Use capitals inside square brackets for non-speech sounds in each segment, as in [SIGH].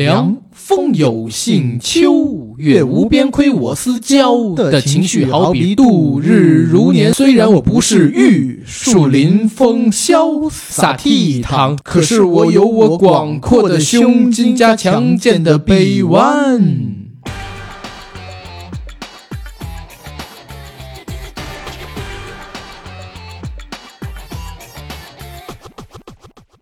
凉风有信，秋月无边，亏我思交的情绪好比度日如年。虽然我不是玉树临风、潇洒倜傥，可是我有我广阔的胸襟加强健的臂弯。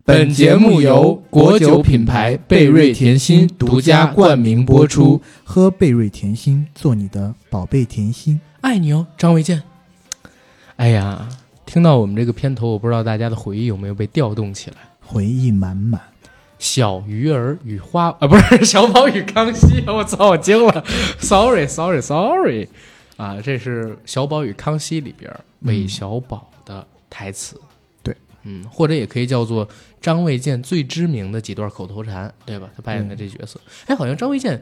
本节目由国酒品牌贝瑞甜心独家冠名播出，喝贝瑞甜心，做你的宝贝甜心。爱你哦，张卫健。哎呀，听到我们这个片头，我不知道大家的回忆有没有被调动起来。回忆满满，小鱼儿与花啊，不是小宝与康熙，我操，我惊了，sorry，sorry，sorry sorry, sorry 啊，这是《小宝与康熙》里边韦小宝的台词。对，嗯，或者也可以叫做张卫健最知名的几段口头禅，对吧？他扮演的这角色，嗯哎，好像张卫健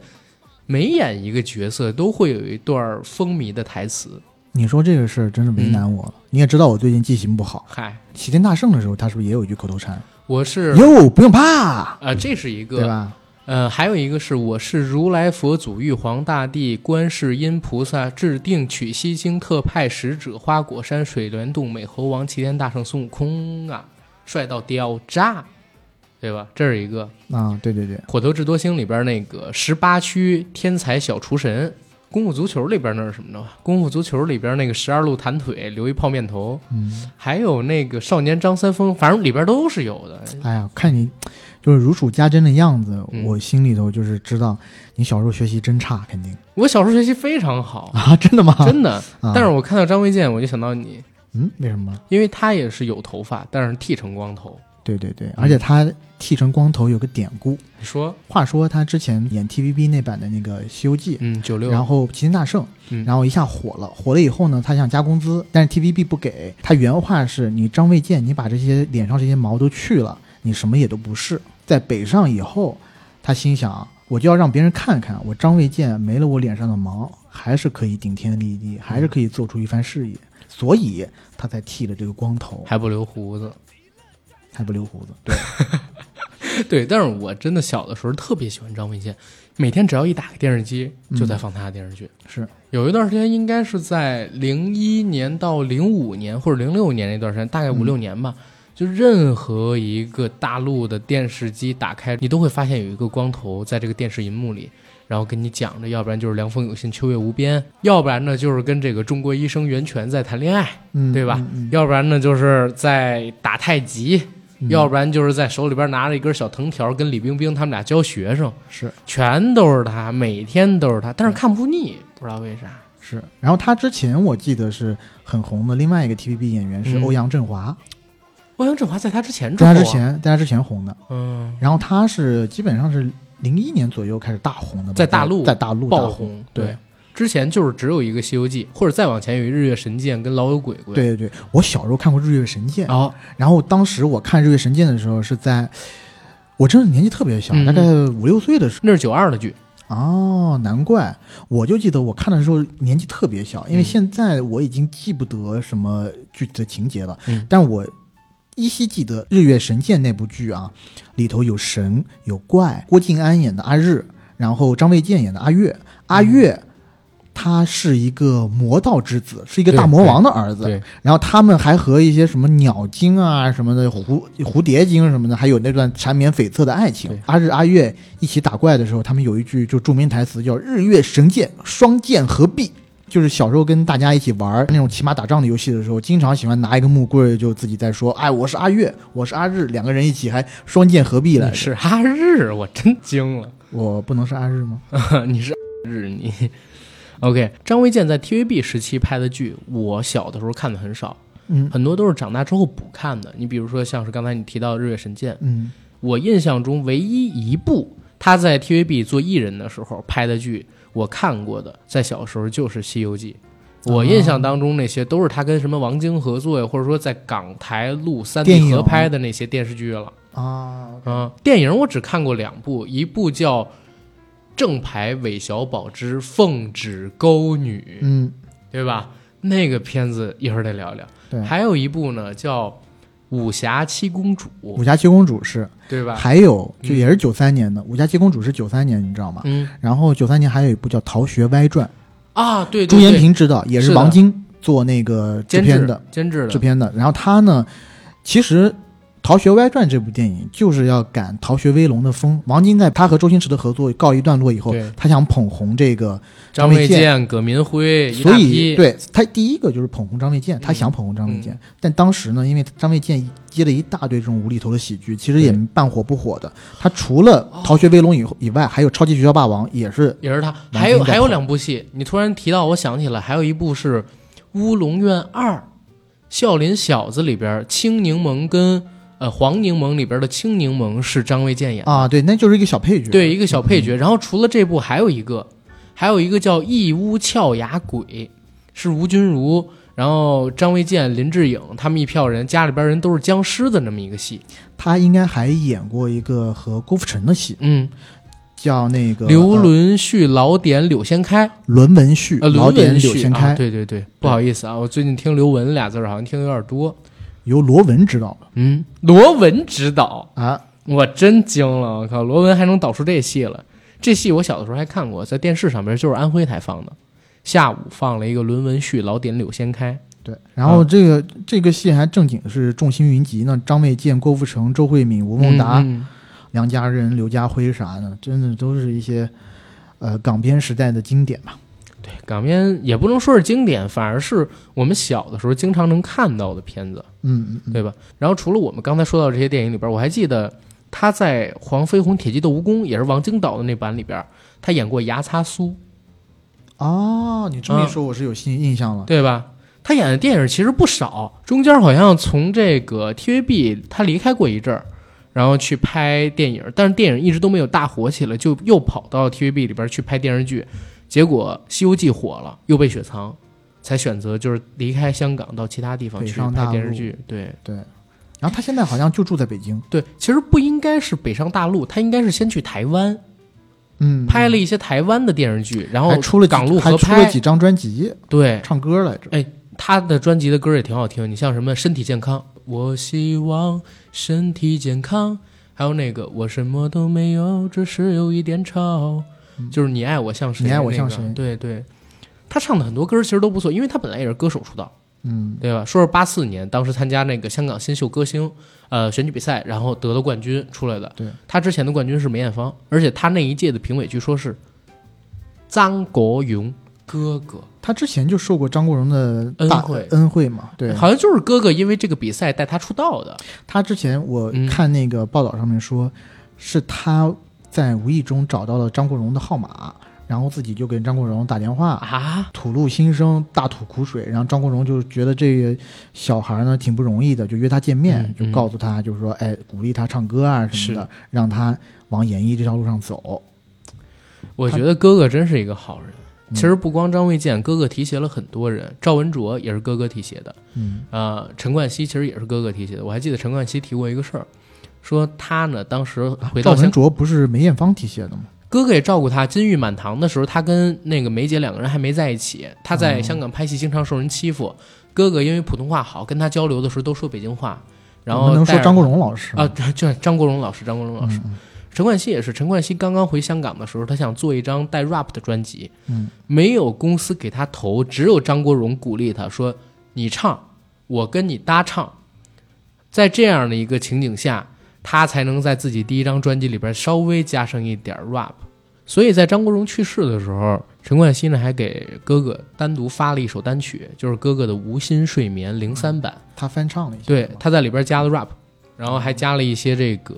每演一个角色都会有一段风靡的台词。你说这个事儿真是为难我了。你也知道我最近记性不好，嗨，齐天大圣的时候，他是不是也有一句口头禅？我是哟，不用怕，啊，这是一对个，吧？呃，还有一个是我是如来佛祖、玉皇大帝、观世音菩萨制定取西经特派使者花果山水帘洞美猴王齐天大圣孙悟空啊，帅到掉渣，对吧？这是一个，啊，对对对， 《火球智多星》里边那个十八区天才小厨神，《功夫足球》里边那是什么呢？《功夫足球》里边那个十二路弹腿留一泡面头，嗯，还有那个少年张三丰，反正里边都是有的。哎呀，看你就是如数家珍的样子，嗯我心里头就是知道你小时候学习真差，肯定我小时候学习非常好，啊，真的吗？真的。啊，但是我看到张卫健，我就想到你，嗯，为什么？因为他也是有头发，但是剃成光头。对对对，而且他剃成光头有个典故，你说，话说他之前演 TVB 那版的那个《西游记》嗯，九六，然后齐天大圣，嗯然后一下火了，火了以后呢，他想加工资，但是 TVB 不给他原话是：你张卫健，你把这些脸上这些毛都去了，你什么也都不是。在北上以后，他心想，我就要让别人看看，我张卫健没了我脸上的毛，还是可以顶天立地，还是可以做出一番事业，所以他才剃了这个光头，还不留胡子。 [LAUGHS] 还不留胡子。对，但是我真的小的时候特别喜欢张卫健，每天只要一打开电视机，就在嗯放他的电视剧。是，有一段时间，应该是在零一年到零五年或者零六年那段时间，大概五六年吧。就任何一个大陆的电视机打开，你都会发现有一个光头在这个电视荧幕里，然后跟你讲着，要不然就是凉风有信，秋月无边，要不然呢就是跟这个中国医生袁泉在谈恋爱，嗯，对吧？嗯要不然呢就是在打太极，嗯要不然就是在手里边拿着一根小藤条跟李冰冰他们俩教学生，是全都是他，每天都是他，但是看不腻，不知道为啥。是。然后他之前我记得是很红的，另外一个 TVB 演员是嗯欧阳震华。欧阳震华在他之前之后、在啊，他之前，在他之前红的。嗯，然后他是基本上是零一年左右开始大红的吧，在大陆在大陆爆大红。红，对，之前就是只有一个《西游记》，或者再往前有一《日月神剑》跟《老有鬼鬼》，，对对对，我小时候看过《日月神剑》，哦，然后当时我看《日月神剑》的时候是在，我真的年纪特别小，嗯大概五六岁的时那是九二的剧，候。哦，难怪，我就记得我看的时候年纪特别小，因为嗯现在我已经记不得什么具体的情节了，嗯但我依稀记得《日月神剑》那部剧啊，里头有神有怪，郭晋安演的阿日，然后张卫健演的阿月。阿月，嗯他是一个魔道之子，是一个对大魔王的儿子。对，然后他们还和一些什么鸟精啊什么的蝴蝴蝶精什么的，还有那段缠绵悱恻的爱情对。阿日阿月一起打怪的时候，他们有一句就著名台词叫“日月神剑，双剑合璧”。就是小时候跟大家一起玩那种骑马打仗的游戏的时候，经常喜欢拿一个木棍儿，就自己在说：“哎，我是阿月，我是阿日。”两个人一起还双剑合璧来你着。是哈日，我真惊了， [LAUGHS] 我不能是阿日吗？你是日你。OK，张卫健在 TVB 时期拍的剧，我小的时候看的很少，嗯很多都是长大之后补看的。你比如说，像是刚才你提到的《日月神剑》，嗯，我印象中唯一一部他在 TVB 做艺人的时候拍的剧，我看过的，在小时候就是《西游记》。我印象当中那些都是他跟什么王晶合作呀，或者说在港台录三电 D 影合拍的那些电视剧了。啊，嗯，电影我只看过两部，一部叫《正牌韦小宝之奉旨勾女》，嗯，对吧？那个片子一会儿再聊聊。对，还有一部呢叫《武侠七公主，武侠七公主是，对吧？还有就嗯也是九三年的《武侠七公主》是九三年，你知道吗？嗯然后九三年还有一部叫《逃学歪传啊，对》，朱对延对，平执导，也是的王晶做那个制监片制的监制制的，片的。然后他呢，其实《逃学歪传》这部电影就是要赶《逃学威龙》的风。王晶在他和周星驰的合作告一段落以后对，他想捧红这个张张卫卫健健、葛民辉一所大以批，对他第一个就是捧红张卫健，他嗯想捧红张卫健，但当时呢，因为张卫健接了一大堆这种无厘头的喜剧，其实也对半火不火哦的。他除了《逃学威龙》以后以外，还有《超级学校霸王》，也是也是他。王还有晶在还有捧两部戏，你突然提到，我想起来，还有一部是《乌龙院二》，笑林小子里边青柠檬跟呃黄柠檬里边的青柠檬是张卫健演的，啊，嗯对，那就是一个小配角。哦对，一个小配角。然后除了这部，还有一个，还有一个叫《义乌俏牙鬼》，是吴君如。然后张卫健、林志颖他们一票人，家里边人都是僵尸的那么一个戏，他应该还演过一个和郭富城的戏，嗯，叫那个刘呃伦旭、老典、柳先开，伦文旭、呃，嗯老伦典文柳旭先啊，开，对对对，不好意思啊，我最近听刘文俩字儿好像听得有点多，由罗文执导的嗯，罗文执导，啊。我真惊了，我靠，罗文还能导出这戏了，这戏我小的时候还看过，在电视上边就是安徽台放的，下午放了一个伦文旭、老典、柳先开，对，然啊后这个、这个戏还正经是众星云集呢，张卫健、郭富城、周慧敏、吴孟达、嗯梁家仁、刘家辉啥的，真的都是一些呃港片时代的经典吧。对，港片也不能说是经典，反而是我们小的时候经常能看到的片子。嗯嗯对吧？然后除了我们刚才说到这些电影里边，我还记得他在《黄飞鸿铁骑斗蜈蚣》也是王晶导的那版里边，他演过牙擦苏，嗯，哦，你这么一说，我是有新印象了。对吧？他演的电影其实不少，中间好像从这个 TVB 他离开过一阵儿，然后去拍电影，但是电影一直都没有大火起来，就又跑到 TVB 里边去拍电视剧，结果《西游记》火了，又被雪藏，才选择就是离开香港到其他地方北去上拍大电视陆剧，对。对然后他现在好像就住在北京，对，其实不应该是北上大陆，他应该是先去台湾嗯，拍了一些台湾的电视剧，然后还出了几港陆还合出了拍几。张专辑，对，唱歌来着。他的专辑的歌也挺好听，你像什么《身体健康》，我希望身体健康，还有那个我什么都没有，只是有一点吵，嗯就是你爱我像谁，你爱我那像个谁对对，他唱的很多歌其实都不错，因为他本来也是歌手出道。嗯，对吧？说是八四年，当时参加那个香港新秀歌星呃选举比赛，然后得了冠军出来的。对，他之前的冠军是梅艳芳，而且他那一届的评委据说是张国荣哥哥，他之前就受过张国荣的大恩惠恩惠嘛。对，好像就是哥哥因为这个比赛带他出道的。他之前我嗯看那个报道上面说，是他在无意中找到了张国荣的号码，然后自己就给张国荣打电话，啊，吐露心声，大吐苦水。然后张国荣就觉得这个小孩呢挺不容易的，就约他见面，嗯就告诉他，就是说，哎，鼓励他唱歌啊什么的，让他往演艺这条路上走。我觉得哥哥真是一个好人。嗯其实不光张卫健，哥哥提携了很多人，赵文卓也是哥哥提携的。嗯呃，陈冠希其实也是哥哥提携的。我还记得陈冠希提过一个事儿，说他呢当时回赵到香文卓不是梅艳芳提携的吗？哥哥也照顾他。金玉满堂的时候，他跟那个梅姐两个人还没在一起。他嗯在香港拍戏，经常受人欺负。哥哥因为普通话好，跟他交流的时候都说北京话。然我后们能带说着张国荣老师啊，，对就是张国荣老师，张国荣老师。嗯陈冠希也是，陈冠希刚刚回香港的时候，他想做一张带 rap 的专辑，嗯，没有公司给他投，只有张国荣鼓励他说：“你唱，我跟你搭唱。”在这样的一个情景下，他才能在自己第一张专辑里边稍微加上一点 rap。所以在张国荣去世的时候，陈冠希呢还给哥哥单独发了一首单曲，就是哥哥的《无心睡眠》零三版。他翻唱了一下，对，他在里边加了 rap，然后还加了一些这个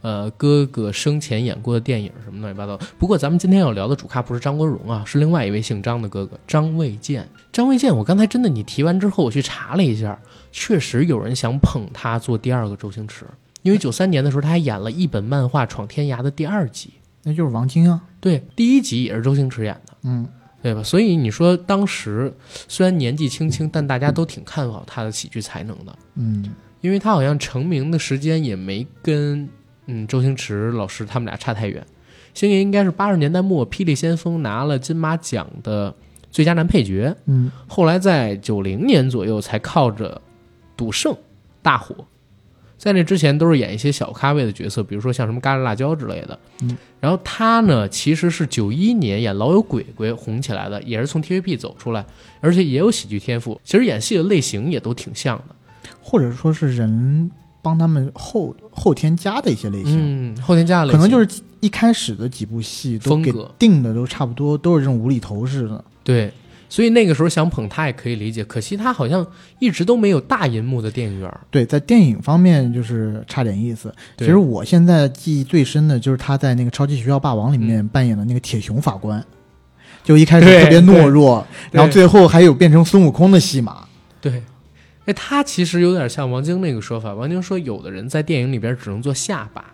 呃哥哥生前演过的电影什么乱七八糟。不过咱们今天要聊的主咖不是张国荣啊，是另外一位姓张的哥哥张卫健。张卫健，我刚才真的你提完之后，我去查了一下，确实有人想捧他做第二个周星驰，因为九三年的时候他还演了一本漫画《闯天涯》的第二集，那就是王晶啊，对，第一集也是周星驰演的。嗯。对吧？所以你说当时虽然年纪轻轻，但大家都挺看好他的喜剧才能的。嗯，因为他好像成名的时间也没跟嗯周星驰老师他们俩差太远。星爷应该是八十年代末，《霹雳先锋》拿了金马奖的最佳男配角，嗯，后来在九零年左右才靠着《赌圣》大火。在那之前都是演一些小咖位的角色，比如说像什么《咖喱辣椒》之类的。嗯，然后他呢，其实是九一年演《老友鬼鬼》红起来的，也是从 TVB 走出来，而且也有喜剧天赋。其实演戏的类型也都挺像的。或者说是人帮他们后后添加的一些类型，嗯，后天加的类可能就是是一开始的几部戏都风给格定的都差不多，都是这种无厘头式的。对。所以那个时候想捧他也可以理解，可惜他好像一直都没有大银幕的电影院儿。对，在电影方面就是差点意思。其对实我现在记忆最深的就是他在那个《超级学校霸王》里面扮演的那个铁熊法官，就一开始嗯对特别懦弱，对然后最后还有变成孙悟空的戏码。对，哎，他其实有点像王晶那个说法。王晶说，有的人在电影里边只能做下巴，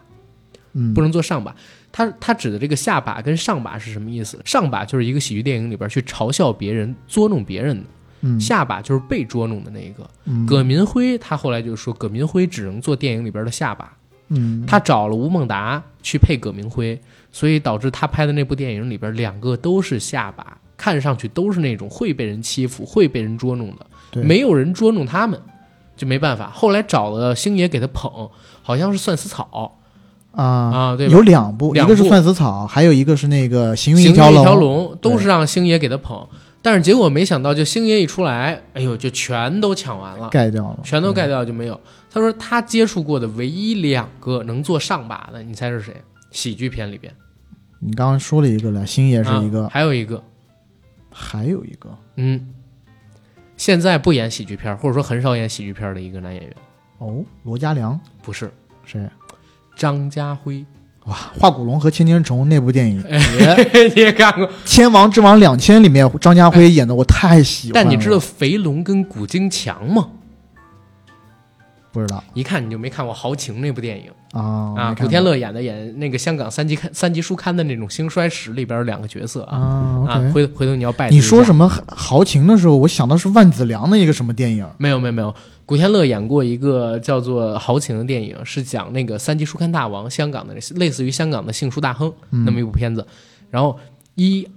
嗯，不能做上把。他他指的这个下把跟上把是什么意思？上把就是一个喜剧电影里边去嘲笑别人、捉弄别人的，嗯，下把就是被捉弄的那一个。嗯葛民辉他后来就说，葛民辉只能做电影里边的下把。嗯，他找了吴孟达去配葛明辉，所以导致他拍的那部电影里边两个都是下巴，看上去都是那种会被人欺负、会被人捉弄的，对没有人捉弄他们，就没办法。后来找了星爷给他捧，好像是算死草啊。啊，对吧？有两部，两一个是部《算死草》，还有一个是那个《行行云云条龙》。龙都对是让星爷给他捧，但是结果没想到，就星爷一出来，哎呦，就全都抢完了，盖掉了，啊全都盖掉就没有。他说他接触过的唯一两个能做上把的，你猜是谁？喜剧片里边嗯你刚刚说了一个了，星爷是一个，啊还有一个，还有一个嗯，现在不演喜剧片儿，或者说很少演喜剧片儿的一个男演员，哦，罗嘉良不是谁？张家辉，哇，画骨龙和千年虫那部电影《 [LAUGHS] 你也看过？千王之王两千》里面，张家辉演的，我太喜欢了。哎但你知道肥龙跟古京强吗？不知道一看你就没看过《豪情》那部电影啊？啊没看，古过天乐演的演那个香港三级刊三级书刊的那种兴衰史里边有两个角色啊啊啊，OK。回回头你要拜你说什么？么豪情的时候，我想到是万梓良的一个什么电影没有没有没有，古天乐演过一个叫做《豪情》的电影，是讲那个三级书刊大王，香港的类似于香港的杏树大亨，嗯那么一部片子。然后一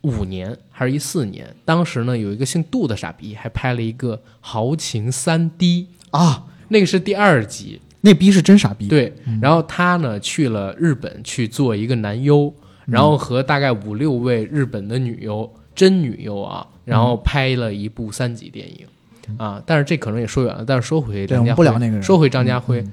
五年还是一四年，当时呢有一个姓杜的傻逼还拍了一个《豪情三 D》，啊？那个是第二集。那逼是真傻逼。，对，然后他呢去了日本去做一个男优，嗯然后和大概五六位日本的女优，真女优啊，嗯然后拍了一部三级电影。啊，但是这可能也说远了。但是说回对张家我们不辉，聊那个人嗯说回张家辉，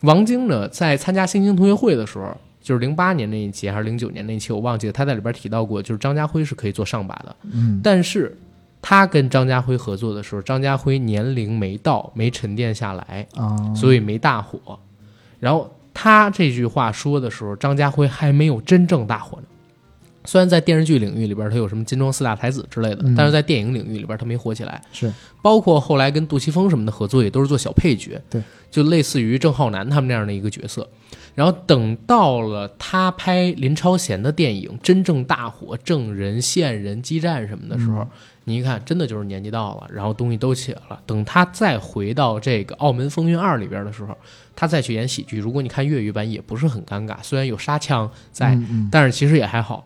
王晶呢，在参加《星星同学会》的时候，就是零八年那一期还是零九年那一期，我忘记了。他在里边提到过，就是张家辉是可以做上把的，嗯，但是他跟张家辉合作的时候，张家辉年龄没到，没沉淀下来，啊，所以没大火。然后他这句话说的时候，张家辉还没有真正大火呢。虽然在电视剧领域里边，他有什么金装四大才子之类的嗯，但是在电影领域里边，他没火起来。是包括后来跟杜琪峰什么的合作，也都是做小配角，对，就类似于郑浩南他们那样的一个角色。然后等到了他拍林超贤的电影真正大火，《证人》《线人》《激战》什么的时嗯候，你一看，真的就是年纪到了，然后东西都起来了。等他再回到这个《澳门风云二》里边的时候，他再去演喜剧，如果你看粤语版也不是很尴尬，虽然有沙腔在，嗯嗯但是其实也还好。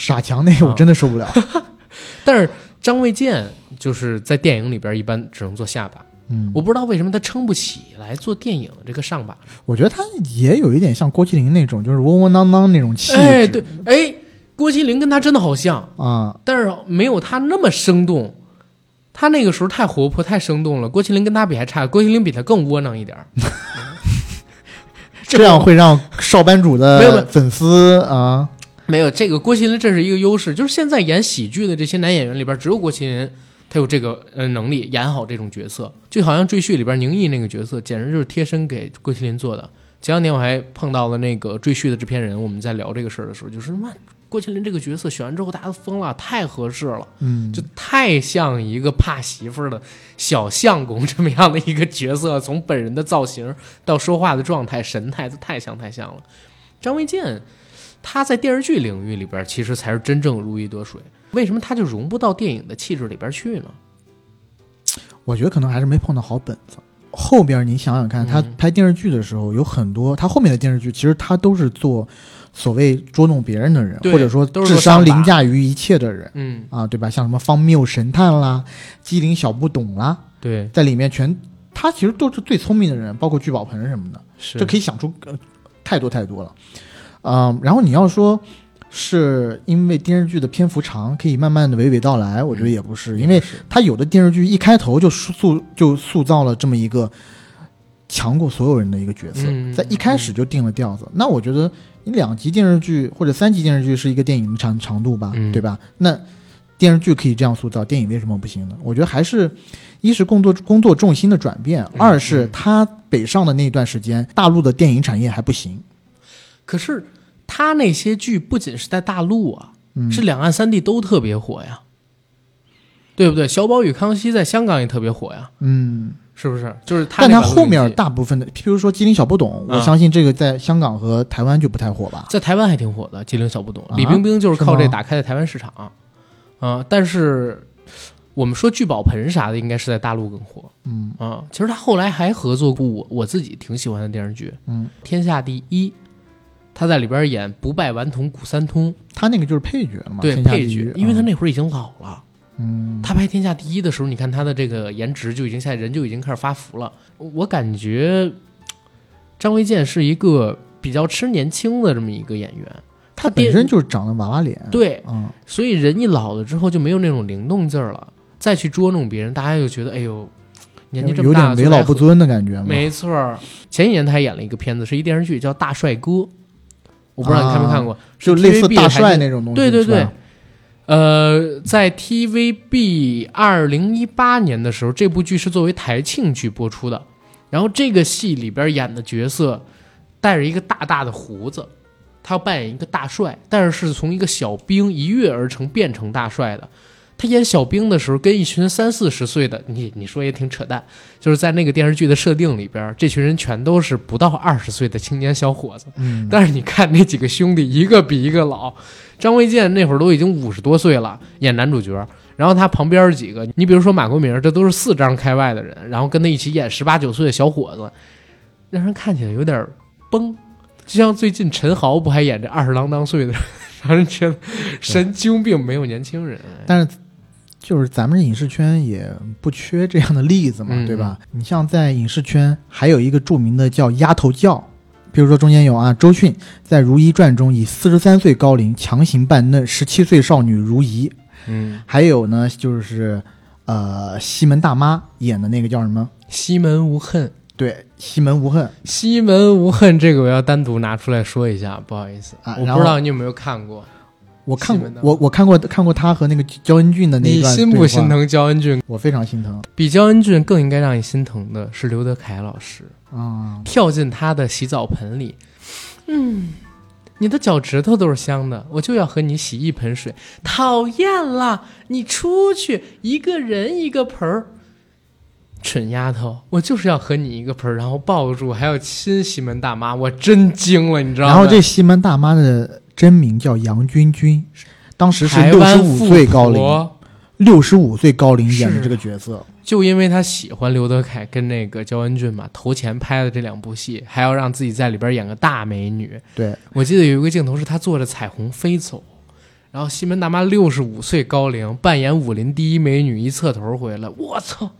傻强那个啊我真的受不了。但是张卫健就是在电影里边一般只能做下巴。嗯，我不知道为什么他撑不起来做电影这个上把。我觉得他也有一点像郭麒麟那种，就是窝窝囊囊那种气质。哎，对，哎，郭麒麟跟他真的好像，啊，但是没有他那么生动。他那个时候太活泼、太生动了，郭麒麟跟他比还差，郭麒麟比他更窝囊一点儿。 [LAUGHS] 这样会让少班主没有没有的粉丝啊，没有这个郭麒麟，这是一个优势，就是现在演喜剧的这些男演员里边，只有郭麒麟他有这个呃能力演好这种角色。就好像《赘婿》里边宁毅那个角色，简直就是贴身给郭麒麟做的。前两天我还碰到了那个《赘婿》的制片人，我们在聊这个事儿的时候，就是妈，郭麒麟这个角色选完之后，大家都疯了，太合适了，嗯，就太像一个怕媳妇儿的小相公这么样的一个角色，从本人的造型到说话的状态、神态，都太像太像了。张卫健，他在电视剧领域里边其实才是真正如鱼得水，为什么他就融不到电影的气质里边去呢？我觉得可能还是没碰到好本子。后边你想想看，他嗯拍电视剧的时候，有很多他后面的电视剧，其实他都是做所谓捉弄别人的人，对或者说都是智做上商把凌驾于一切的人嗯，啊，对吧？像什么方谬神探啦、机灵小不懂啦，对，在里面全他其实都是最聪明的人，包括聚宝盆什么的，是这可以想出、呃、太多太多了。嗯，然后你要说是因为电视剧的篇幅长，可以慢慢的娓娓道来，我觉得也不是，因为是他有的电视剧一开头就塑就塑造了这么一个强过所有人的一个角色，嗯在一开始就定了调子。那我觉得你两集电视剧或者三集电视剧是一个电影的长长度吧，嗯对吧？那电视剧可以这样塑造，电影为什么不行呢？我觉得还是一是工作工作重心的转变，嗯二是他北上的那段时间，大陆的电影产业还不行。可是他那些剧不仅是在大陆啊，嗯，是两岸三地都特别火呀，对不对？小宝与康熙在香港也特别火呀，嗯，是不是？就是他但那他版后面录音机大部分的，譬如说《吉林小不懂》，啊我相信这个在香港和台湾就不太火吧。在台湾还挺火的，《吉林小不懂》，啊李冰冰就是靠是这吗打开的台湾市场啊、但是我们说聚宝盆啥的，应该是在大陆更火嗯啊、其实他后来还合作过我我自己挺喜欢的电视剧《嗯，天下第一》，他在里边演不败顽童古三通，他那个就是配角了嘛，对天下配第一角，因为他嗯那会儿已经老了。嗯他拍《天下第一》的时候，你看他的这个颜值就已经现在人就已经开始发福了。我感觉张卫健是一个比较吃年轻的这么一个演员，他本电身就是长得娃娃脸，，对，嗯所以人一老了之后就没有那种灵动劲儿了，再去捉弄别人，大家就觉得哎呦，年纪这有么大点为老不做。尊的感觉嘛。没错儿，前几年他还演了一个片子，是一电视剧叫《大帅哥》，我不知道你看没看过，啊就类似 TVB 大还是帅那种东西，对对是吧对，呃，在 TVB 二零一八年的时候，这部剧是作为台庆剧播出的。然后这个戏里边演的角色带着一个大大的胡子，他要扮演一个大帅，但是是从一个小兵一跃而成变成大帅的。他演小兵的时候，跟一群三四十岁的，你你说也挺扯淡，就是在那个电视剧的设定里边，这群人全都是不到二十岁的青年小伙子。嗯，但是你看那几个兄弟，一个比一个老。张卫健那会儿都已经五十多岁了，演男主角。然后他旁边几个，你比如说马国明，这都是四张开外的人，然后跟他一起演十八九岁的小伙子，让人看起来有点崩。就像最近陈豪不还演这二十郎当岁的人， [LAUGHS] 让人觉得神经病，没有年轻人。但是。就是咱们这影视圈也不缺这样的例子嘛，嗯对吧？你像在影视圈还有一个著名的叫“丫头教”，比如说中间有啊，周迅在《如懿传》中以四十三岁高龄强行扮嫩十七岁少女如懿，嗯，还有呢就是呃西门大妈演的那个叫什么？西门无恨，对，西门无恨，西门无恨这个我要单独拿出来说一下，不好意思，啊我然不后知道你有没有看过。我看西过门大，妈我我看过看过他和那个焦恩俊的那一你段心不对话心？疼焦恩俊我非常心疼比焦恩俊更应该让你心疼的是刘德凯老师啊、跳进他的洗澡盆里，嗯，你的脚趾头都是香的，我就要和你洗一盆水，讨厌了，你出去一个人一个盆儿，蠢丫头，我就是要和你一个盆儿，然后抱住还要亲西门大妈，我真惊了，你知道吗？然后这西门大妈的真名叫杨君君，当时是台六十湾五富岁高龄，婆六十五岁高龄演是的啊这个角色，就因为他喜欢刘德凯跟那个焦恩俊嘛，头前拍的这两部戏，还要让自己在里边演个大美女。对，我记得有一个镜头是他坐着彩虹飞走，然后西门大妈六十五岁高龄扮演武林第一美女，一侧头回来，我操，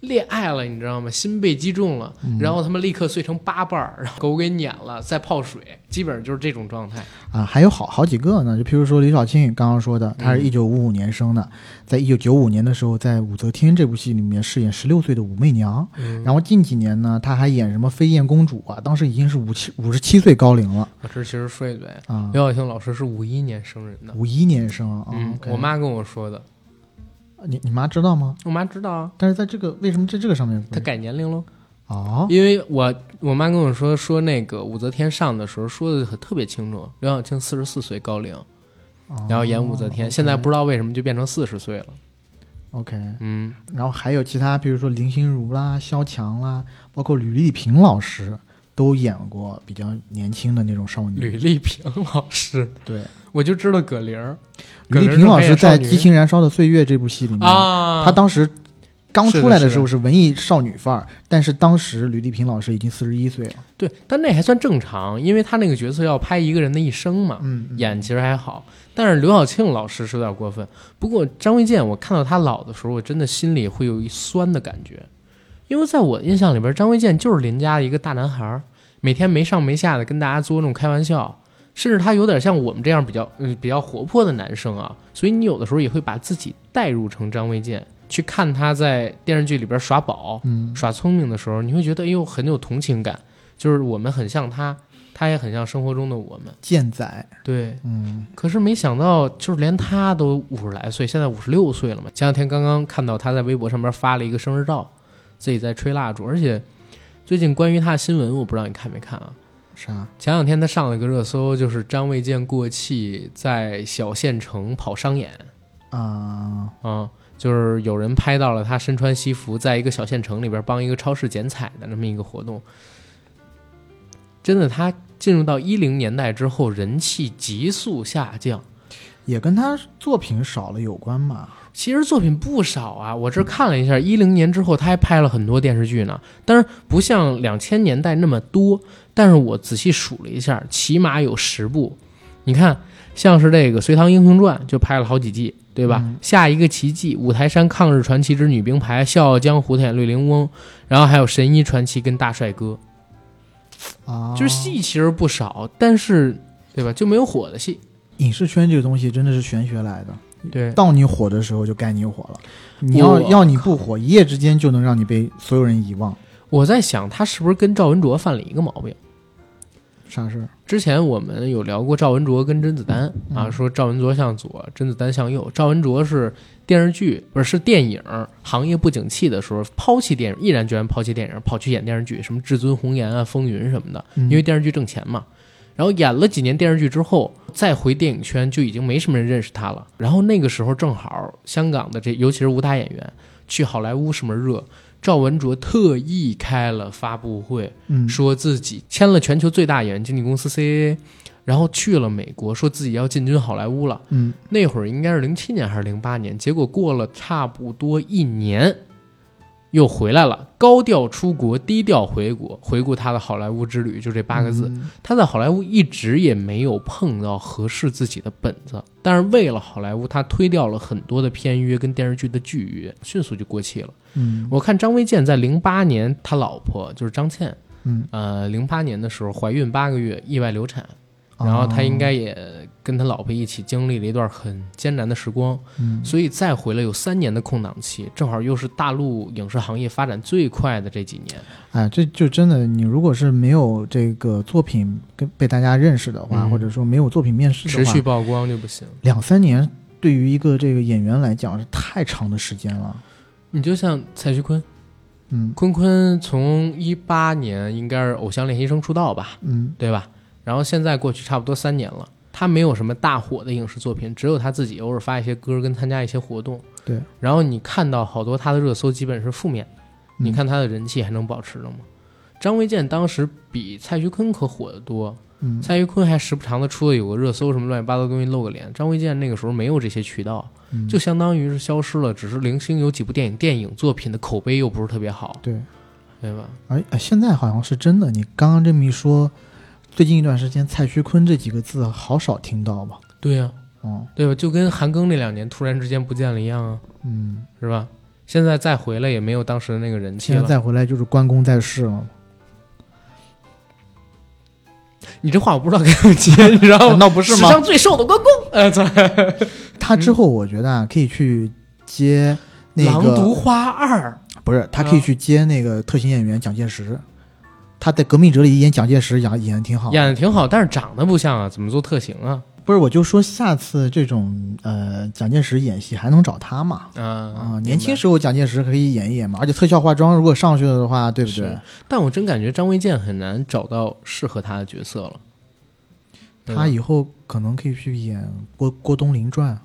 恋爱了，你知道吗？心被击中了，然后他们立刻碎成八瓣儿，然后狗给撵了，再泡水，基本上就是这种状态。啊，还有好好几个呢，就譬如说李小庆刚刚说嗯的，他是一九五五年生的，在一九九五年的时候，在《武则天》这部戏里面饰演十六岁的武媚娘，嗯然后近几年呢，他还演什么飞燕公主啊，当时已经是五七五十七岁高龄了老师其实说一嘴，啊，刘晓庆老师是五一年生人的，五一年生啊，嗯， OK 我妈跟我说的，你你妈知道吗？我妈知道啊，但是在这个为什么在这个上面不她是？改年龄喽。哦，因为我我妈跟我说说那个武则天上的时候说的很特别清楚，刘晓庆四十四岁高龄，哦然后演武则天，现在不知道为什么就变成四十岁了。 OK，嗯，然后还有其他，比如说林心如啦、萧蔷啦，包括吕丽萍老师都演过比较年轻的那种少吕女。丽萍老师，对，我就知道葛玲儿，吕丽葛萍玲儿老师在是《黑眼少激女情燃烧的岁月》这部戏里面，啊，她当时刚是的出来的是时候是文艺少女范儿，但是当时吕丽萍老师已经四十一岁了。对，但那还算正常，因为她那个角色要拍一个人的一生嘛，嗯，嗯演其实还好。但是刘晓庆老师是有点过分，不过张卫健，我看到他老的时候，我真的心里会有一酸的感觉，因为在我印象里边，张卫健就是邻家的一个大男孩儿，每天没上没下的跟大家做那种开玩笑，甚至他有点像我们这样比较嗯比较活泼的男生啊，所以你有的时候也会把自己代入成张卫健，去看他在电视剧里边耍宝、嗯，耍聪明的时候，你会觉得哎呦很有同情感，就是我们很像他，他也很像生活中的我们。健仔，对，嗯，可是没想到，就是连他都五十来岁，现在五十六岁了嘛。前两天刚刚看到他在微博上面发了一个生日照，自己在吹蜡烛，而且最近关于他的新闻，我不知道你看没看啊？啥？前两天他上了一个热搜，就是张卫健过气在小县城跑商演啊、啊，就是有人拍到了他身穿西服，在一个小县城里边帮一个超市剪彩的那么一个活动。真的，他进入到一零年代之后，人气急速下降。也跟他作品少了有关吧？其实作品不少啊，我这看了一下，一零年之后他还拍了很多电视剧呢，当然不像两千年代那么多，但是我仔细数了一下，起码有十部。你看，像是这个《隋唐英雄传》就拍了好几季，对吧？嗯下一个奇迹、五台山抗日传奇之女兵牌、笑傲江湖、演绿林翁，然后还有神医传奇跟大帅哥，啊，就是戏其实不少，但是对吧，就没有火的戏。影视圈这个东西真的是玄学来的，对，到你火的时候就该你火了，你要我要你不火，一夜之间就能让你被所有人遗忘。我在想他是不是跟赵文卓犯了一个毛病。啥事儿？之前我们有聊过赵文卓跟甄子丹啊，嗯说赵文卓向左，甄子丹向右。赵文卓是电视剧不是是电影行业不景气的时候抛弃电影，毅然决然抛弃电影，跑去演电视剧，什么《至尊红颜》啊、《风云》什么的，因嗯因为电视剧挣钱嘛。然后演了几年电视剧之后，再回电影圈就已经没什么人认识他了。然后那个时候正好香港的这，尤其是武打演员去好莱坞什么热，赵文卓特意开了发布会，嗯说自己签了全球最大演员经纪公司 CAA，然后去了美国，说自己要进军好莱坞了。嗯那会儿应该是零七年还是零八年，结果过了差不多一年，又回来了，高调出国，低调回国，回顾他的好莱坞之旅，就这八个字。嗯他在好莱坞一直也没有碰到合适自己的本子，但是为了好莱坞，他推掉了很多的片约跟电视剧的剧约，迅速就过气了。嗯我看张卫健在零八年，他老婆就是张倩。嗯，呃，零八年的时候怀孕八个月，意外流产，然后他啊应该也跟他老婆一起经历了一段很艰难的时光，嗯所以再回来有三年的空档期，正好又是大陆影视行业发展最快的这几年。哎，这就真的，你如果是没有这个作品跟被大家认识的话，嗯或者说没有作品面试持的话，续曝光就不行。两三年对于一个这个演员来讲是太长的时间了。你就像蔡徐坤，嗯坤坤从一八年应该是《偶像练习生》出道吧，嗯对吧？然后现在过去差不多三年了，他没有什么大火的影视作品，只有他自己偶尔发一些歌跟参加一些活动。对，然后你看到好多他的热搜基本是负面的，嗯你看他的人气还能保持着吗？张卫健当时比蔡徐坤可火得多，嗯蔡徐坤还时不常的出了有个热搜什么乱七八糟东西露个脸，张卫健那个时候没有这些渠道，嗯，就相当于是消失了，只是零星有几部电影电影作品的口碑又不是特别好，对。对吧？而哎现在好像是真的，你刚刚这么一说，最近一段时间蔡徐坤这几个字好少听到吧？对呀、嗯对吧？就跟韩庚那两年突然之间不见了一样啊。嗯，是吧？现在再回来也没有当时的那个人气现在了。再回来就是关公在世了，你这话我不知道该怎么接，你知道 [LAUGHS] 吗？难道不是史吗？上最瘦的关公，呃，操他之后我觉得啊，可以去接那狼个毒嗯花二》不是，他可以去接那个特型演员蒋介石，他在《革命者》里演蒋介石演演的挺好。演的挺好，但是长得不像啊，怎么做特型啊？不是，我就说下次这种呃蒋介石演戏还能找他嘛？啊、啊，年轻明白。时候蒋介石可以演一演嘛，而且特效化妆如果上去了的话，对不对是？但我真感觉张卫健很难找到适合他的角色了。对吧他以后可能可以去演郭郭冬临传，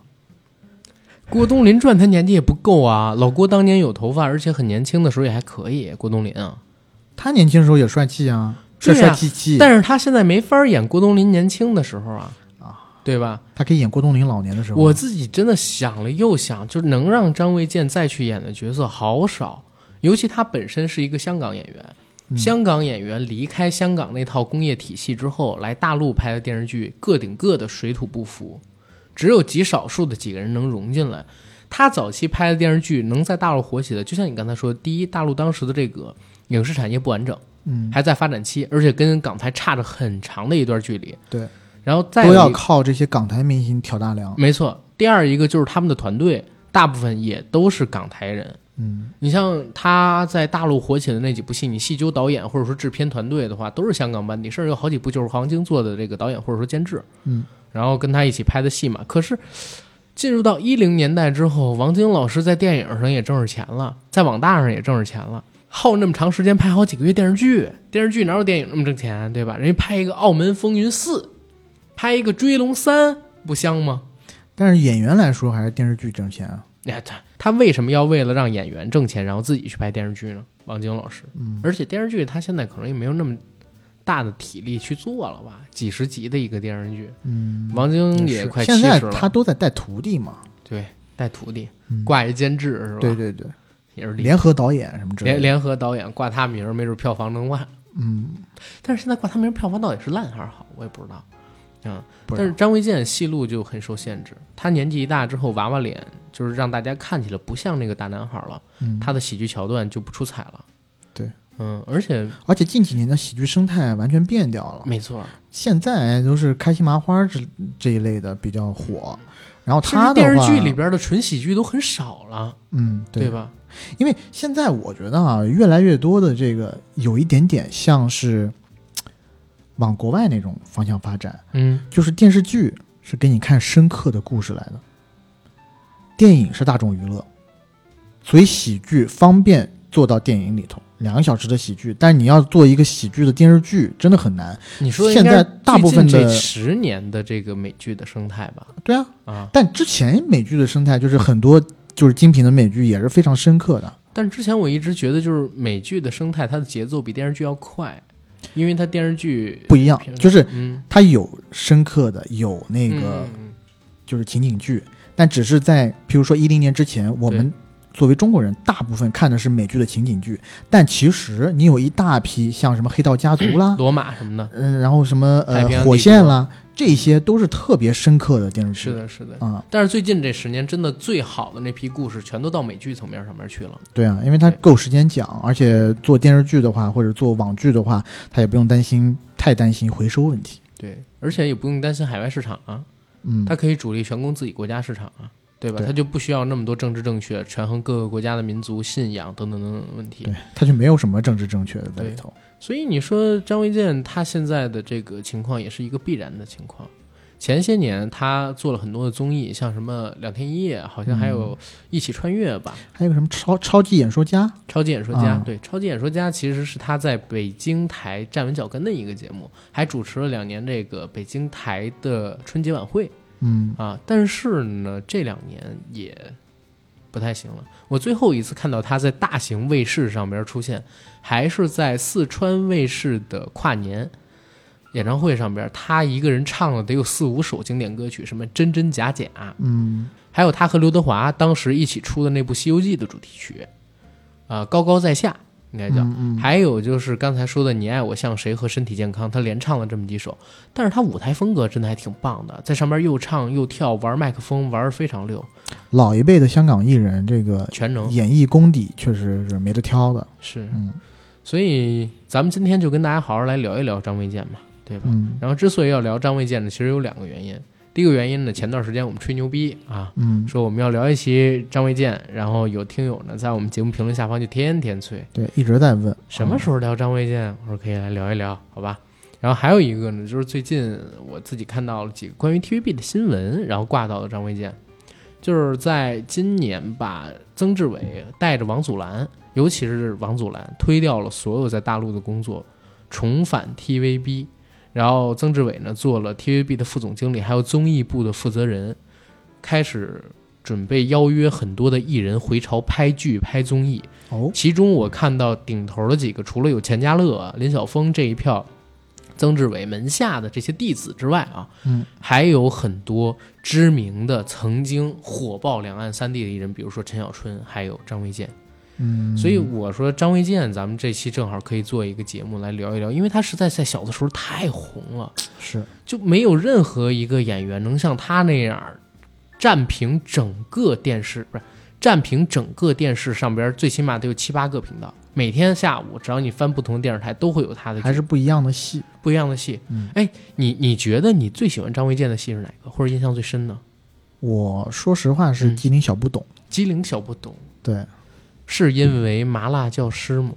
郭冬临传他年纪也不够啊，老郭当年有头发，而且很年轻的时候也还可以。郭冬临啊，他年轻时候也帅气啊，帅对啊帅气气，但是他现在没法演郭冬临年轻的时候啊，啊，对吧？他可以演郭冬临老年的时候。我自己真的想了又想，就是能让张卫健再去演的角色好少，尤其他本身是一个香港演员，嗯香港演员离开香港那套工业体系之后，来大陆拍的电视剧，个顶个的水土不服，只有极少数的几个人能融进来。他早期拍的电视剧能在大陆火起来，就像你刚才说，第一，大陆当时的这个影视产业不完整，嗯，还在发展期，而且跟港台差着很长的一段距离。对，然后再有都一要靠这些港台明星挑大梁。啊没错。第二一个就是他们的团队大部分也都是港台人。嗯，你像他在大陆火起的那几部戏，你细究导演或者说制片团队的话，都是香港班底，甚至有好几部就是黄晶做的这个导演或者说监制，嗯，然后跟他一起拍的戏嘛。可是进入到一零年代之后，王晶老师在电影上也挣着钱了，在网大上也挣着钱了，耗那么长时间拍好几个月电视剧，电视剧哪有电影那么挣钱、啊，对吧？人家拍一个《澳门风云四》，拍一个《追龙三》，不香吗？但是演员来说还是电视剧挣钱啊。哎，他他为什么要为了让演员挣钱，然后自己去拍电视剧呢？王晶老师，嗯，而且电视剧他现在可能也没有那么大的体力去做了吧？几十集的一个电视剧，嗯，王晶也是快七现十在了，他都在带徒弟嘛，对，带徒弟嗯挂一监制是吧？对，对对，也是厉害联合导演什么之类联的。联合导演挂他名儿，没准票房能万。嗯，但是现在挂他名儿票房到底是烂还是好，我也不知道。嗯，不知但道是张卫健戏路就很受限制，他年纪一大之后，娃娃脸就是让大家看起来不像那个大男孩了，嗯，他的喜剧桥段就不出彩了。对，嗯，而且而且近几年的喜剧生态完全变掉了，没错，现在都是开心麻花这这一类的比较火。然后甚他至的电视话剧里，边的纯喜剧都很少了，嗯，对对吧？因为现在我觉得啊，越来越多的这个有一点点像是嘖往国外那种方向发展，嗯，就是电视剧是给你看深刻的故事来的，电影是大众娱乐，所以喜剧方便做到电影里头，两个小时的喜剧，但你要做一个喜剧的电视剧真的很难。你说的现应该在是大部分的最近这十年的这个美剧的生态吧，对啊，啊，但之前美剧的生态就是很多就是精品的美剧也是非常深刻的，但是之前我一直觉得就是美剧的生态，它的节奏比电视剧要快，因为它电视剧不一样，就是嗯它有深刻的，有那那个。就是情景剧，但只是在比如说一零年之前，我们作为中国人，大部分看的是美剧的情景剧，但其实你有一大批像什么《黑道家族》啦，罗马什么的，嗯、然后什么太呃平洋帝《国火线》啦，这些都是特别深刻的电视剧。是的，是的。啊、但是最近这十年，真的最好的那批故事，全都到美剧层面上面去了。对啊，因为它对够时间讲，而且做电视剧的话，或者做网剧的话，它也不用担心太担心回收问题。对，而且也不用担心海外市场啊，嗯，它可以主力全攻自己国家市场啊，对吧？对它就不需要那么多政治正确，权衡各个国家的民族信仰等等等等问题对。，它就没有什么政治正确的在里头。所以你说张卫健他现在的这个情况也是一个必然的情况。前些年他做了很多的综艺，像什么《两天一夜》，好像还嗯有《一起穿越》吧，还有个什么超超级演说家，超级演说家》啊对，《超级演说家》其实是他在北京台站稳脚跟的一个节目，还主持了两年这个北京台的春节晚会。嗯，啊，但是呢，这两年也不太行了。我最后一次看到他在大型卫视上边出现，还是在四川卫视的跨年演唱会上边，他一个人唱了得有四五首经典歌曲，什么《真真假假》，嗯，还有他和刘德华当时一起出的那部《西游记》的主题曲，啊、高高在下应该叫。嗯嗯还有就是刚才说的“你爱我像谁”和“身体健康”，他连唱了这么几首，但是他舞台风格真的还挺棒的，在上面又唱又跳，玩麦克风玩得非常溜，老一辈的香港艺人，这个全能演绎功底确实是没得挑的。是。嗯所以咱们今天就跟大家好好来聊一聊张卫健嘛，对吧？嗯然后之所以要聊张卫健呢，其实有两个原因。第一个原因呢，前段时间我们吹牛逼啊，嗯，说我们要聊一期张卫健，然后有听友呢在我们节目评论下方就天天催，对，一直在问什么时候聊张卫健？我说可以来聊一聊，好吧？然后还有一个呢，就是最近我自己看到了几个关于 TVB 的新闻，然后挂到了张卫健，就是在今年吧，曾志伟带着王祖蓝，尤其是王祖蓝推掉了所有在大陆的工作，重返 TVB，然后曾志伟呢做了 TVB 的副总经理，还有综艺部的负责人，开始准备邀约很多的艺人回潮拍剧、拍综艺。哦，其中我看到顶头的几个，除了有钱嘉乐、林晓峰这一票，曾志伟门下的这些弟子之外啊，嗯，还有很多知名的曾经火爆两岸三地的艺人，比如说陈小春，还有张卫健。嗯，所以我说张卫健，咱们这期正好可以做一个节目来聊一聊，因为他实在在小的时候太红了，是就没有任何一个演员能像他那样占平整个电视，不是占平整个电视上边最起码得有七八个频道。每天下午，只要你翻不同的电视台，都会有他的还是不一样的戏。不一样的戏。嗯哎，你你觉得你最喜欢张卫健的戏是哪个，或者印象最深呢？我说实话是嗯吉林小不懂，机灵小不懂，对，是因为麻辣教师吗？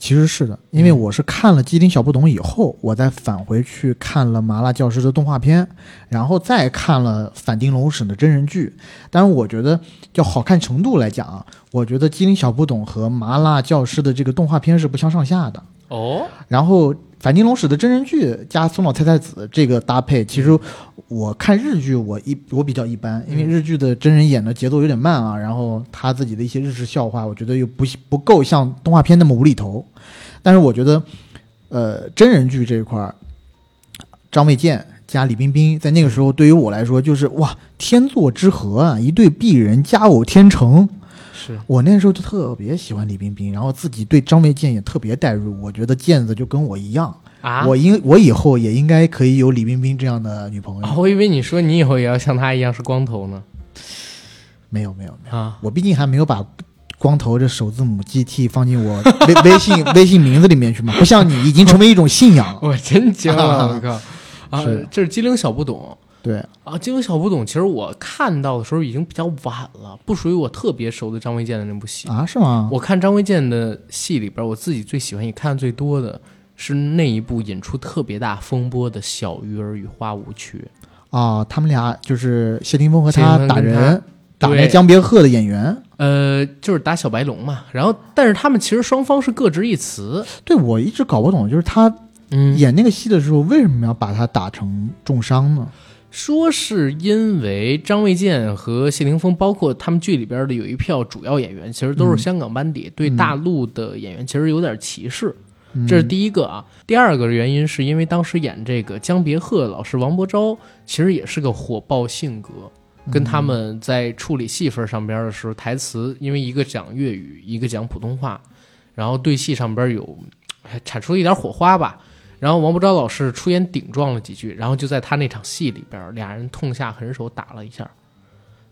其实是的，因为嗯我是看了《机灵小不懂》以后，我再返回去看了《麻辣教师》的动画片，然后再看了反町隆史的真人剧。当然，我觉得要好看程度来讲啊，我觉得《机灵小不懂》和《麻辣教师》的这个动画片是不相上下的。哦，然后反町隆史的真人剧加松岛菜菜子这个搭配，其实我看日剧我一我比较一般，因为日剧的真人演的节奏有点慢啊，然后他自己的一些日式笑话，我觉得又不不够像动画片那么无厘头。但是我觉得，呃，真人剧这一块儿，张卫健。加李冰冰，在那个时候对于我来说就是哇，天作之合啊，一对璧人，佳偶天成。是我那时候就特别喜欢李冰冰，然后自己对张卫健也特别代入。我觉得健子就跟我一样，啊，我应我以后也应该可以有李冰冰这样的女朋友。啊我以为你说你以后也要像他一样是光头呢。没有没有没有，啊，我毕竟还没有把光头这首字母 GT 放进我微微信微信名字里面去嘛，不像你已经成为一种信仰了。我真惊了，啊 [LAUGHS] 我靠！啊是，这是机灵小不懂。对，啊，《精灵小不懂》其实我看到的时候已经比较晚了，不属于我特别熟的张卫健的那部戏。啊，是吗？我看张卫健的戏里边，我自己最喜欢也看最多的是那一部引出特别大风波的《小鱼儿与花无缺》。啊，他们俩就是谢霆锋和谢霆锋他跟打人他，打那对江别鹤的演员。呃，就是打小白龙嘛，然后但是他们其实双方是各执一词，对我一直搞不懂，就是他嗯，演那个戏的时候，为什么要把他打成重伤呢？说是因为张卫健和谢霆锋，包括他们剧里边的有一票主要演员，其实都是嗯香港班底，对嗯大陆的演员其实有点歧视，嗯这是第一个啊。第二个原因是因为当时演这个江别鹤老师王伯昭，其实也是个火爆性格，跟他们在处理戏份上边的时候，台词因为一个讲粤语，一个讲普通话，然后对戏上边有哎产出一点火花吧。然后王伯昭老师出言顶撞了几句，然后就在他那场戏里边，俩人痛下狠手打了一下，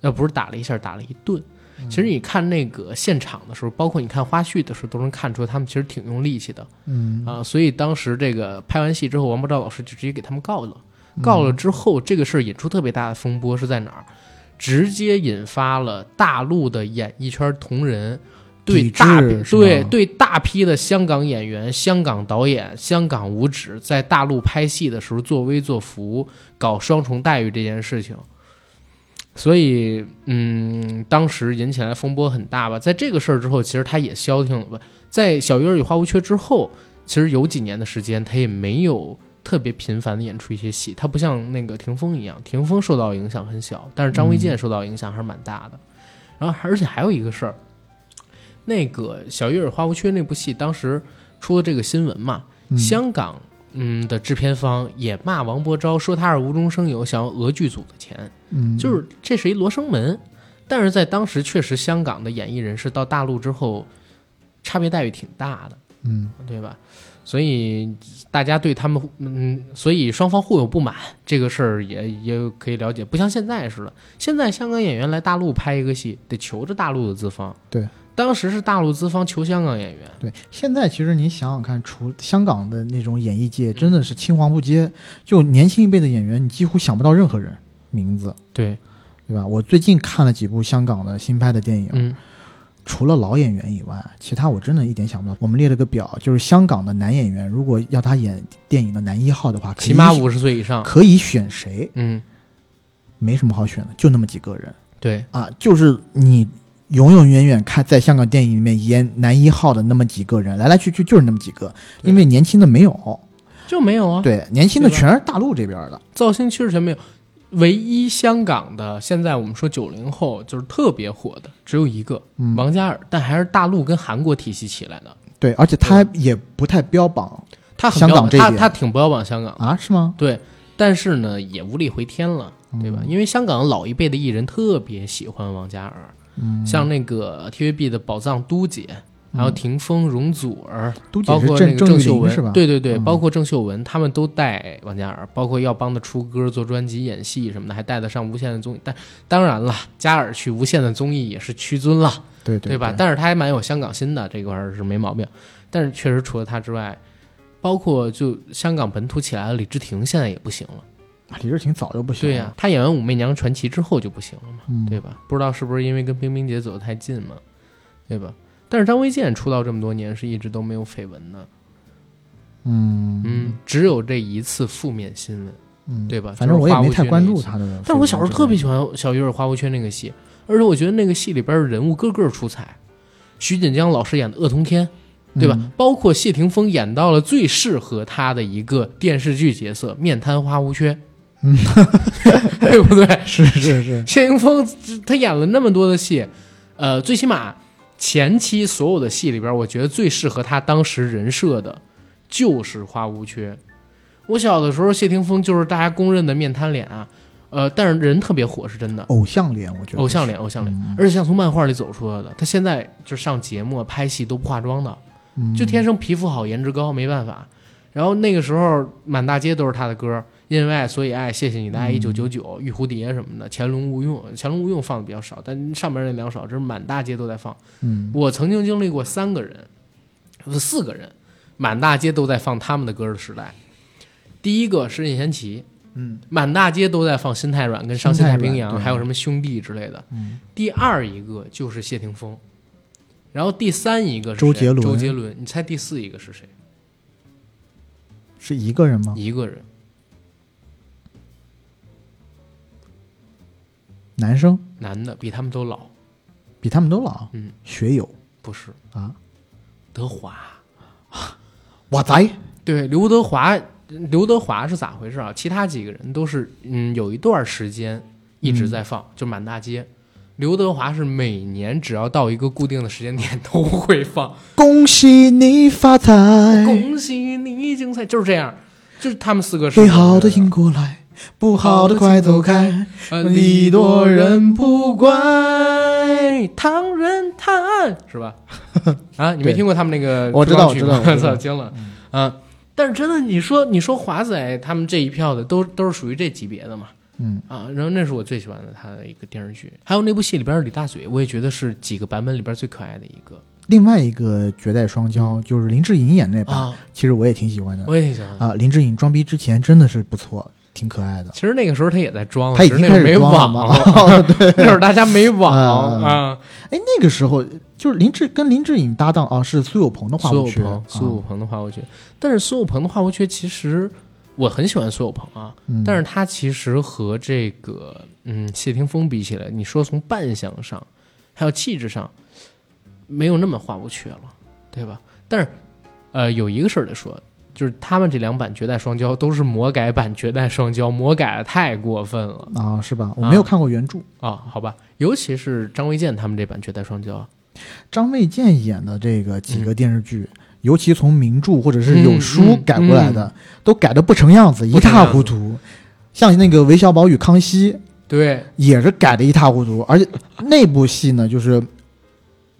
呃，不是打了一下，打了一顿。其实你看那个现场的时候，包括你看花絮的时候，都能看出他们其实挺用力气的。嗯啊，所以当时这个拍完戏之后，王伯昭老师就直接给他们告了。告了之后，这个事儿引出特别大的风波是在哪儿？直接引发了大陆的演艺圈同仁对抵大制批是对吗对大批的香港演员、香港导演、香港舞指在大陆拍戏的时候作威作福，搞双重待遇这件事情。所以，嗯，当时引起来风波很大吧。在这个事儿之后，其实他也消停了吧。在《小鱼儿与花无缺》之后，其实有几年的时间，他也没有特别频繁的演出一些戏。他不像那个霆锋一样，霆锋受到影响很小，但是张卫健受到影响还是蛮大的。然后，而且还有一个事儿，那个《小鱼儿与花无缺》那部戏，当时出了这个新闻嘛，嗯香港嗯的制片方也骂王伯昭，说他是无中生有，想要讹剧组的钱。嗯就是这是一罗生门，但是在当时确实香港的演艺人士到大陆之后，差别待遇挺大的，嗯对吧？所以大家对他们，嗯，所以双方互有不满，这个事儿也也可以了解，不像现在似的，现在香港演员来大陆拍一个戏，得求着大陆的资方。对，当时是大陆资方求香港演员，对，现在其实你想想看，除香港的那种演艺界，真的是青黄不接。就年轻一辈的演员，你几乎想不到任何人名字，对，对吧？我最近看了几部香港的新拍的电影，嗯，除了老演员以外，其他我真的一点想不到。我们列了个表，就是香港的男演员，如果要他演电影的男一号的话，可以起码五十岁以上，可以选谁？嗯，没什么好选的，就那么几个人对，啊，就是你。永永远远看，在香港电影里面演男一号的那么几个人，来来去去就是那么几个，对因为年轻的没有。就没有啊，对，年轻的对吧全是大陆这边的。造星趋势全没有，唯一香港的现在我们说九零后就是特别火的，只有一个、嗯王嘉尔，但还是大陆跟韩国体系起来的。对，而且他也不太标榜他很香标港榜这一他点他挺标榜香港的，啊，是吗？对，但是呢也无力回天了，嗯对吧？因为香港老一辈的艺人特别喜欢王嘉尔，嗯，像那个 TVB 的宝藏都姐，还有霆锋、容祖儿，都姐包是括那郑个郑郑玉秀玲文是吧？对对对，嗯包括郑秀文，他们都带王嘉尔，包括耀邦的出歌、做专辑、演戏什么的，还带得上无线的综艺。但当然了，嘉尔去无线的综艺也是屈尊了，对对吧？对但是他还蛮有香港心的，这块儿是没毛病。但是确实除了他之外，包括就香港本土起来的李治廷，现在也不行了。啊李治廷早就不行对了。呀、他演完《武媚娘传奇》之后就不行了嘛，嗯对吧？不知道是不是因为跟冰冰姐走得太近嘛，对吧？但是张卫健出道这么多年是一直都没有绯闻的，嗯嗯，只有这一次负面新闻。嗯，对吧反正我也没太关注就是他的。但我小时候特别喜欢小鱼儿花无缺那个戏，而且我觉得那个戏里边的人物个个出彩，徐锦江老师演的鄂通天，对吧？嗯包括谢霆锋演到了最适合他的一个电视剧角色——面瘫花无缺，嗯， [LAUGHS] 对不对？是是是，谢霆锋他演了那么多的戏，呃，最起码前期所有的戏里边，我觉得最适合他当时人设的就是花无缺。我小的时候，谢霆锋就是大家公认的面瘫脸啊，呃，但是人特别火，是真的，偶像脸，我觉得偶像是脸，偶像脸，嗯而且像从漫画里走出来的。他现在就上节目、啊拍戏都不化妆的，嗯就天生皮肤好、颜值高，没办法。然后那个时候满大街都是他的歌，《因为爱所以爱》，《谢谢你的爱》，《一九九九》，《玉蝴蝶》什么的，《潜龙勿用》，《潜龙勿用》放的比较少，但上面那两首真是满大街都在放。嗯我曾经经历过三个人，不是四个人，满大街都在放他们的歌的时代。第一个是任贤齐，嗯满大街都在放《心太软》跟《伤心心太太软平洋》，对还有什么兄弟之类的。嗯第二一个就是谢霆锋，然后第三一个是周谁杰伦周杰伦，你猜第四一个是谁？是一个人吗？一个人，男生男的，比他们都老。比他们都老，嗯，学友不是啊，德华，哇塞，对，刘德华，嗯刘德华是咋回事啊？其他几个人都是，嗯，有一段时间一直在放，就满大街。刘德华是每年只要到一个固定的时间点都会放，恭喜你发财，恭喜你精彩，就是这样，就是他们四个是最好的醒过来，不好的快走开，呃，礼多人不怪，唐人叹，是 [LAUGHS] 吧？啊，你没对听过他们那个我知道主题曲我知道吗我知 [LAUGHS] 道操，嗯惊了啊！但是真的，你说你说华仔他们这一票的，都都是属于这级别的嘛嗯，啊。然后那是我最喜欢的他的一个电视剧，还有那部戏里边的李大嘴，我也觉得是几个版本里边最可爱的一个另外一个绝代双骄就是林志颖演那版，啊，其实我也挺喜欢的我也挺喜欢的。啊。林志颖装逼之前真的是不错，挺可爱的。其实那个时候他也在装了，他已只经哦是那开会儿始没装了网？吗，[LAUGHS] [LAUGHS] 那会儿大家没网啊啊。哎，那个时候就是林志跟林志颖搭档啊，是苏有朋的话苏有不缺朋，苏啊有朋的话我觉得，但是苏有朋的话我觉得其实我很喜欢苏有朋啊，嗯但是他其实和这个嗯谢霆锋比起来，你说从扮相上还有气质上，没有那么花无缺了，对吧？但是呃，有一个事儿得说。就是他们这两版《绝代双骄》都是魔改版《绝代双骄》，魔改的太过分了啊，是吧？我没有看过原著，啊、好吧，尤其是张卫健他们这版《绝代双骄》，张卫健演的这个几个电视剧，尤其从名著或者是有书嗯嗯嗯改过来的，都改的不成样子，一不成塌样子糊涂。像那个韦小宝与康熙对，也是改的一塌糊涂，而且那部戏呢，就是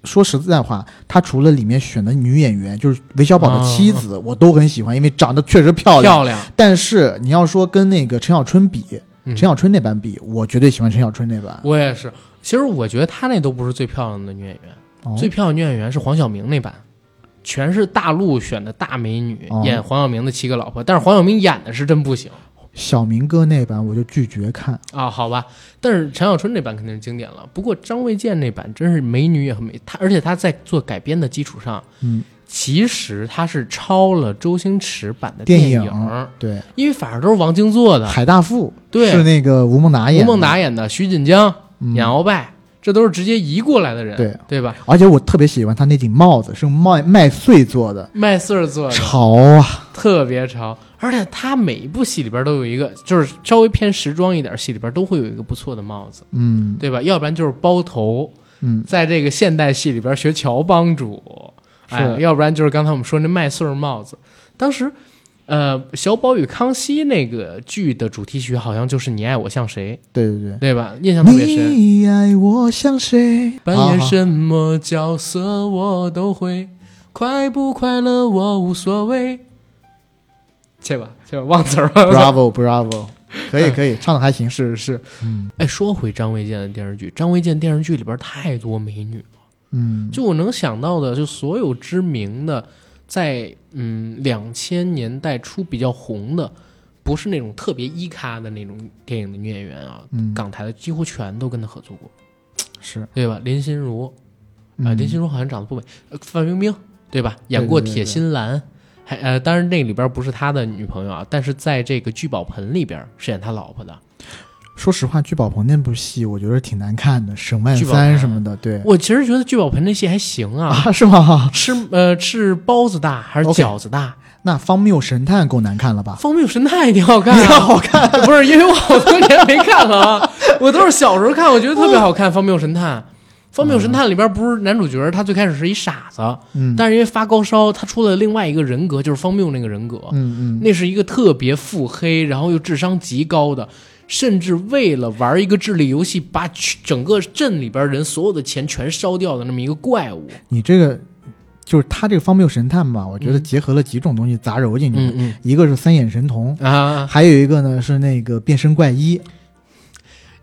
说实在话，他除了里面选的女演员，就是韦小宝的妻子，我都很喜欢，因为长得确实漂亮。哦漂亮，但是你要说跟那个陈小春比，嗯陈小春那版比，我绝对喜欢陈小春那版。我也是，其实我觉得她那都不是最漂亮的女演员，哦最漂亮女演员是黄晓明那版，全是大陆选的大美女、哦演黄晓明的七个老婆，但是黄晓明演的是真不行小明哥那版我就拒绝看，啊，好吧。但是陈小春那版肯定是经典了，不过张卫健那版真是美女也很美，她而且她在做改编的基础上，嗯，其实她是抄了周星驰版的电呃影，影对，因为反正都是王晶做的，海大富对是那个吴孟达演吴的，孟达演的，徐锦江、嗯演鳌拜，这都是直接移过来的人，对对吧？而且我特别喜欢他那顶帽子，是用麦麦穗做的，麦穗儿做的，潮啊！特别潮，而且他每一部戏里边都有一个，就是稍微偏时装一点儿戏里边都会有一个不错的帽子，嗯对吧？要不然就是包头，嗯，在这个现代戏里边学乔帮主，哎，是要不然就是刚才我们说那麦穗儿帽子。当时呃，小宝与康熙那个剧的主题曲好像就是《你爱我像谁对对对》，，对吧？印象特别深。你爱我像谁？扮好演好什么角色我都会，快不快乐我无所谓。切吧，切吧，忘词儿了。 [LAUGHS] Bravo Bravo，可以可以，唱的还行，是是是，哎，说回张卫健的电视剧，张卫健电视剧里边太多美女了，嗯，就我能想到的，就所有知名的，在嗯两千年代初比较红的，不是那种特别一咖的那种电影的女演员啊，嗯港台的几乎全都跟他合作过，是对吧？林心如，啊、嗯林心如好像长得不美，呃范冰冰对吧？演过《对对对铁心兰》还呃，当然那里边不是他的女朋友啊，但是在这个聚宝盆里边是演他老婆的。说实话，聚宝盆那部戏我觉得挺难看的，沈万聚宝三盆什么的，对我其实觉得聚宝盆那戏还行啊， [LAUGHS] 啊，是吗？吃呃是包子大还是 OK 饺子大？那方谬神探够难看了吧？方便神探一定好看、 [LAUGHS] 比较啊，好看，不是因为我好多年没看了啊，我都是小时候看，我觉得特别好看。方便神探，方便神探里边不是男主角，他最开始是一傻子，嗯但是因为发高烧，他出了另外一个人格，就是方谬那个人格。嗯嗯，那是一个特别腹黑，然后又智商极高的，甚至为了玩一个智力游戏，把全整个镇里边人所有的钱全烧掉的那么一个怪物。你这个就是他这个方谬神探吧，我觉得嗯结合了几种东西杂糅进去，嗯一个是三眼神童，嗯啊，还有一个呢是那个变身怪医。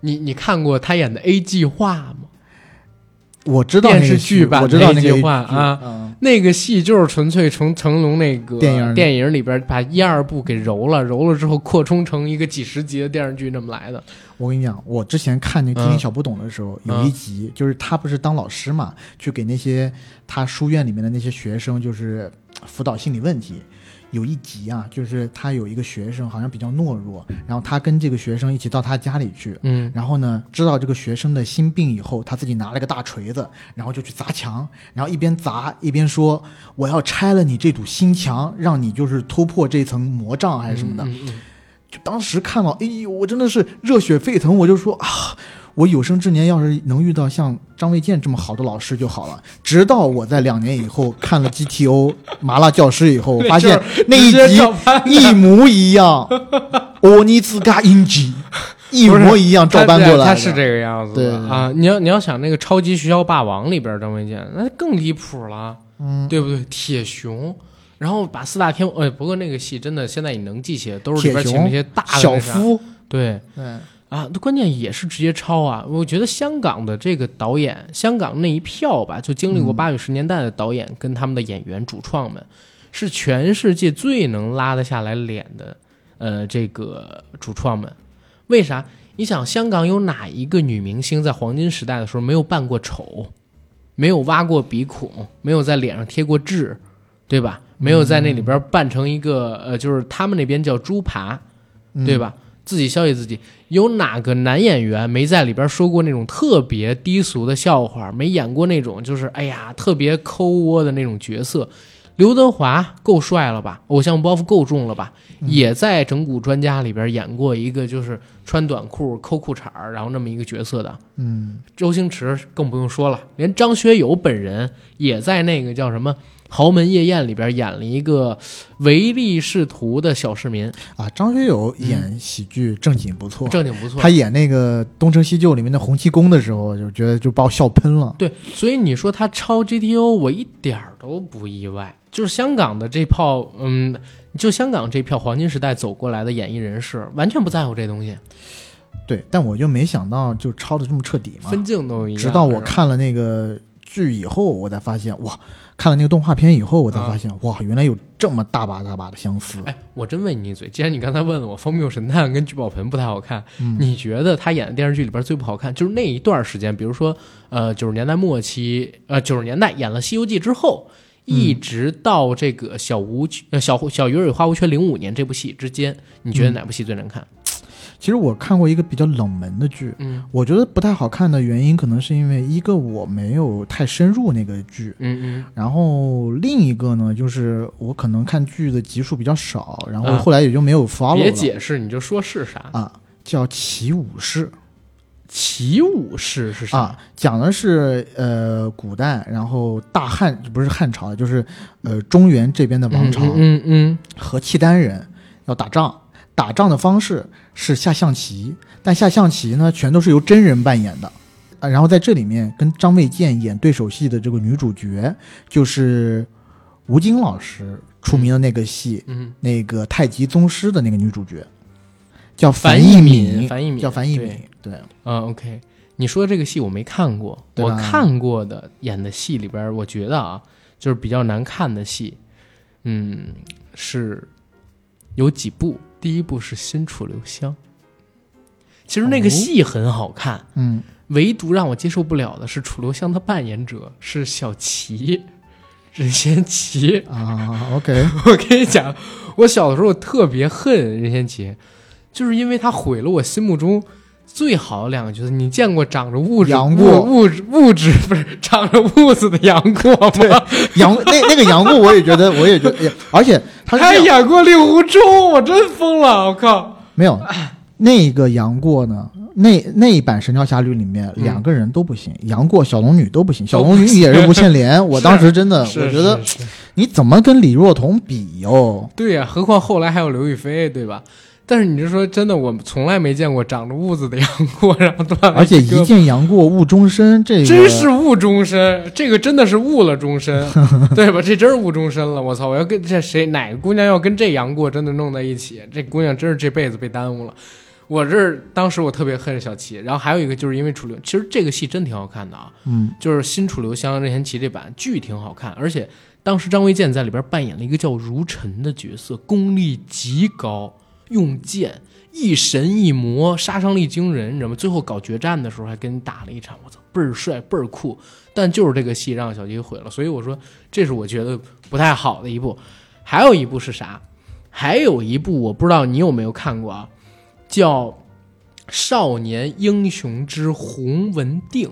你你看过他演的《A 计划》吗？我知道那个电视剧版我知道那那个句话剧啊，嗯那个戏就是纯粹从成龙那个电影电影里边把一二部给揉了，揉了之后扩充成一个几十集的电视剧那么来的。我跟你讲，我之前看那《嗯听听小不懂》的时候，有一嗯集就是他不是当老师嘛，去给那些他书院里面的那些学生就是辅导心理问题。有一集啊，就是他有一个学生好像比较懦弱，然后他跟这个学生一起到他家里去，嗯，然后呢，知道这个学生的心病以后，他自己拿了个大锤子，然后就去砸墙，然后一边砸一边说：“我要拆了你这堵心墙，让你就是突破这层魔障还是什么的。嗯嗯嗯就当时看到，哎呦，我真的是热血沸腾，我就说啊，我有生之年要是能遇到像张卫健这么好的老师就好了。直到我在两年以后看了 GTO 麻辣教师以后，我发现那一直接集照搬一模一样，欧尼兹嘎英吉一模一样照搬过来啊他的。是这个样子的对对对啊！你要你要想那个《超级学校霸王》里边张卫健，那更离谱了，嗯，对不对？铁熊，然后把四大天王，呃，不过那个戏真的现在你能记起来，都是里边铁请熊那些大的小那啥，夫，对嗯啊，那关键也是直接抄啊！我觉得香港的这个导演，香港那一票吧，就经历过八九十年代的导演跟他们的演员主创们，是全世界最能拉得下来脸的，呃，这个主创们。为啥？你想，香港有哪一个女明星在黄金时代的时候没有扮过丑，没有挖过鼻孔，没有在脸上贴过痣，对吧？没有在那里边扮成一个，呃，就是他们那边叫猪扒，嗯对吧？自己消解自己。有哪个男演员没在里边说过那种特别低俗的笑话？没演过那种就是哎呀特别抠窝的那种角色？刘德华够帅了吧？偶像包袱够重了吧？也在《整蛊专家》里边演过一个就是穿短裤抠裤衩儿，然后那么一个角色的。嗯，周星驰更不用说了，连张学友本人也在那个叫什么《豪门夜宴》里边演了一个唯利是图的小市民，啊，张学友演喜剧正经不错。嗯正经不错。他演那个《东成西就》里面的洪七公的时候，就觉得就把我笑喷了。对，所以你说他抄 GTO，我一点儿都不意外。就是香港的这炮，嗯，就香港这票黄金时代走过来的演艺人士，完全不在乎这东啊西，对，但我就没想到就抄的这么彻底嘛。分镜都一样。直到我是吧，看了那个剧以后，我才发现哇，看了那个动画片以后，我才嗯发现、哇，原来有这么大把大把的相似。哎，我真问你一嘴，既然你刚才问了我《风谬神探》跟《聚宝盆》不太好看，嗯你觉得他演的电视剧里边最不好看，就是那一段时间，比如说，呃，九十年代末期，呃，九十年代演了《西游记》之后，嗯一直到这个小吴呃小胡小鱼儿与花无缺零五年这部戏之间，你觉得嗯哪部戏最难看？其实我看过一个比较冷门的剧，嗯我觉得不太好看的原因，可能是因为一个我没有太深入那个剧。嗯嗯。然后另一个呢，就是我可能看剧的集数比较少，然后啊后来也就没有 follow 别了解释，你就说是啥啊，叫《起舞式》，起舞式是啥？啊，讲的是呃古代，然后大汉不是汉朝，就是呃中原这边的王朝嗯嗯嗯和契丹人要打仗，打仗的方式是下象棋，但下象棋呢全都是由真人扮演的。啊，然后在这里面跟张卫健演对手戏的这个女主角就是吴京老师出名的那个戏，嗯，那个太极宗师的那个女主角叫樊一敏，樊一敏叫樊一对敏，对，嗯，OK，你说的这个戏我没看过，对我吧看过的演的戏里边儿，我觉得啊，就是比较难看的戏，嗯，是有几部，第一部是《新楚留香》，其实那个哦戏很好看，嗯，唯独让我接受不了的是楚留香的扮演者是小齐，任贤齐。啊，OK， [LAUGHS] 我跟你讲，我小的时候特别恨任贤齐，就是因为他毁了我心目中最好的两个角色。你见过长着痦子杨痦过痦子痦子不是长着痦子的杨过吗？杨那那个杨过，我也觉得，我也觉得，哎呀而且他是他这样演过令狐冲，我真疯了！我靠，没有那个杨过呢？那那一版《神雕侠侣》里面嗯两个人都不行，杨过、小龙女都不行，小都龙女也是吴 [LAUGHS] 倩莲。我当时真的，是嗯我觉得是是你怎么跟李若彤比哟？对呀、何况后来还有刘亦菲，对吧？但是你是说真的，我从来没见过长着痦子的杨过，然后断了而且一胳一膊见杨过误终身，这个真是误终身，这个真的是误了终身，对吧？这真是误终身了。我操！我要跟这谁哪个姑娘要跟这杨过真的弄在一起，这姑娘真是这辈子被耽误了。我这儿当时我特别恨小齐，然后还有一个就是因为楚留，其实这个戏真挺好看的啊，嗯，就是新楚留香任贤齐这版剧挺好看，而且当时张卫健在里边扮演了一个叫如尘的角色，功力极高，用剑一神一魔，杀伤力惊人，你知道吗？最后搞决战的时候还跟人打了一场，我操，倍儿帅倍儿酷。但就是这个戏让小齐毁了，所以我说这是我觉得不太好的一部。还有一部是啥？还有一部我不知道你有没有看过啊，叫《少年英雄之洪文定》。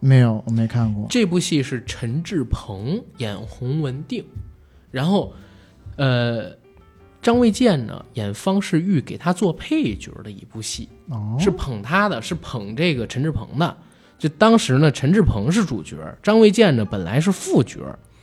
没有，我没看过。这部戏是陈志朋演洪文定，然后，呃，张卫健呢演方世玉给他做配角的一部戏，哦，是捧他的，是捧这个陈志朋的。就当时呢，陈志朋是主角，张卫健呢本来是副角。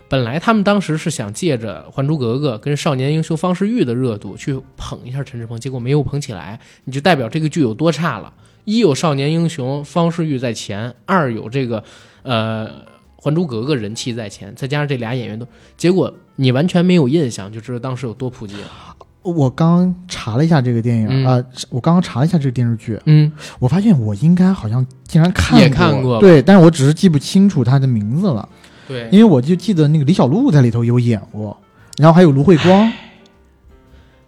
本来他们当时是想借着《还珠格格》跟《少年英雄方世玉》的热度去捧一下陈志朋，结果没有捧起来，你就代表这个剧有多差了。一有《少年英雄》方世玉在前，二有这个呃《还珠格格》人气在前，再加上这俩演员都，结果你完全没有印象，就知道当时有多普及了。我刚查了一下这个电影嗯啊、我刚刚查了一下这个电视剧，嗯，我发现我应该好像竟然看也看过对，但是我只是记不清楚他的名字了。对，因为我就记得那个李小璐在里头有演过，然后还有卢慧光，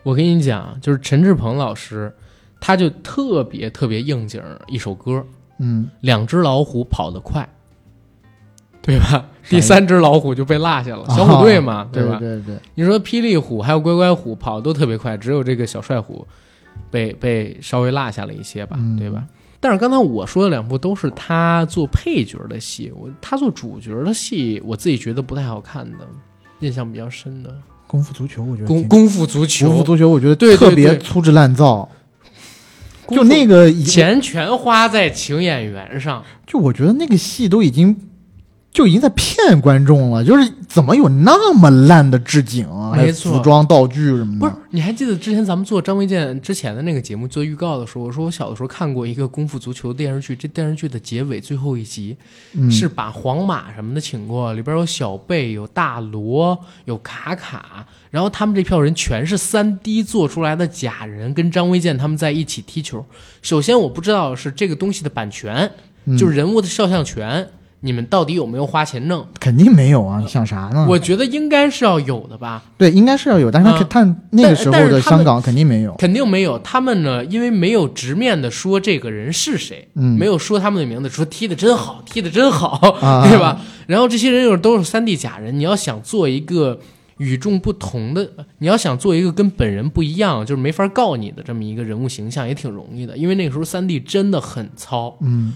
我跟你讲，就是陈志朋老师，他就特别特别应景儿一首歌，嗯， 《两只老虎跑得快》，对吧？ [LAUGHS] 啥第意思哦三只老虎就被落下了，小虎队嘛，对吧？对对，你说霹雳虎还有乖乖虎跑得都特别快，只有这个小帅虎被被稍微落下了一些吧，嗯对吧？但是刚才我说的两部都是他做配角的戏，我他做主角的戏，我自己觉得不太好看的，印象比较深的功夫足球我觉得《功挺功夫足球》功夫足球我觉得对对特别对粗制滥造，功就夫那个已钱全花在请演员上，就我觉得那个戏都已经就已经在骗观众了，就是怎么有那么烂的置景啊，还有没错服装道具什么的，不是？你还记得之前咱们做张卫健之前的那个节目做预告的时候，我说我小的时候看过一个功夫足球电视剧，这电视剧的结尾最后一集嗯、是把皇马什么的请过，里边有小贝、有大罗、有卡卡，然后他们这票人全是三 D 做出来的假人，跟张卫健他们在一起踢球。首先我不知道是这个东西的版权，嗯就是人物的肖像权，你们到底有没有花钱弄？肯定没有啊，你想啥呢？呃我觉得应该是要有的吧。对，应该是要有，但是他嗯看、那个时候但的是他们香港肯定没有，肯定没有。他们呢，因为没有直面的说这个人是谁，嗯没有说他们的名字，说踢的真好，踢的真好，[LAUGHS] 啊对吧？然后这些人又都是三 D 假人，你要想做一个与众不同的，你要想做一个跟本人不一样，就是没法告你的这么一个人物形象，也挺容易的，因为那个时候三 D 真的很糙。嗯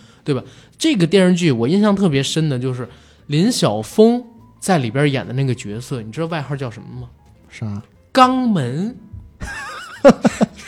这个电视剧我印象特别深的就是林晓峰在里边演的那个角色，你知道外号叫什么吗？啥？肛门。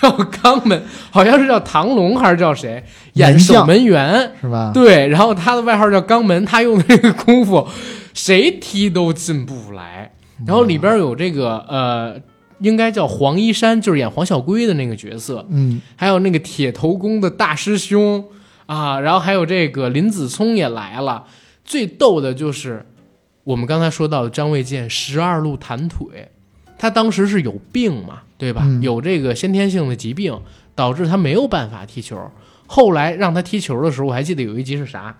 叫肛门，好像是叫唐龙还是叫谁演门守将啊门员，是吧？对，然后他的外号叫肛门，他用的这个功夫， [LAUGHS] 谁踢都进不来。嗯然后里边有这个呃，应该叫黄一山，就是演黄小龟的那个角色，嗯，还有那个铁头功的大师兄啊，然后还有这个林子聪也来了。最逗的就是我们刚才说到的张卫健十二路弹腿，他当时是有病嘛，对吧？嗯有这个先天性的疾病，导致他没有办法踢球。后来让他踢球的时候，我还记得有一集是啥，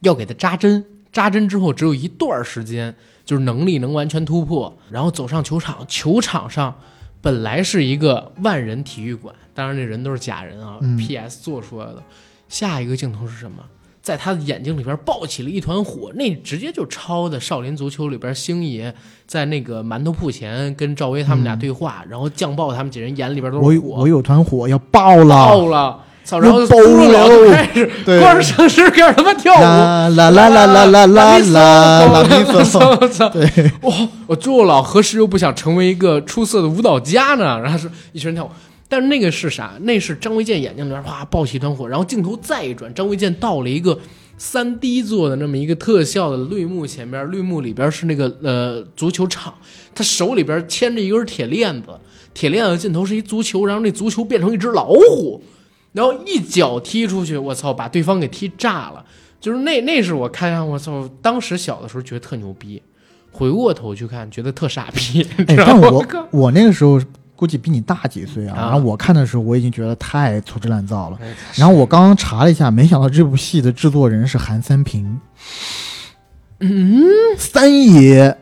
要给他扎针，扎针之后只有一段儿时间，就是能力能完全突破，然后走上球场，球场上本来是一个万人体育馆，当然这人都是假人啊、嗯 p s 做出来的。下一个镜头是什么？在他的眼睛里边爆起了一团火，那直接就抄的《少林足球》里边星爷在那个馒头铺前跟赵薇他们俩对话，然后酱爆他们几人眼里边都我是有火，我有团火要爆了，爆了，操！那然后爆哭了，然后就了开始 [LAUGHS] 对光着上身开始他妈跳舞。啦啦啦啦啦啦啦啦啦咪嗦，我操！对， [LAUGHS] 哇！我坐牢，何时又不想成为一个出色的舞蹈家呢？然后是一群人跳舞，但是那个是啥？那是张卫健眼睛里边哗爆起一团火，然后镜头再一转，张卫健到了一个三 D 做的那么一个特效的绿幕前边，绿幕里边是那个呃足球场，他手里边牵着一根铁链子，铁链子尽头是一足球，然后那足球变成一只老虎，然后一脚踢出去，我操，把对方给踢炸了。就是那那是我看上我操，当时小的时候觉得特牛逼，回过头去看觉得特傻逼， [LAUGHS] 你 [LAUGHS] 哎，知道但吗？我我那个时候估计比你大几岁啊，啊然后我看的时候我已经觉得太粗制滥造了。哎然后我刚刚查了一下，没想到这部戏的制作人是韩三平，嗯，三爷，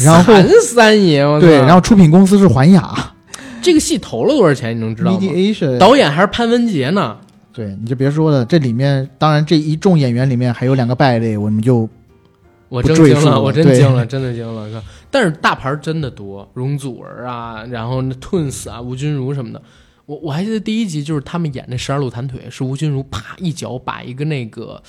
然后三三爷，我操对，然后出品公司是环亚这个戏投了多少钱，你能知道吗？ ，Mediation，导演还是潘文杰呢？对，你就别说了，这里面当然这一众演员里面还有两个败类，我们就我不真赘惊述了，了我真对惊了，真的惊了。哥但是大牌真的多，容祖儿啊，然后那 Twins 啊，吴君如什么的。我我还记得第一集就是他们演那十二路弹腿，是吴君如啪一脚把一个那个，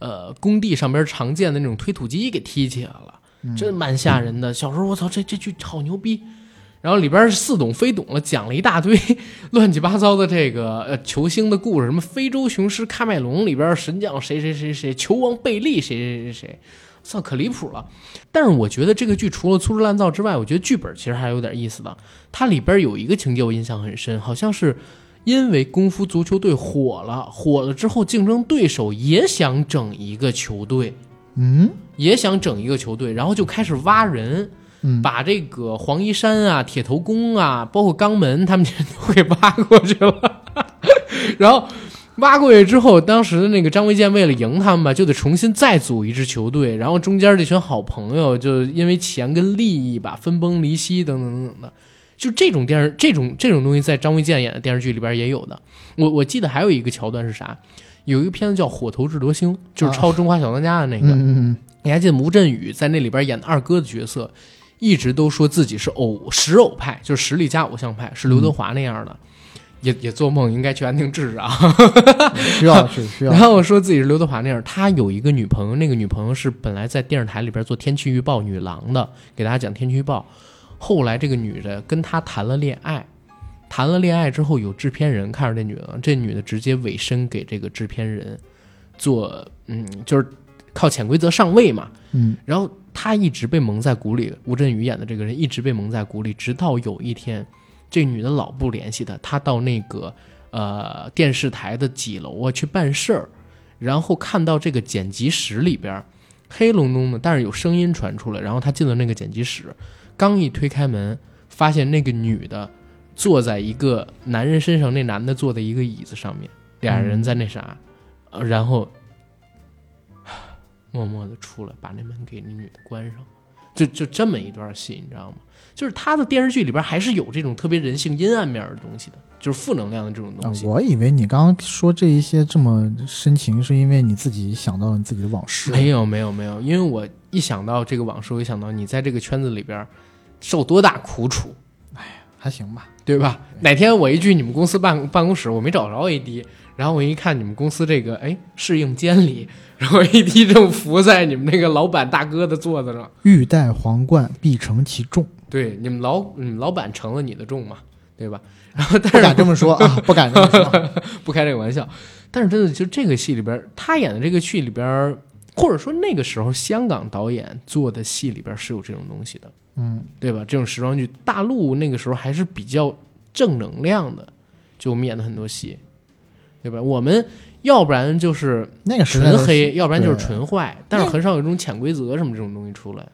呃，工地上边常见的那种推土机给踢起来了，嗯真蛮吓人的。小时候我操，这这剧好牛逼。然后里边似懂非懂了，讲了一大堆 [LAUGHS] 乱七八糟的这个呃球星的故事，什么非洲雄狮喀麦隆里边神将谁谁谁谁，球王贝利谁谁谁谁，操可离谱了。但是我觉得这个剧除了粗制滥造之外，我觉得剧本其实还有点意思的。它里边有一个情节我印象很深，好像是因为功夫足球队火了，火了之后竞争对手也想整一个球队，嗯也想整一个球队，然后就开始挖人。嗯把这个黄一山啊、铁头功啊，包括肛门，他们这都给挖过去了。 [LAUGHS] 然后挖过去之后，当时的那个张卫健为了赢他们吧，就得重新再组一支球队。然后中间这群好朋友就因为钱跟利益吧，分崩离析，等等等等的。就这种电视，这种这种东西，在张卫健演的电视剧里边也有的。我我记得还有一个桥段是啥？有一个片子叫《火头智多星》，就是抄《中华小当家》的那啊嗯个。嗯你还记得吴镇宇在那里边演的二哥的角色，一直都说自己是偶实偶派，就是实力加偶像派，是刘德华那样的，也也做梦应该去安定治治啊。嗯，[LAUGHS] 需要是需然要，后说自己是刘德华那样，他有一个女朋友，那个女朋友是本来在电视台里边做天气预报女郎的，给大家讲天气预报。后来这个女的跟他谈了恋爱，谈了恋爱之后有制片人看着这女的，这女的直接委身给这个制片人做，嗯，就是靠潜规则上位嘛。嗯然后他一直被蒙在鼓里，吴镇宇演的这个人一直被蒙在鼓里，直到有一天，这女的老不联系他，他到那个呃电视台的几楼啊去办事儿，然后看到这个剪辑室里边儿黑隆咚的，但是有声音传出来，然后他进了那个剪辑室，刚一推开门，发现那个女的坐在一个男人身上，那男的坐在一个椅子上面，俩人在那啥，呃然后默默的出来，把那门给那女的关上，就就这么一段戏，你知道吗？就是他的电视剧里边还是有这种特别人性阴暗面的东西的，就是负能量的这种啊东西。我以为你刚刚说这一些这么深情，是因为你自己想到了你自己的往事，没有没有没有，因为我一想到这个往事，我一想到你在这个圈子里边受多大苦楚，还行吧，对吧？哪天我一去你们公司办办公室，我没找着 AD，然后我一看你们公司这个哎适应监理，然后 AD 正伏在你们那个老板大哥的座子上， [LAUGHS] 欲戴皇冠，必承其重。对，你们老你们老板承了你的重嘛，对吧？然后但不是敢这么说啊，不敢这么 [LAUGHS] 说。不开这个玩笑。但是真的，就这个戏里边儿，他演的这个剧里边儿，或者说那个时候香港导演做的戏里边儿是有这种东西的，嗯，对吧？这种时装剧，大陆那个时候还是比较正能量的，就我们演的很多戏，对吧？我们要不然就是那个时代纯的黑，要不然就是对纯坏，但是很少有这种潜规则什么这种东西出来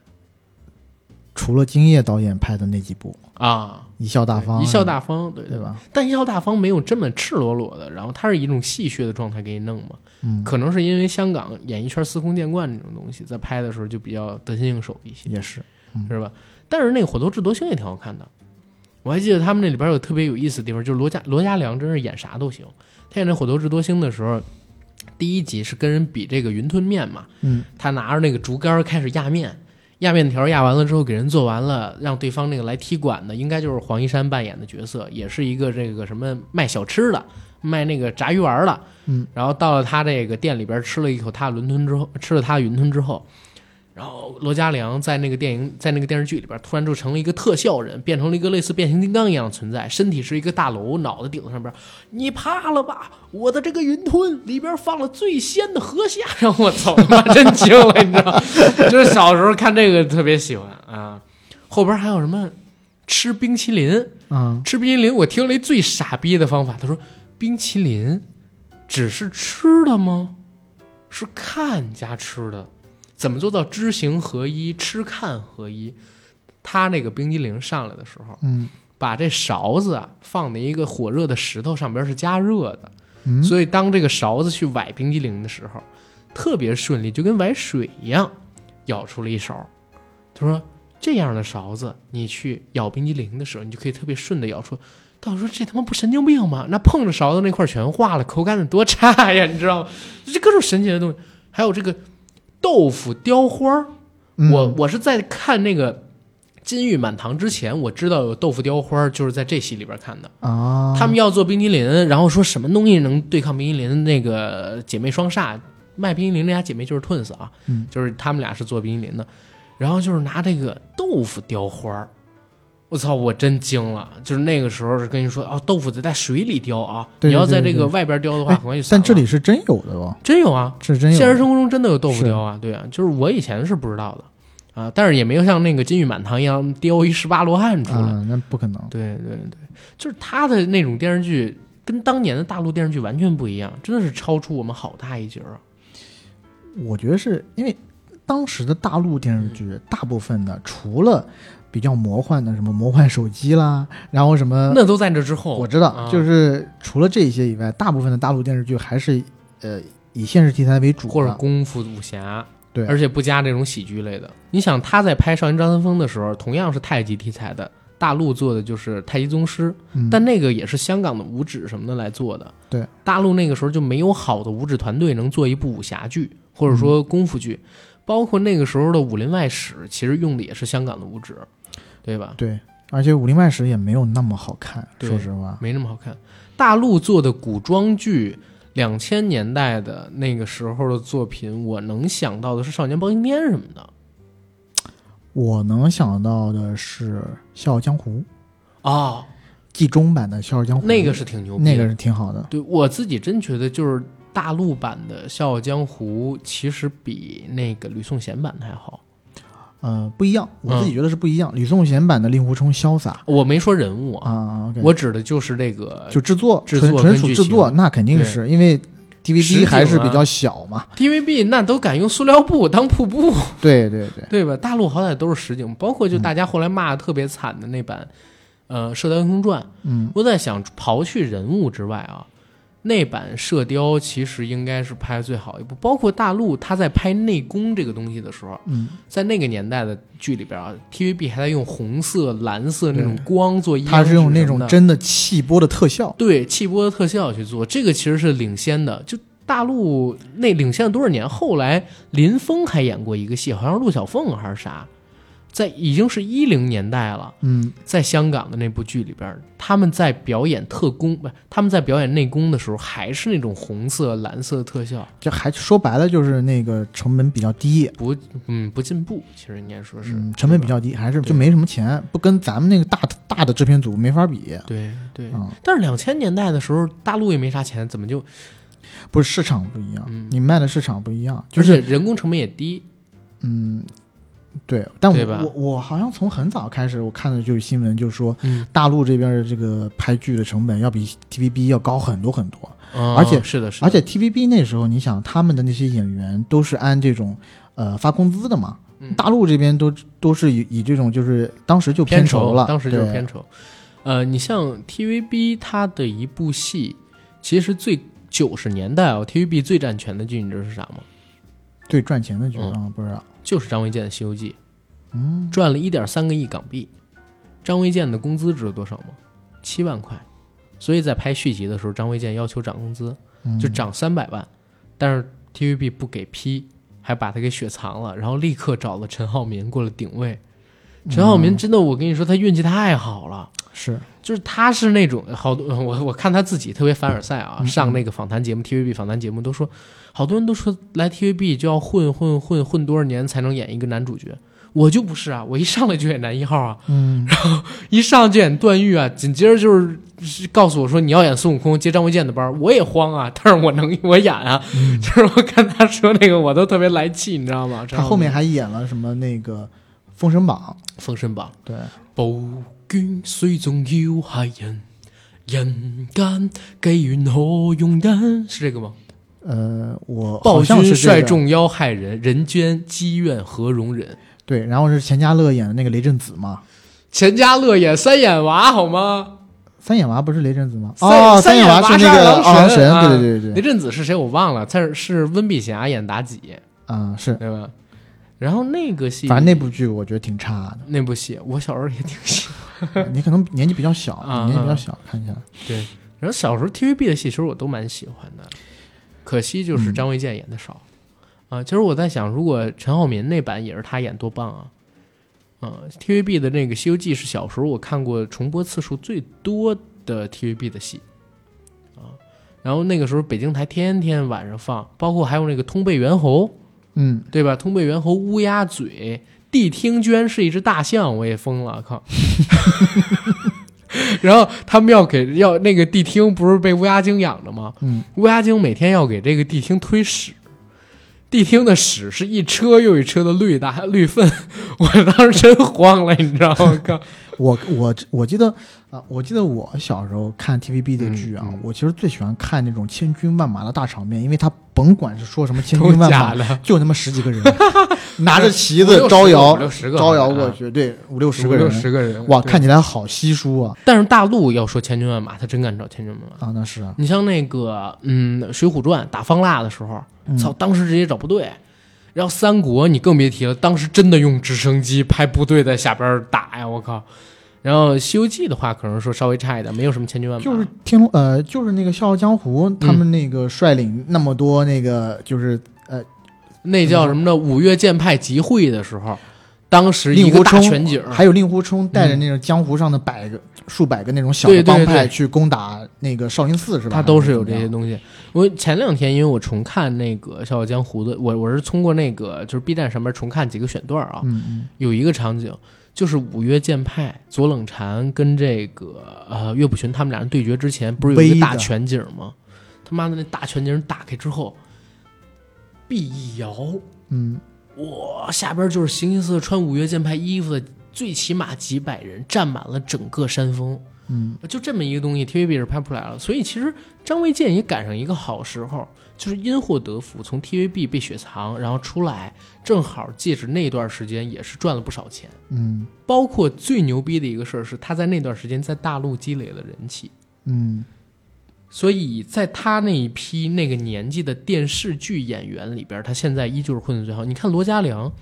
除了金叶导演拍的那几部《啊。一笑大方》，一笑大方，对对？吧？但一笑大方没有这么赤裸裸的，然后它是一种戏谑的状态给你弄嘛。嗯，可能是因为香港演艺圈司空见惯这种东西，在拍的时候就比较得心应手一些，也是。是吧？但是那个《火头智多星》也挺好看的，我还记得他们那里边有特别有意思的地方，就是罗家罗家良真是演啥都行。他演那《火头智多星》的时候，第一集是跟人比这个云吞面嘛，嗯，他拿着那个竹竿开始压面，压面条压完了之后给人做完了，让对方那个来踢馆的，应该就是黄一山扮演的角色，也是一个这个什么卖小吃的，卖那个炸鱼丸的，嗯，然后到了他这个店里边吃了一口他的云吞之后，吃了他的云吞之后。然后罗嘉良在那个电影，在那个电视剧里边，突然就成了一个特效人，变成了一个类似变形金刚一样的存在，身体是一个大楼，脑袋顶上边你怕了吧？我的这个云吞里边放了最鲜的河虾，让我操他妈真惊了，你知道？就是小时候看这个特别喜欢啊。后边还有什么吃冰淇淋？嗯，吃冰淇淋，我听了一最傻逼的方法，他说冰淇淋只是吃的吗？是看加吃的，怎么做到知行合一、吃看合一？他那个冰激凌上来的时候，嗯，把这勺子啊放在一个火热的石头上边是加热的，嗯所以当这个勺子去崴冰激凌的时候，特别顺利，就跟崴水一样，舀出了一勺。他说这样的勺子，你去舀冰激凌的时候，你就可以特别顺的舀出。但我说这他妈不神经病吗？那碰着勺子那块儿全化了，口感得多差呀，你知道吗？ [LAUGHS] 这各种神奇的东西，还有这个豆腐雕花儿。嗯我我是在看那个《金玉满堂》之前，我知道有豆腐雕花儿，就是在这戏里边看的。啊，他们要做冰激凌，然后说什么东西能对抗冰激凌？那个姐妹双煞卖冰激凌那家姐妹就是 Twins 啊，嗯就是他们俩是做冰激凌的，然后就是拿这个豆腐雕花儿。我操！我真惊了，就是那个时候是跟你说哦，豆腐得在水里雕啊，对对你要在对这对个外边雕的话，哎很容易散但这了里是真有的哦，真有啊，是真有的。现实生活中真的有豆腐是雕啊，对啊，就是我以前是不知道的啊，但是也没有像那个金玉满堂一样雕一十八罗汉出来。啊，那不可能。对对对，就是他的那种电视剧跟当年的大陆电视剧完全不一样，真的是超出我们好大一截儿啊。我觉得是因为当时的大陆电视剧大部分的，除了比较魔幻的什么魔幻手机啦，然后什么，那都在这之后，呃我知道，啊就是除了这些以外，大部分的大陆电视剧还是呃以现实题材为主的，或者功夫、武侠，啊对而且不加这种喜剧类的。你想他在拍《少年张三丰》的时候，同样是太极题材的，大陆做的就是太极宗师，嗯但那个也是香港的五指什么的来做的。对，大陆那个时候就没有好的五指团队能做一部武侠剧或者嗯说功夫剧，包括那个时候的《武林外史》，其实用的也是香港的五指，对吧？对，而且《武林外史》也没有那么好看，对说实话，没那么好看。大陆做的古装剧，两千年代的那个时候的作品，我能想到的是《少年包青天》什么的我能想到的是《笑傲江湖》哦，季中版的《笑傲江湖》，那个是挺牛逼的。那个是挺好的，对我自己真觉得就是大陆版的《笑傲江湖》，其实比那个吕颂贤版的还好。呃，不一样，我自己嗯觉得是不一样。吕颂贤版的令狐冲潇洒我没说人物啊，啊，OK，我指的就是这个就制作呃制纯作纯跟属剧制情作，那肯定是因为实 DVD 景还是比啊较小嘛， TVB，那都敢用塑料布当瀑布。对对对，对吧？大陆好歹都是实景，包括嗯就大家后来骂的特别惨的那版，呃，《射雕英雄传》。嗯，我在想，刨去人物之外啊，那版《射雕》其实应该是拍最好一部。包括大陆他在拍内功这个东西的时候，嗯，在那个年代的剧里边啊，TVB 还在用红色、蓝色那种对光做阴阳它是用指什那么种的真的气波的特效，对气波的特效去做，这个其实是领先的。就大陆那领先了多少年？后来林峰还演过一个戏，好像是陆小凤还是啥，在已经是一零年代了，嗯在香港的那部剧里边，他们在表演特工，不，他们在表演内功的时候，还是那种红色、蓝色的特效，就还说白了就是那个成本比较低，不，嗯，不进步。其实应该说是、嗯，成本比对吧较低，还是对就没什么钱，不跟咱们那个大大的制片组没法比。对对。嗯，但是两千年代的时候，大陆也没啥钱，怎么就不是市场不一样，嗯你卖的市场不一样，就而是且人工成本也低？嗯，对，但对吧我我我好像从很早开始，我看的就是新闻，就是说嗯，大陆这边的这个拍剧的成本要比 TVB 要高很多很多，而嗯且哦是的，是的，而且 TVB 那时候，你想他们的那些演员都是按这种呃发工资的嘛，嗯大陆这边都都是以以这种就是当时就片酬了，当时就是对片酬。呃，你像 TVB 它的一部戏，其实最九十年代哦，TVB 最占全的剧，你知道是啥吗？最赚钱的剧嗯啊，不知道，就是张卫健的《西游记》，嗯，赚了一点三个亿港币。张卫健的工资知道多少吗？七万块。所以在拍续集的时候，张卫健要求涨工资，嗯就涨三百万，但是 TVB 不给批，还把他给雪藏了，然后立刻找了陈浩民过来顶位。陈浩民嗯真的，我跟你说，他运气太好了。是就是他是那种好多我我看他自己特别凡尔赛啊，嗯上那个访谈节目 TVB 访谈节目都说，好多人都说来 TVB 就要混混混混多少年才能演一个男主角，我就不是啊，我一上来就演男一号啊，嗯，一上就演段誉啊，紧接着就是是告诉我说你要演孙悟空接张卫健的班儿，我也慌啊，但是我能我演啊，嗯就是我看他说那个我都特别来气，你知道吗？他后面还演了什么那个《封神榜《封神榜》。》，对，暴君雖仲要害人，人間既緣何容忍？是这个吗？呃，我暴好像君是这率个众妖害人，人间积怨何容忍？对，然后是钱嘉乐演的那个雷震子嘛，钱嘉乐演三眼娃好吗？三眼娃不是雷震子吗？三哦，三眼眼娃是是那二个郎二郎神神，啊对对对雷对，震子是谁？我忘了，他是是温碧霞演妲己，啊是，对吧？然后那个戏，反正那部剧我觉得挺差那部戏，我小时候也挺喜欢。 [LAUGHS] 的，你可能年纪比较小，啊你年纪比较小，看起来对，然后小时候 TVB 的戏其实我都蛮喜欢的，可惜就是张卫健演的少、啊。其实我在想，如果陈浩民那版也是他演，多棒啊！啊，TVB 的那个《西游记》是小时候我看过重播次数最多的 TVB 的戏啊。然后那个时候北京台天天晚上放，包括还有那个通背猿猴，嗯，对吧？通背猿猴、乌鸦嘴、地听娟是一只大象，我也疯了，靠！ [LAUGHS] 然后他们要给要那个地听不是被乌鸦精养着吗？嗯，乌鸦精每天要给这个地听推屎，地听的屎是一车又一车的绿大绿粪， [LAUGHS] 我当时真慌了，你知道吗？ [LAUGHS] 靠，我我我记得啊、我记得我小时候看 TVB 的剧啊，嗯嗯我其实最喜欢看那种千军万马的大场面，因为他甭管是说什么千都军万假马，的，就那么十几 [LAUGHS] 个人拿着旗五六十子个招摇五六十个招摇过啊去，对，五六十五个六人，十个人，哇，对看起来好稀疏啊但是大陆要说千军万马，他真敢找千军万马。啊，那是啊，你像那个，嗯，《水浒传》打方腊的时候，嗯操，当时直接找部队。然后三国你更别提了，当时真的用直升机拍部队在下边儿打呀，我靠！然后《西游记》的话，可能说稍微差一点，没有什么千军万马，就是天龙呃，就是那个《笑傲江湖》，嗯他们那个率领那么多那个就是那叫什么呢？五岳剑派集会的时候，当时一令个狐大冲全景儿，还有令狐冲带着那种江湖上的百个、数百个那种嗯小对的对帮派对去攻打那个少林寺是吧？它都是有这还些怎么东样。西。我前两天因为我重看那个《笑傲江湖》的，我我是通过那个就是 B 站上面重看几个选段啊，嗯嗯，有一个场景，就是五岳剑派左冷禅跟这个呃岳不群他们俩人对决之前，不是有一微个的大全景嗯吗？他妈的那大全景打开之后，臂一摇，嗯，哇，下边就是形形色色穿五岳剑派衣服的，最起码几百人占满了整个山峰。嗯，就这么一个东西，TVB 是拍不出来了。所以其实张卫健也赶上一个好时候，就是因祸得福，从 TVB 被雪藏，然后出来，正好借着那段时间也是赚了不少钱。嗯包括最牛逼的一个事儿是，他在那段时间在大陆积累了人气，嗯所以在他那一批那个年纪的电视剧演员里边，他现在依旧是混得最好。你看罗嘉良，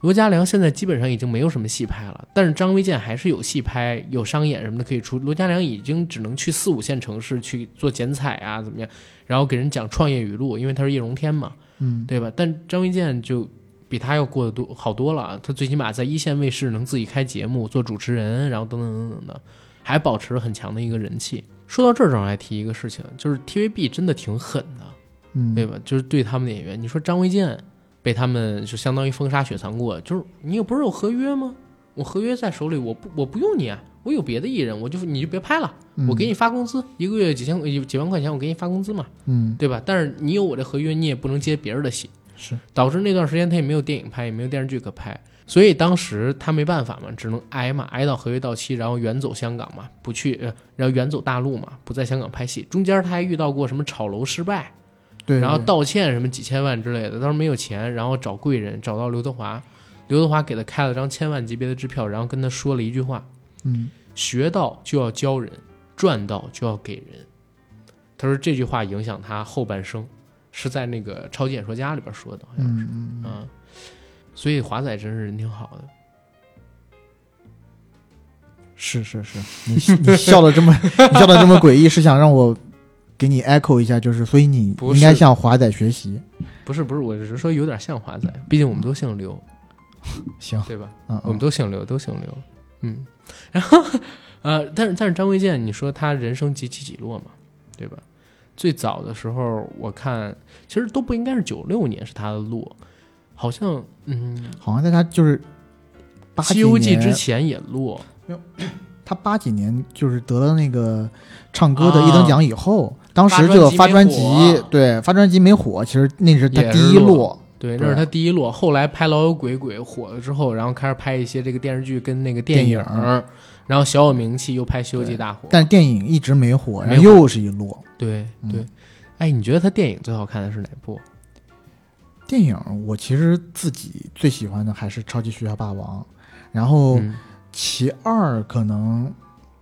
罗嘉良现在基本上已经没有什么戏拍了，但是张卫健还是有戏拍、有商演什么的可以出。罗嘉良已经只能去四五线城市去做剪彩啊，怎么样，然后给人讲创业语录，因为他是叶荣添嘛，嗯，对吧？但张卫健就比他要过得多好多了啊。他最起码在一线卫视能自己开节目、做主持人，然后等等等等的，还保持了很强的一个人气。说到这儿，正好来提一个事情，就是 TVB 真的挺狠的，嗯，对吧？就是对他们的演员，你说张卫健被他们就相当于封杀雪藏过，就是你又不是有合约吗？我合约在手里，我不我不用你啊，我有别的艺人，我就你就别拍了，嗯我给你发工资，一个月几千几几万块钱，我给你发工资嘛，嗯对吧？但是你有我的合约，你也不能接别人的戏，是导致那段时间他也没有电影拍，也没有电视剧可拍，所以当时他没办法嘛，只能挨嘛，挨到合约到期，然后远走香港嘛，不去，呃，然后远走大陆嘛，不在香港拍戏。中间他还遇到过什么炒楼失败，对，然后对道歉什么几千万之类的，当时没有钱，然后找贵人找到刘德华，刘德华给他开了张千万级别的支票，然后跟他说了一句话：嗯学到就要教人，赚到就要给人。他说这句话影响他后半生，是在那个《超级演说家》里边说的，好像是。嗯嗯嗯，啊，所以华仔真是人挺好的。是是 [LAUGHS] 是，你你笑的这么你笑的这么诡异，是想让我给你 echo 一下，就是所以你不应该是向华仔学习。不是不是，我只是说有点像华仔，毕竟我们都姓刘，行，对吧？嗯我们嗯都姓刘，都姓刘。 [LAUGHS] 嗯，然后呃，但是但是张卫健，你说他人生几起几落嘛，对吧？最早的时候，我看其实都不应该是九六年是他的路，好像嗯，好像在他就是八《几西游记》年之前也落，他八几年就是得了那个唱歌的一啊等奖以后，当时这个发发专专辑辑没火对发专辑没火，其实那是他也是第一落落。对，对那是他第一落。后来拍《老友鬼鬼》火了之后，然后开始拍一些这个电视剧跟那个电影，电影然后小有名气，又拍《西游记》大火。但电影一直没火，没然后火又是一落。对嗯对，哎，你觉得他电影最好看的是哪部？电影我其实自己最喜欢的还是《超级学校霸王》，然后嗯其二可能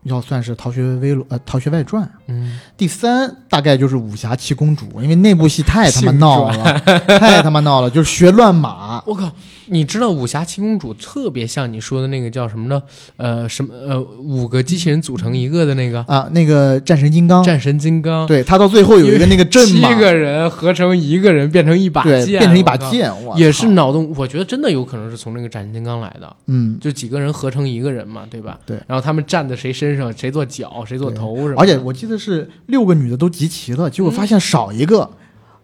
要算是《逃学威龙》呃《逃学外传》，嗯，第三大概就是《武侠七公主》，因为那部戏太他妈性闹 [LAUGHS] 了，太他妈闹了，就是学乱码。我靠，你知道《武侠七公主》特别像你说的那个叫什么呢？呃，什么呃，五个机器人组成一个的那个啊，那个战神金刚，战神金刚，嗯对他到最后有一个那个阵七嘛，个人合成一个人变成一把对剑，，变成一把我靠。剑，哇，也是靠脑洞，我觉得真的有可能是从那个战神金刚来的。嗯，就几个人合成一个人嘛，对吧？对然后他们站在谁身上，谁做脚，谁做头什么的。而且我记得是六个女的都集齐了，结果发现少一个。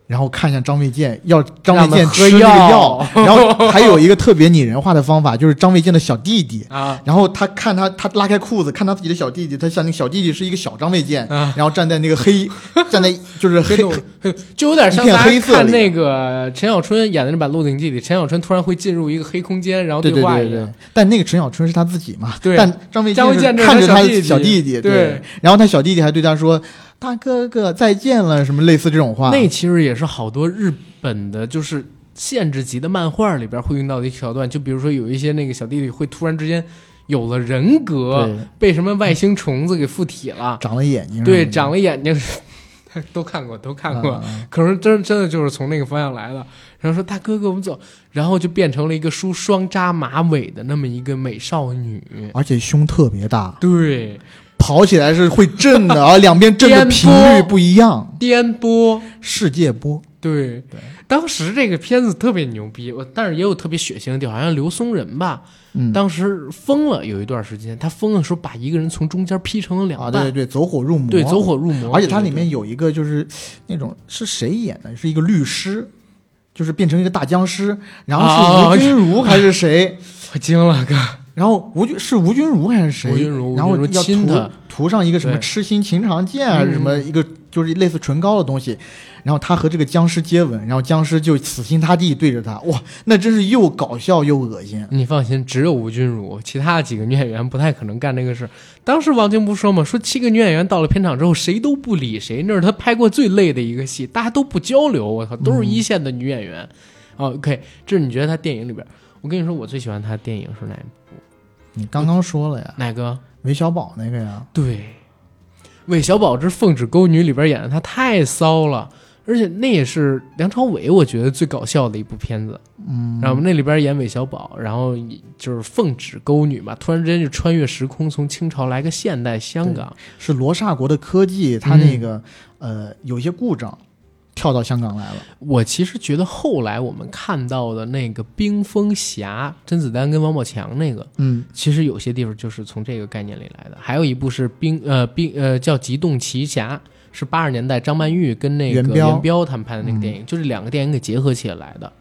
然后看向张卫健，要张卫健吃这个让药， [LAUGHS] 然后还有一个特别拟人化的方法，就是张卫健的小弟弟，啊，然后他看他，他拉开裤子看他自己的小弟弟，他像那个小弟弟是一个小张 [LAUGHS] 卫健， [LAUGHS] 啊然后站在那个黑，站在就是 [LAUGHS] 黑，就有点像一片大黑家色里看那个陈小春演的那版《鹿鼎记》里，陈小春突然会进入一个黑空间，然后对对话对一对样。。但那个陈小春是他自己嘛，对但张卫张卫健是这是看着他他小的弟弟小弟弟，对然后他小弟弟还对他说：“大哥哥再见了”，什么类似这种话。那其实也是好多日本的，就是限制级的漫画里边会用到的一桥段，就比如说有一些那个小弟弟会突然之间有了人格对，嗯被什么外星虫子给附体了，长了眼睛，对，长了眼睛， [LAUGHS] 都看过，都看过。啊啊可能真真的就是从那个方向来的。然后说大哥哥，我们走，然后就变成了一个梳双扎马尾的那么一个美少女。而且胸特别大，对，跑起来是会 [LAUGHS] 震的，而两边震的频率不一样，颠簸。世界波。对，对当时这个片子特别牛逼，我但是也有特别血腥的地方，好像刘松仁吧，嗯，当时疯了有一段时间，他疯的时候把一个人从中间劈成了两啊，半，对对对，走火入魔，对走。火入魔。而且它里对对面有一个就是那种是谁演的？是一个律师，就是变成一个大僵尸，然后 [LAUGHS] 啊是吴君如还是谁？我惊了，哥，然后吴君是吴君如还是谁？吴君如然后吴君如要亲涂她涂上一个什么对痴心情长剑啊，嗯什么一个就是类似唇膏的东西。然后他和这个僵尸接吻，然后僵尸就死心塌地对着他，哇，那真是又搞笑又恶心。你放心，只有吴君如，其他几个女演员不太可能干这个事儿。当时王晶不说嘛，说七个女演员到了片场之后，谁都不理谁，那是他拍过最累的一个戏，大家都不交流。我嗯靠，都是一线的女演员。哦，OK，这是你觉得他电影里边儿，我跟你说，我最喜欢他的电影是哪部？你刚刚说了呀，哪个？韦小宝那个呀，对，《韦小宝之奉旨沟女》里边演的他太骚了，而且那也是梁朝伟我觉得最搞笑的一部片子。嗯，然后那里边演韦小宝，然后就是奉旨勾女嘛，突然之间就穿越时空，从清朝来个现代香港，嗯是罗刹国的科技，它那个、呃有一些故障，跳到香港来了。我其实觉得后来我们看到的那个《冰封侠》，甄子丹跟王宝强那个，嗯，其实有些地方就是从这个概念里来的。还有一部是冰呃冰呃叫《极冻奇侠》，是八十年代张曼玉跟那个元彪嗯元彪他们拍的那个电影，就是两个电影给结合起来的。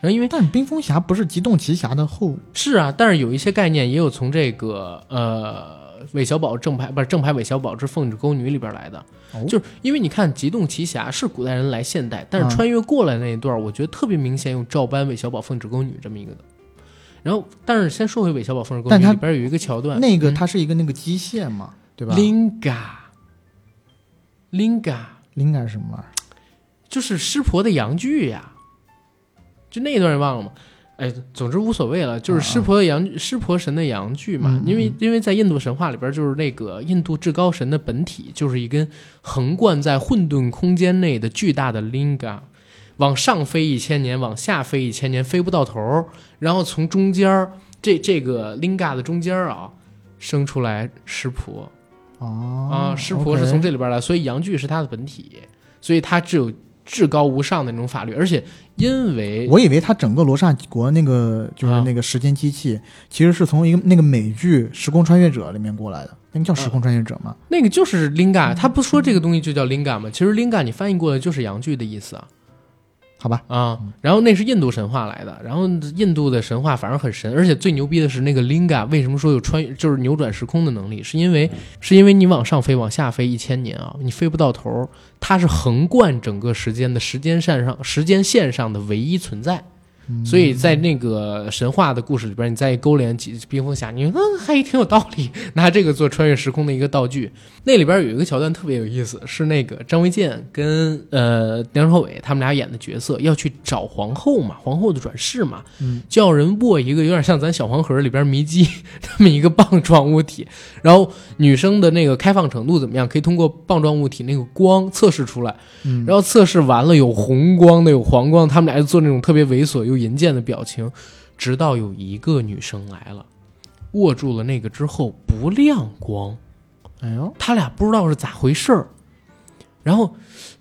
然后因为但冰封侠不是极冻奇侠的后，是啊，但是有一些概念也有从这个呃韦小宝正牌不是正牌韦小宝之凤之沟女里边来的，哦就是因为你看《极冻奇侠》是古代人来现代，但嗯是穿越过来那一段儿，我觉得特别明显用照搬韦小宝凤之沟女这么一个的。然后，但是先说回韦小宝凤之沟但女他里边有一个桥段，那个嗯它是一个那个机械嘛，对吧？ Linga，Linga 灵感是什么玩意儿？就是湿婆的阳具呀，就那一段你忘了吗？哎，总之无所谓了，就是湿婆的阳、湿婆神的阳具嘛，嗯嗯嗯因为因为在印度神话里边，就是那个印度至高神的本体，就是一根横贯在混沌空间内的巨大的 linga，往上飞一千年，往下飞一千年，飞不到头儿，然后从中间儿这这个 linga 的中间儿啊，生出来湿婆，哦，啊，湿婆是从 OK 这里边儿来，所以阳具是他的本体，所以他只有至高无上的那种法律，而且因为我以为他整个罗刹国那个啊就是那个时间机器，其实是从一个那个美剧《时空穿越者》里面过来的，那个叫《时空穿越者》吗？那个就是嗯 linga，他不说这个东西就叫 linga 吗？其实 linga 你翻译过来就是阳具的意思啊好吧，啊，然后那是印度神话来的，然后印度的神话反正很神，而且最牛逼的是那个 linga 为什么说有穿越就是扭转时空的能力，是因嗯为是因为你往上飞往下飞一千年啊，你飞不到头儿，它是横贯整个时间的时间线上时间线上的唯一存在。嗯所以在那个神话的故事里边，你再勾连几冰封侠，你嗯还挺有道理，拿这个做穿越时空的一个道具。那里边有一个桥段特别有意思，是那个张卫健跟呃梁朝伟他们俩演的角色要去找皇后嘛，皇后的转世嘛，嗯叫人握一个有点像咱小黄盒里边迷鸡 [LAUGHS] 那么一个棒状物体，然后女生的那个开放程度怎么样，可以通过棒状物体那个光测试出来。嗯，然后测试完了，有红光的，有黄光，他们俩就做那种特别猥琐又淫贱的表情，直到有一个女生来了，握住了那个之后不亮光，哎呦，他俩不知道是咋回事儿，然后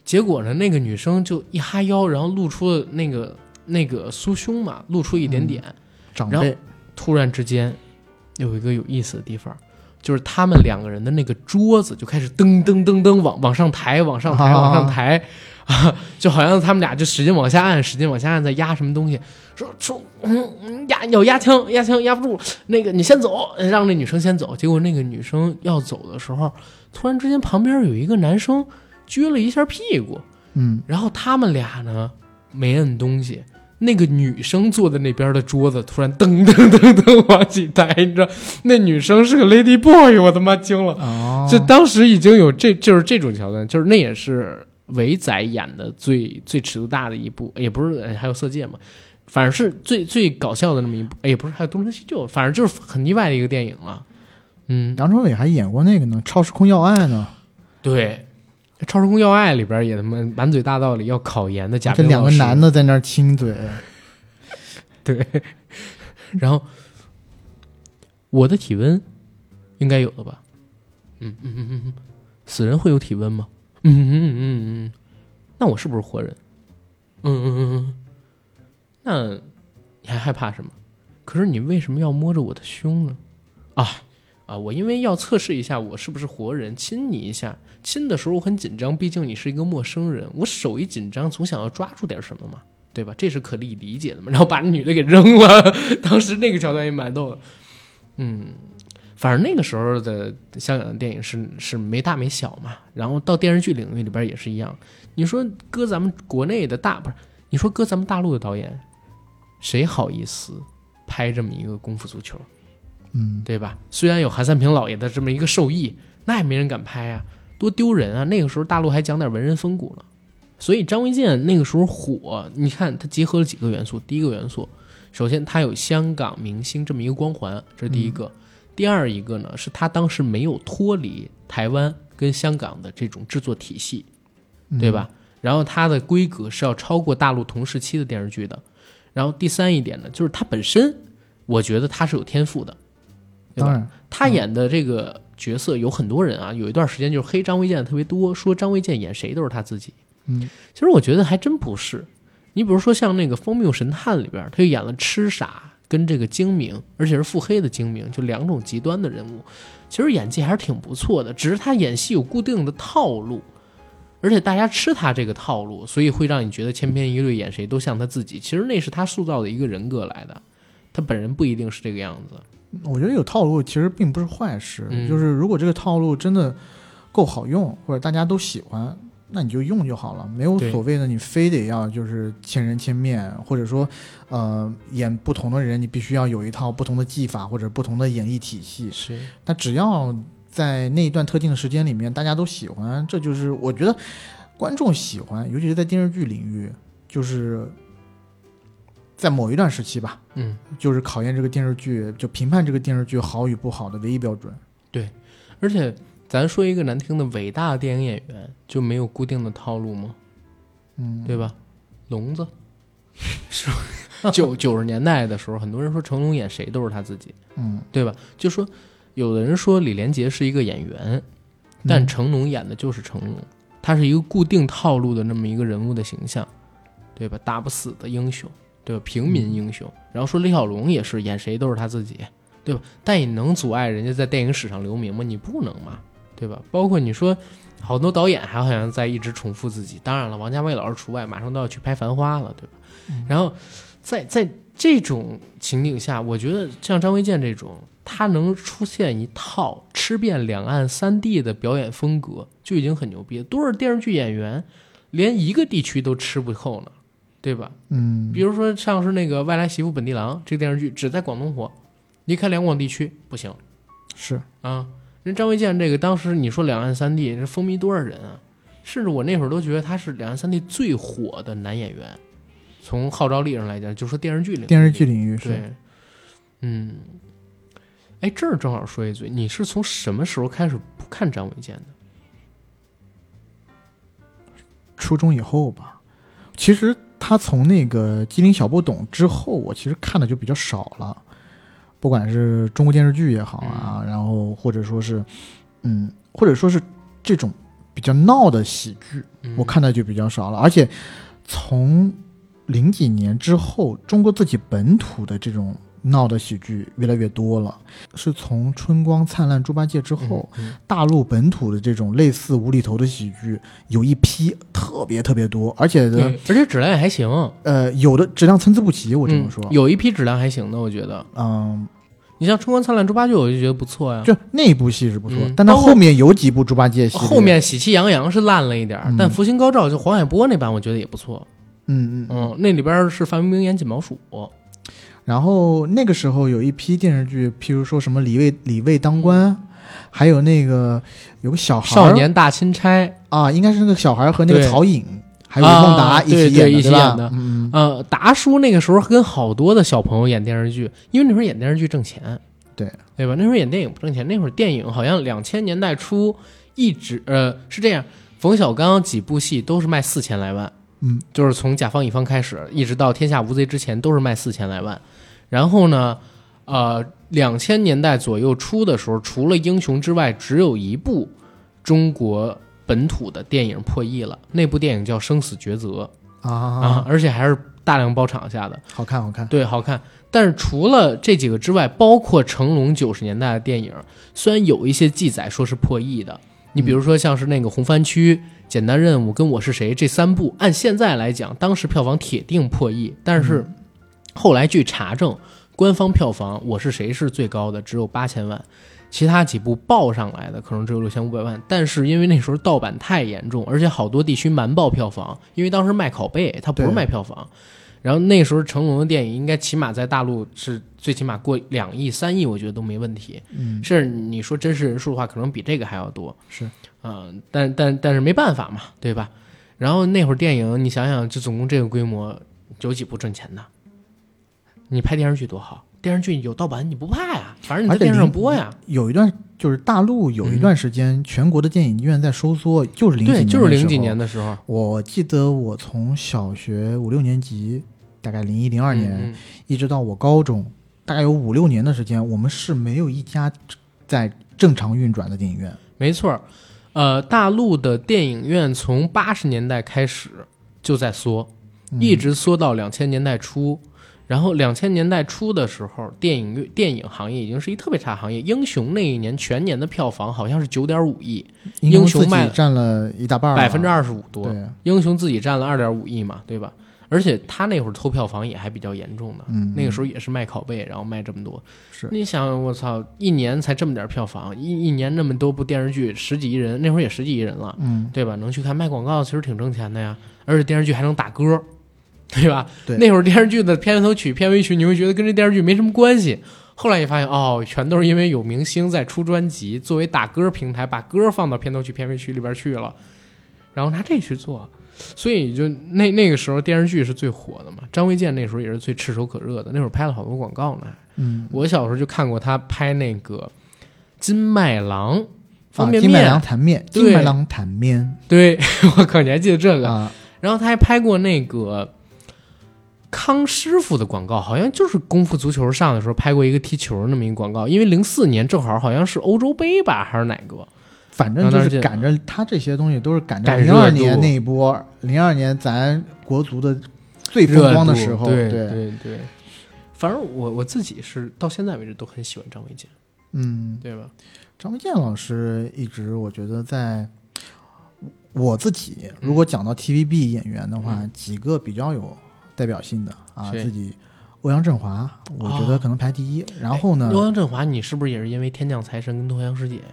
结果呢，那个女生就一哈腰，然后露出了那个那个酥胸嘛，露出一点点，长然后辈，突然之间有一个有意思的地方。就是他们两个人的那个桌子就开始噔噔噔噔往往上抬，往上抬，啊往上抬，啊，就好像他们俩就使劲往下按，使劲往下按，在压什么东西，说说嗯嗯压要压枪，压枪压不住，那个你先走，让那女生先走。结果那个女生要走的时候，突然之间旁边有一个男生撅了一下屁股，嗯，然后他们俩呢没摁东西，那个女生坐在那边的桌子突然噔噔噔噔往起抬，你知道，那女生是个 lady boy，我他妈惊了。哦，就当时已经有这就是这种桥段，就是那也是伟仔演的最最尺度大的一部，也不是哎还有色戒嘛，反正是最最搞笑的那么一部，哎也不是还有东成西就，反正就是很意外的一个电影了。嗯，梁朝伟还演过那个呢，《超时空要爱》呢，对，《超时空要爱》里边也他妈满嘴大道理要考研的贾这冰两个老师男的在那儿亲嘴，对，然后我的体温应该有了吧？嗯嗯嗯嗯嗯，死人会有体温吗？嗯嗯嗯嗯嗯，那我是不是活人？嗯嗯嗯嗯，那你还害怕什么？可是你为什么要摸着我的胸呢？啊啊！我因为要测试一下我是不是活人，亲你一下。亲的时候我很紧张，毕竟你是一个陌生人，我手一紧张，总想要抓住点什么嘛。对吧？这是可以理解的嘛。然后把那女的给扔了，当时那个桥段也蛮逗的。嗯，反正那个时候的香港的电影是是没大没小嘛，然后到电视剧领域里边也是一样。你说搁咱们国内的大不是？你说搁咱们大陆的导演，谁好意思拍这么一个功夫足球？嗯，对吧？虽然有韩三平老爷的这么一个授意，那也没人敢拍啊，多丢人啊！那个时候大陆还讲点文人风骨呢，所以张卫健那个时候火，你看他结合了几个元素。第一个元素，首先他有香港明星这么一个光环，这是第一个；嗯第二一个呢，是他当时没有脱离台湾跟香港的这种制作体系，嗯对？吧？然后它的规格是要超过大陆同时期的电视剧的。然后第三一点呢，就是它本身，我觉得它是有天赋的，对当吧？然，他演的这个角色有很多人啊，有一段时间就是黑张卫健的特别多，说张卫健演谁都是他自己。嗯其实我觉得还真不是。你比如说像那个《风谬神探》里边，他就演了痴傻跟这个精明，而且是腹黑的精明，就两种极端的人物。其实演技还是挺不错的，只是他演戏有固定的套路，而且大家吃他这个套路，所以会让你觉得千篇一律，演谁都像他自己。其实那是他塑造的一个人格来的，他本人不一定是这个样子。我觉得有套路其实并不是坏事，嗯就是如果这个套路真的够好用，或者大家都喜欢，那你就用就好了，没有对所谓的你非得要就是千人千面，或者说呃演不同的人，你必须要有一套不同的技法或者不同的演绎体系。是，但只要在那一段特定的时间里面，大家都喜欢，这就是我觉得观众喜欢，尤其是在电视剧领域，就是在某一段时期吧，嗯。就是考验这个电视剧，就评判这个电视剧好与不好的唯一标准。而且咱说一个难听的，伟大的电影演员就没有固定的套路吗？嗯，对吧？聋子是吧九九十年代的时候，很多人说成龙演谁都是他自己，嗯，对吧？就说有的人说李连杰是一个演员，但成龙演的就是成龙，他是一个固定套路的那么一个人物的形象，对吧？打不死的英雄，对吧？平民英雄。然后说李小龙也是演谁都是他自己，对吧？但你能阻碍人家在电影史上留名吗？你不能嘛，对吧？包括你说好多导演还好像在一直重复自己，当然了，王家卫老师除外，马上都要去拍《繁花》了，对吧？然后在在这种情景下，我觉得像张卫健这种，他能出现一套吃遍两岸三地的表演风格，就已经很牛逼了。多少电视剧演员连一个地区都吃不透呢，对吧？嗯，比如说像是那个《外来媳妇本地郎》这个电视剧，只在广东火，离开两广地区不行是啊。人张卫健这个当时你说两岸三地，这风靡多少人啊？甚至我那会儿都觉得他是两岸三地最火的男演员，从号召力上来讲，就说电视剧里电视剧领域是对，嗯，哎，这儿正好说一嘴，你是从什么时候开始不看张卫健的？初中以后吧。其实他从那个《机灵小不懂》之后，我其实看的就比较少了，不管是中国电视剧也好啊，嗯然后或者说是，嗯，或者说是这种比较闹的喜剧，嗯我看的就比较少了。而且从零几年之后，中国自己本土的这种闹的喜剧越来越多了。是从《春光灿烂猪八戒》之后，嗯大陆本土的这种类似无厘头的喜剧有一批特别特别多，而且呢对，嗯而且质量也还行，呃，有的质量参差不齐，我只能说嗯，有一批质量还行的，我觉得。嗯，你像《春光灿烂猪八戒》，我就觉得不错呀。就那部戏是不错嗯，但它包括后面有几部猪八戒系列后，面喜气洋洋是烂了一点儿，但福星高照就黄海波那版，我觉得也不错。嗯嗯，嗯，那里边儿是范冰冰演锦毛鼠，然后那个时候有一批电视剧，譬如说什么李卫李卫当官，还有那个有个小孩儿嗯少年大钦差，啊，应该是那个小孩儿和那个对曹颖还有李梦啊达一对起对演的，一起吧演的嗯，嗯呃，达叔那个时候跟好多的小朋友演电视剧，因为那时候演电视剧挣钱，对对吧？那时候演电影不挣钱，那会儿电影好像两千年代初一直呃是这样，冯小刚几部戏都是卖四千来万，嗯，就是从《甲方乙方》开始，一直到《天下无贼》之前都是卖四千来万，然后呢，呃，两千年代左右初的时候，除了《英雄》之外，只有一部中国本土的电影破亿了，那部电影叫《生死抉择》。啊啊，而且还是大量包场下的，好看好看，对，好看。但是除了这几个之外，包括成龙九十年代的电影，虽然有一些记载说是破亿的，你比如说像是那个《红番区》《简单任务》跟《我是谁》这三部，按现在来讲，当时票房铁定破亿，但是嗯后来据查证，官方票房《我是谁》是最高的，只有八千万。其他几部报上来的可能只有六千五百万，但是因为那时候盗版太严重，而且好多地区瞒报票房，因为当时卖拷贝，它不是对卖票房。然后那时候成龙的电影应该起码在大陆是最起码过两亿、三亿，我觉得都没问题。嗯甚至你说真实人数的话，可能比这个还要多。是，嗯、但但但是没办法嘛，对吧？然后那会儿电影，你想想，就总共这个规模，有几部挣钱的？你拍电视剧多好，电视剧有盗版你不怕呀，反正你在而且电视上零播呀。有一段就是大陆有一段时间，全国的电影院在收缩，就是零几对，年，就是零几年。的时候，我记得我从小学五六年级，大概零一零二二年，一直到我高中，大概有五六年的时间，我们是没有一家在正常运转的电影院。没错儿，呃，大陆的电影院从八十年代开始就在缩，嗯一直缩到两千年代初。然后两千年代初的时候，电影院电影行业已经是一特别差行业。英雄那一年全年的票房好像是九点五亿，英雄自卖己了占了一大半儿吧，百分之二十五多。啊对，英雄自己占了二点五亿嘛，对吧？而且他那会儿偷票房也还比较严重的，嗯，那个时候也是卖拷贝，然后卖这么多。是你想，我操，一年才这么点儿票房，一一年那么多部电视剧，十几亿人，那会儿也十几亿人了，嗯，对吧？能去看卖广告，其实挺挣钱的呀，而且电视剧还能打歌，对吧？对那会儿电视剧的片头曲、片尾曲，你会觉得跟这电视剧没什么关系。后来你发现，哦，全都是因为有明星在出专辑，作为打歌平台，把歌放到片头曲、片尾曲里边去了，然后拿这去做。所以就那那个时候电视剧是最火的嘛，张卫健那时候也是最炙手可热的，那会儿拍了好多广告呢。嗯，我小时候就看过他拍那个金麦郎方便啊金麦面， [LAUGHS] 郎谈面，对金麦郎谈面对我靠，你还记得这个？啊，然后他还拍过那个康师傅的广告，好像就是功夫足球上的时候拍过一个踢球那么一个广告，因为零四年正好好像是欧洲杯吧，还是哪个？反正然就后当时是赶着他这些东西都是赶着赶零热二度年那一波，零二年咱国足的最风光的时候，对对，对对。反正我我自己是到现在为止都很喜欢张卫健，嗯，对吧？张卫健老师一直我觉得在。我自己如果讲到 TVB 演员的话，嗯几个比较有代表性的啊，谁自己欧阳振华，我觉得可能排第一。然后呢哦哎，欧阳振华，你是不是也是因为《天降财神》跟《东阳师姐》呀？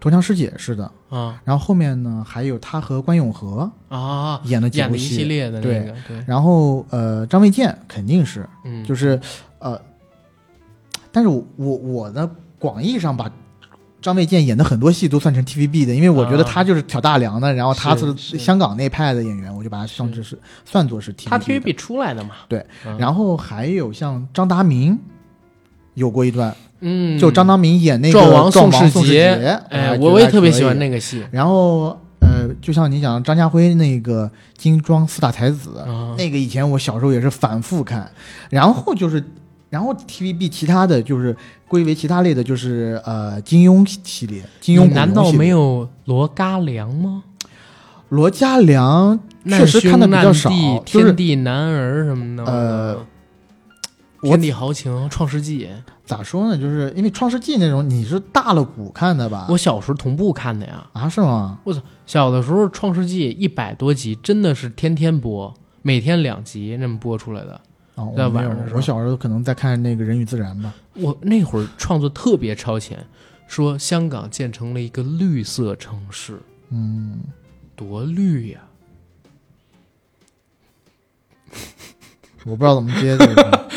头强师姐是的，啊然后后面呢还有他和关咏荷啊，演的几演部了一系戏，列的那个，对，然后呃张卫健肯定是，嗯，就是呃，但是我我我呢广义上把张卫健演的很多戏都算成 TVB 的，因为我觉得啊他就是挑大梁的，然后他是是是香港那派的演员，我就把他算是成是算作是 TVB。他 TVB 出来的嘛，对嗯，然后还有像张达明。有过一段，嗯，就张达明演那个赵王宋宋世杰杰，啊哎，觉我得我也还特别可喜以欢那个戏，然后呃，就像你讲张家辉那个金装四大才子，啊呃那个以前我小时候也是反复看，然后就是。然后 TVB 其他的就是归为其他类的，就是呃金庸系列，金庸古龙系列难道没有罗嘎良吗？罗嘉良？确难实兄看的比难较少弟，就是天地男儿什么的。呃，我啊天地豪情、创世纪，咋说呢？就是因为《创世纪》那种你是大了骨看的吧？我小时候同步看的呀。啊是吗？小的时候，《创世纪》一百多集，真的是天天播，每天两集那么播出来的。啊，我在没晚有上的时，候我小时候可能在看那个《人与自然》吧。我那会儿创作特别超前，说香港建成了一个绿色城市，嗯，多绿呀！我不知道怎么接 [LAUGHS] 这个。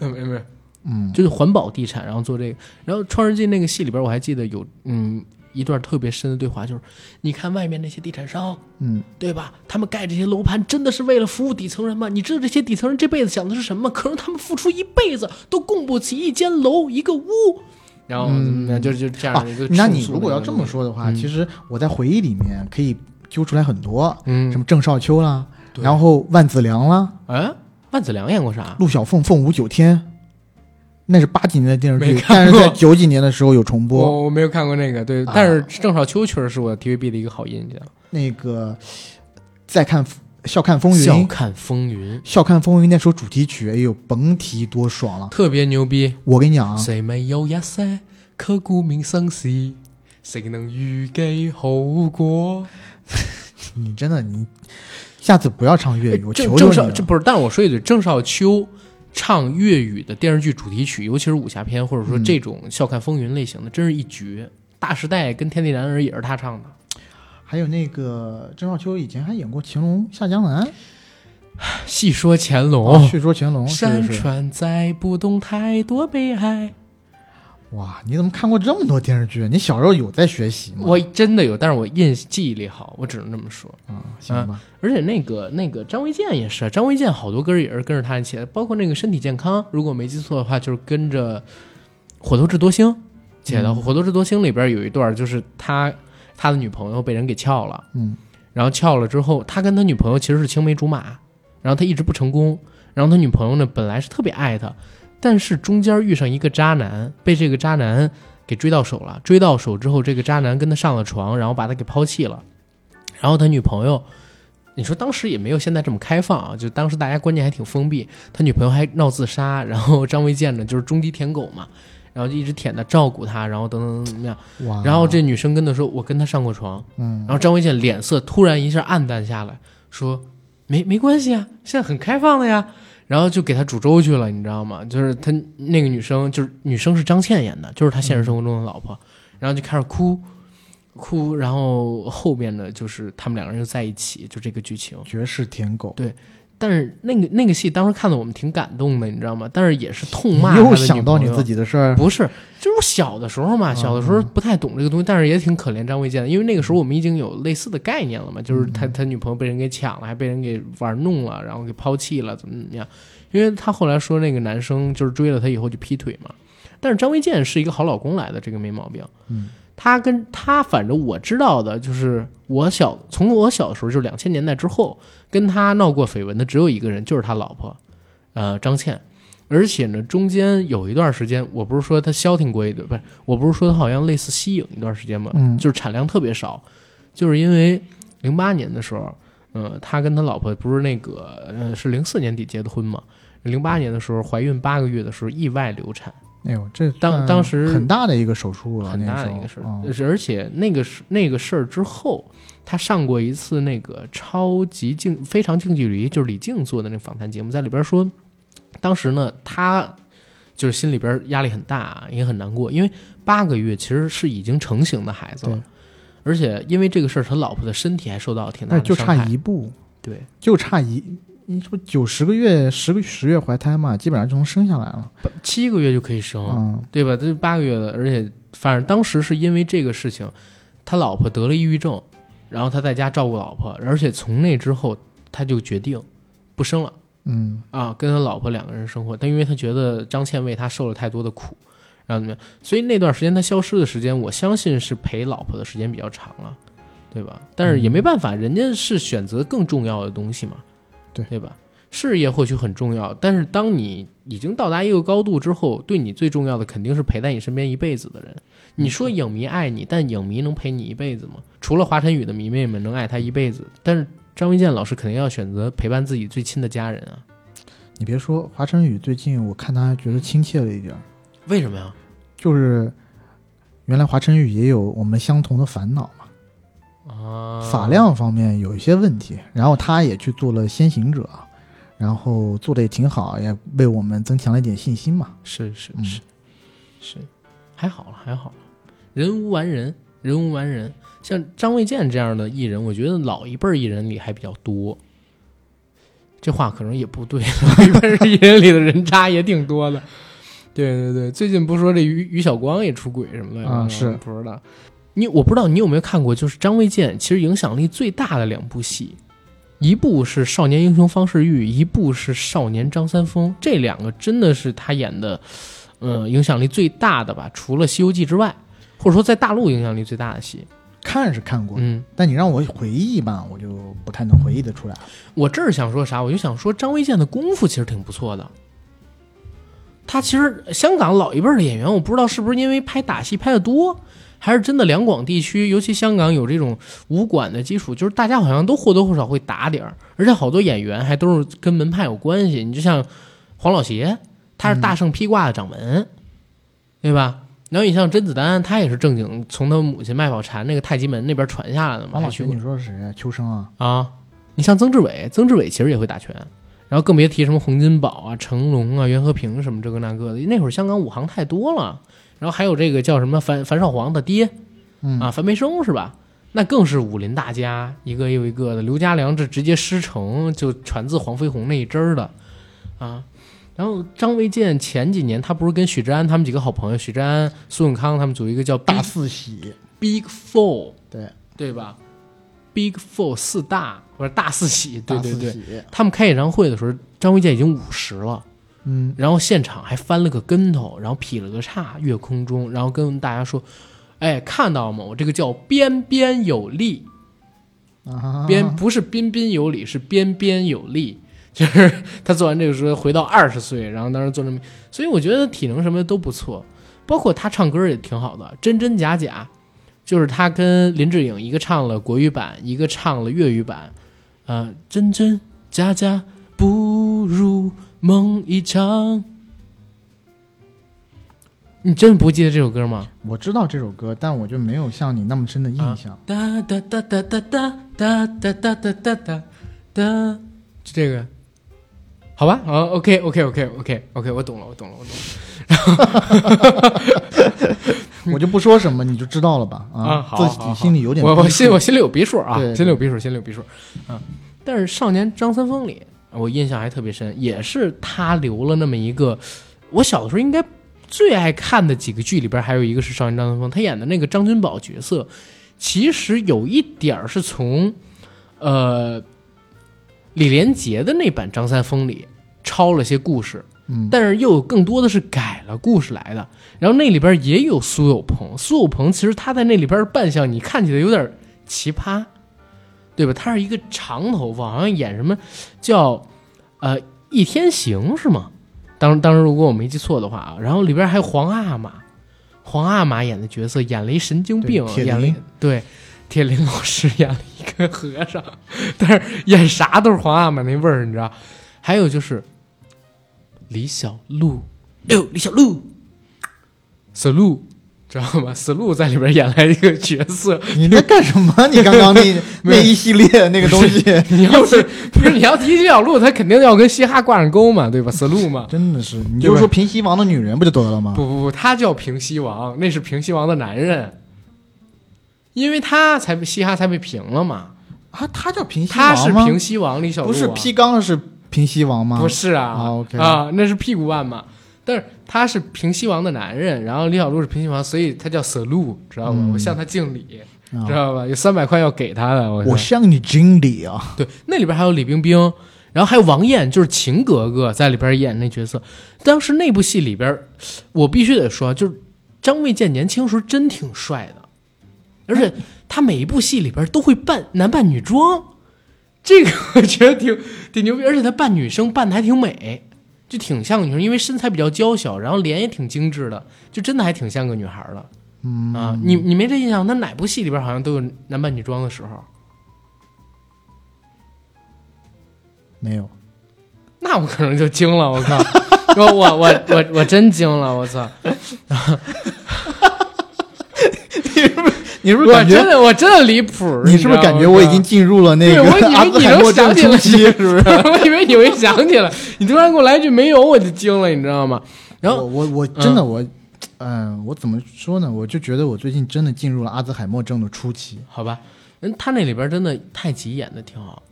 没有没有，嗯，就是环保地产，然后做这个。然后《创世纪》那个戏里边，我还记得有嗯一段特别深的对话，就是你看外面那些地产商，嗯，对吧？他们盖这些楼盘真的是为了服务底层人吗？你知道这些底层人这辈子想的是什么？可能他们付出一辈子都供不起一间楼、一个屋。然后怎么样？就就这样啊的一个、，那你如果要这么，说的话，嗯其实我在回忆里面可以揪出来很多，嗯什么郑少秋啦，对然后万梓良啦，哎，万梓良演过啥？陆小凤《凤舞九天》，那是八几年的电视没剧，看但是过在九几年的时候有重播。我没有看过那个，对啊郑少秋确实是我 TVB 的一个好印象。那个再看《笑看风云》，笑《看风云笑看风云》那首主题曲，哎呦，甭提多爽了！特别牛逼，我跟你讲啊，谁未有一些刻骨铭心事，谁能预计后果？你真的你下次不要唱粤语，我郑求求郑你少了这。不是，但我说一句，郑少秋唱粤语的电视剧主题曲，尤其是武侠片，或者说这种笑看风云类型的，真是一绝。大时代跟天地男儿也是他唱的，还有那个郑少秋以前还演过《乾隆下江南》细说乾啊隆，叙说乾隆，是哦山是是川载不动太多悲哀。哇，你怎么看过这么多电视剧？你小时候有在学习吗？我真的有，但是我印记忆力好，我只能这么说。啊、行吧，而且那个那个张卫健也是，啊张卫健好多歌也是跟着他一起的，包括那个身体健康，如果我没记错的话，就是跟着《火头智多星》写的。嗯火头智多星》里边有一段，就是他他的女朋友被人给撬了，嗯，然后撬了之后，他跟他女朋友其实是青梅竹马，然后他一直不成功，然后他女朋友呢本来是特别爱他，但是中间遇上一个渣男，被这个渣男给追到手了。追到手之后，这个渣男跟他上了床，然后把他给抛弃了。然后他女朋友，你说当时也没有现在这么开放啊，就当时大家观念还挺封闭。他女朋友还闹自杀，然后张卫健呢就是终极舔狗嘛，然后就一直舔他，照顾他，然后等等怎么样。哇，呃然后这女生跟他说：“我跟他上过床。”啊嗯然后张卫健脸色突然一下暗淡下来，说：“没没关系啊，现在很开放的呀。”然后就给他煮粥去了，你知道吗？就是他那个女生，就是女生是张倩演的，就是他现实生活中的老婆，嗯然后就开始哭，哭，然后后面的就是他们两个人就在一起，就这个剧情。绝世舔狗，但是那个那个戏当时看的我们挺感动的，你知道吗？但是也是痛你骂又他的女想到朋你友自己的事儿，不是，嗯就是我小的时候嘛，小的时候不太懂这个东西，但是也挺可怜张卫健的，因为那个时候我们已经有类似的概念了嘛，就是他他女朋友被人给抢了，还被人给玩弄了，然后给抛弃了，怎么怎么样？因为他后来说那个男生就是追了他以后就劈腿嘛，但是张卫健是一个好老公来的，这个没毛病。嗯，他跟他反正我知道的就是我小从我小的时候就是两千年代之后，跟他闹过绯闻的只有一个人，就是他老婆，呃张倩。而且呢，中间有一段时间，我不是说他消停过一段，不是，我不是说他好像类似吸影一段时间吗？嗯就是产量特别少，就是因为零八年的时候，呃，他跟他老婆不是那个，呃，是零四年底结的婚嘛，零八年的时候怀孕八个月的时候意外流产，哎呦，这当算当时很大的一个手术了，很那大的时一候个事儿、嗯而且那个事那个事儿之后，他上过一次那个超级近非常近距离，就是李静做的那个访谈节目，在里边说，当时呢他就是心里边压力很大，啊也很难过，因为八个月其实是已经成型的孩子对了，而且因为这个事儿，他老婆的身体还受到挺大那的就伤害，差一步，对。就差一，你这不九十个月，十个十月怀胎嘛，基本上就能生下来了。七个月就可以生，嗯，对吧？这是八个月的，而且反正当时是因为这个事情，他老婆得了抑郁症，然后他在家照顾老婆，而且从那之后他就决定不生了嗯，啊，跟他老婆两个人生活。但因为他觉得张倩为他受了太多的苦，然后怎么样？所以那段时间他消失的时间，我相信是陪老婆的时间比较长了，对吧？但是也没办法，人家是选择更重要的东西嘛，对对吧？事业或许很重要，但是当你已经到达一个高度之后，对你最重要的肯定是陪在你身边一辈子的人。你说影迷爱你，但影迷能陪你一辈子吗？除了华晨宇的迷妹们能爱他一辈子，但是张卫健老师肯定要选择陪伴自己最亲的家人啊。你别说，华晨宇最近我看他觉得亲切了一点儿，为什么呀？就是原来华晨宇也有我们相同的烦恼嘛，啊，发量方面有一些问题，然后他也去做了先行者，然后做的也挺好，也为我们增强了一点信心嘛。是是嗯是、是，还好了还好了，人无完人，人无完人。像张卫健这样的艺人，我觉得老一辈儿艺人里还比较多。这话可能也不对， [LAUGHS] 老一辈儿艺人里的人渣也挺多的。对对对，最近不是说这于于晓光也出轨什么的啊是不知道。你我不知道你有没有看过，就是张卫健其实影响力最大的两部戏，一部是《少年英雄方世玉》，一部是《少年张三丰》，这两个真的是他演的，呃，影响力最大的吧，除了《西游记》之外，或者说在大陆影响力最大的戏。看是看过，嗯，但你让我回忆吧，我就不太能回忆得出来了。我这儿想说啥，我就想说张卫健的功夫其实挺不错的。他其实香港老一辈儿的演员，我不知道是不是因为拍打戏拍的多，还是真的两广地区，尤其香港有这种武馆的基础，就是大家好像都或多或少会打点儿，而且好多演员还都是跟门派有关系。你就像黄老邪，他是大圣披挂的掌门，对吧？然后你像甄子丹，他也是正经从他母亲卖宝蟾那个太极门那边传下来的嘛。王老还去学，过你说是谁啊？秋生啊？啊，你像曾志伟，曾志伟其实也会打拳，然后更别提什么洪金宝啊、成龙啊、袁和平什么这个那个的。那会儿香港武行太多了，然后还有这个叫什么樊樊少皇的爹，嗯啊，樊培生是吧？那更是武林大家，一个又一个的。刘家良这直接师承，就传自黄飞鸿那一支儿的，啊。然后张卫健前几年他不是跟许志安他们几个好朋友，许志安、苏永康他们组一个叫 Big 大四喜， Big Four，对对吧？Big Four 四大不是大四喜，对大对四对。喜，他们开演唱会的时候，张卫健已经五十了，嗯，然后现场还翻了个跟头，然后劈了个叉跃空中，然后跟大家说：“哎，看到吗？我这个叫边边有力，啊，边不是彬彬有礼，是边边有力。” [LAUGHS] 就是他做完这个时候回到二十岁，然后当时做这么，所以我觉得体能什么的都不错。包括他唱歌也挺好的，真真假假，就是他跟林志颖一个唱了国语版，一个唱了粤语版，呃，真真假假不如梦一场。你真不记得这首歌吗？我知道这首歌，但我就没有像你那么深的印象。哒哒哒哒哒哒哒哒哒哒哒哒哒，就这个，好吧，啊，OK OK OK OK OK，我懂了，我懂了，我懂了。 [LAUGHS] 我就不说什么，你就知道了吧？啊啊，好自好己心里有点我我逼心我心里有逼数啊，对对心里有逼数，心里有逼数啊。但是《少年张三丰》里，我印象还特别深，也是他留了那么一个，我小的时候应该最爱看的几个剧里边，还有一个是《少年张三丰》，他演的那个张君宝角色，其实有一点儿是从，呃，李连杰的那版张三丰里抄了些故事，嗯，但是又有更多的是改了故事来的。然后那里边也有苏有朋，苏有朋其实他在那里边的扮相，你看起来有点奇葩，对吧？他是一个长头发，好像演什么叫呃《倚天行》是吗？当当时如果我没记错的话啊，然后里边还有皇阿玛，皇阿玛演的角色演了一神经病，对铁演了一林对铁林老师演了一个和尚， [LAUGHS] 但是演啥都是皇阿玛那味儿，你知道？还有就是李小璐，哎呦，李小璐，死路，知道吗？死路在里边演了一个角色，你在干什么？你 [LAUGHS] 刚刚那那一系列 [LAUGHS] 那个东西，，你要是不是你要提李小璐，他肯定要跟嘻哈挂上钩嘛，对吧？死路嘛真的是，你对吧就说平西王的女人不就得了吗？不不不，他叫平西王，那是平西王的男人，因为他才被嘻哈才被平了嘛，啊，他叫平西他是王吗？平西王李小璐、啊，不是批刚是平西王吗？不是啊，啊，OK 啊那是屁股腕嘛。但是他是平西王的男人，然后李小璐是平西王，所以他叫舍路，知道吗？嗯我向他敬礼，啊知道吧？有三百块要给他的，我我向你敬礼啊！对，那里边还有李冰冰，然后还有王艳，就是秦格格在里边演那角色。当时那部戏里边，我必须得说，就是张卫健年轻时候真挺帅的，而且他每一部戏里边都会扮男扮女装，这个 [LAUGHS] 我觉得挺挺牛逼，而且他扮女生扮的还挺美。就挺像个女生，因为身材比较娇小，然后脸也挺精致的，就真的还挺像个女孩的。嗯啊，你你没这印象？那哪部戏里边好像都有男扮女装的时候？没有，那我可能就惊了，我靠！ [LAUGHS] 我我我我我真惊了，我操！你是不是我感觉真的我真的离谱，你是不知道是吗感觉我已经进入了那对个我以为阿兹海默症你能初想起期，是不是？我靠 [LAUGHS] 我以为你会想起来，你突然给我来一句没有，我就惊了，你知道吗？ [LAUGHS] 然后我我我真的我，嗯、我怎么说呢？我就觉得我最近真的进入了阿兹海默症的初期。好吧，嗯，他那里边真的太极演的挺好，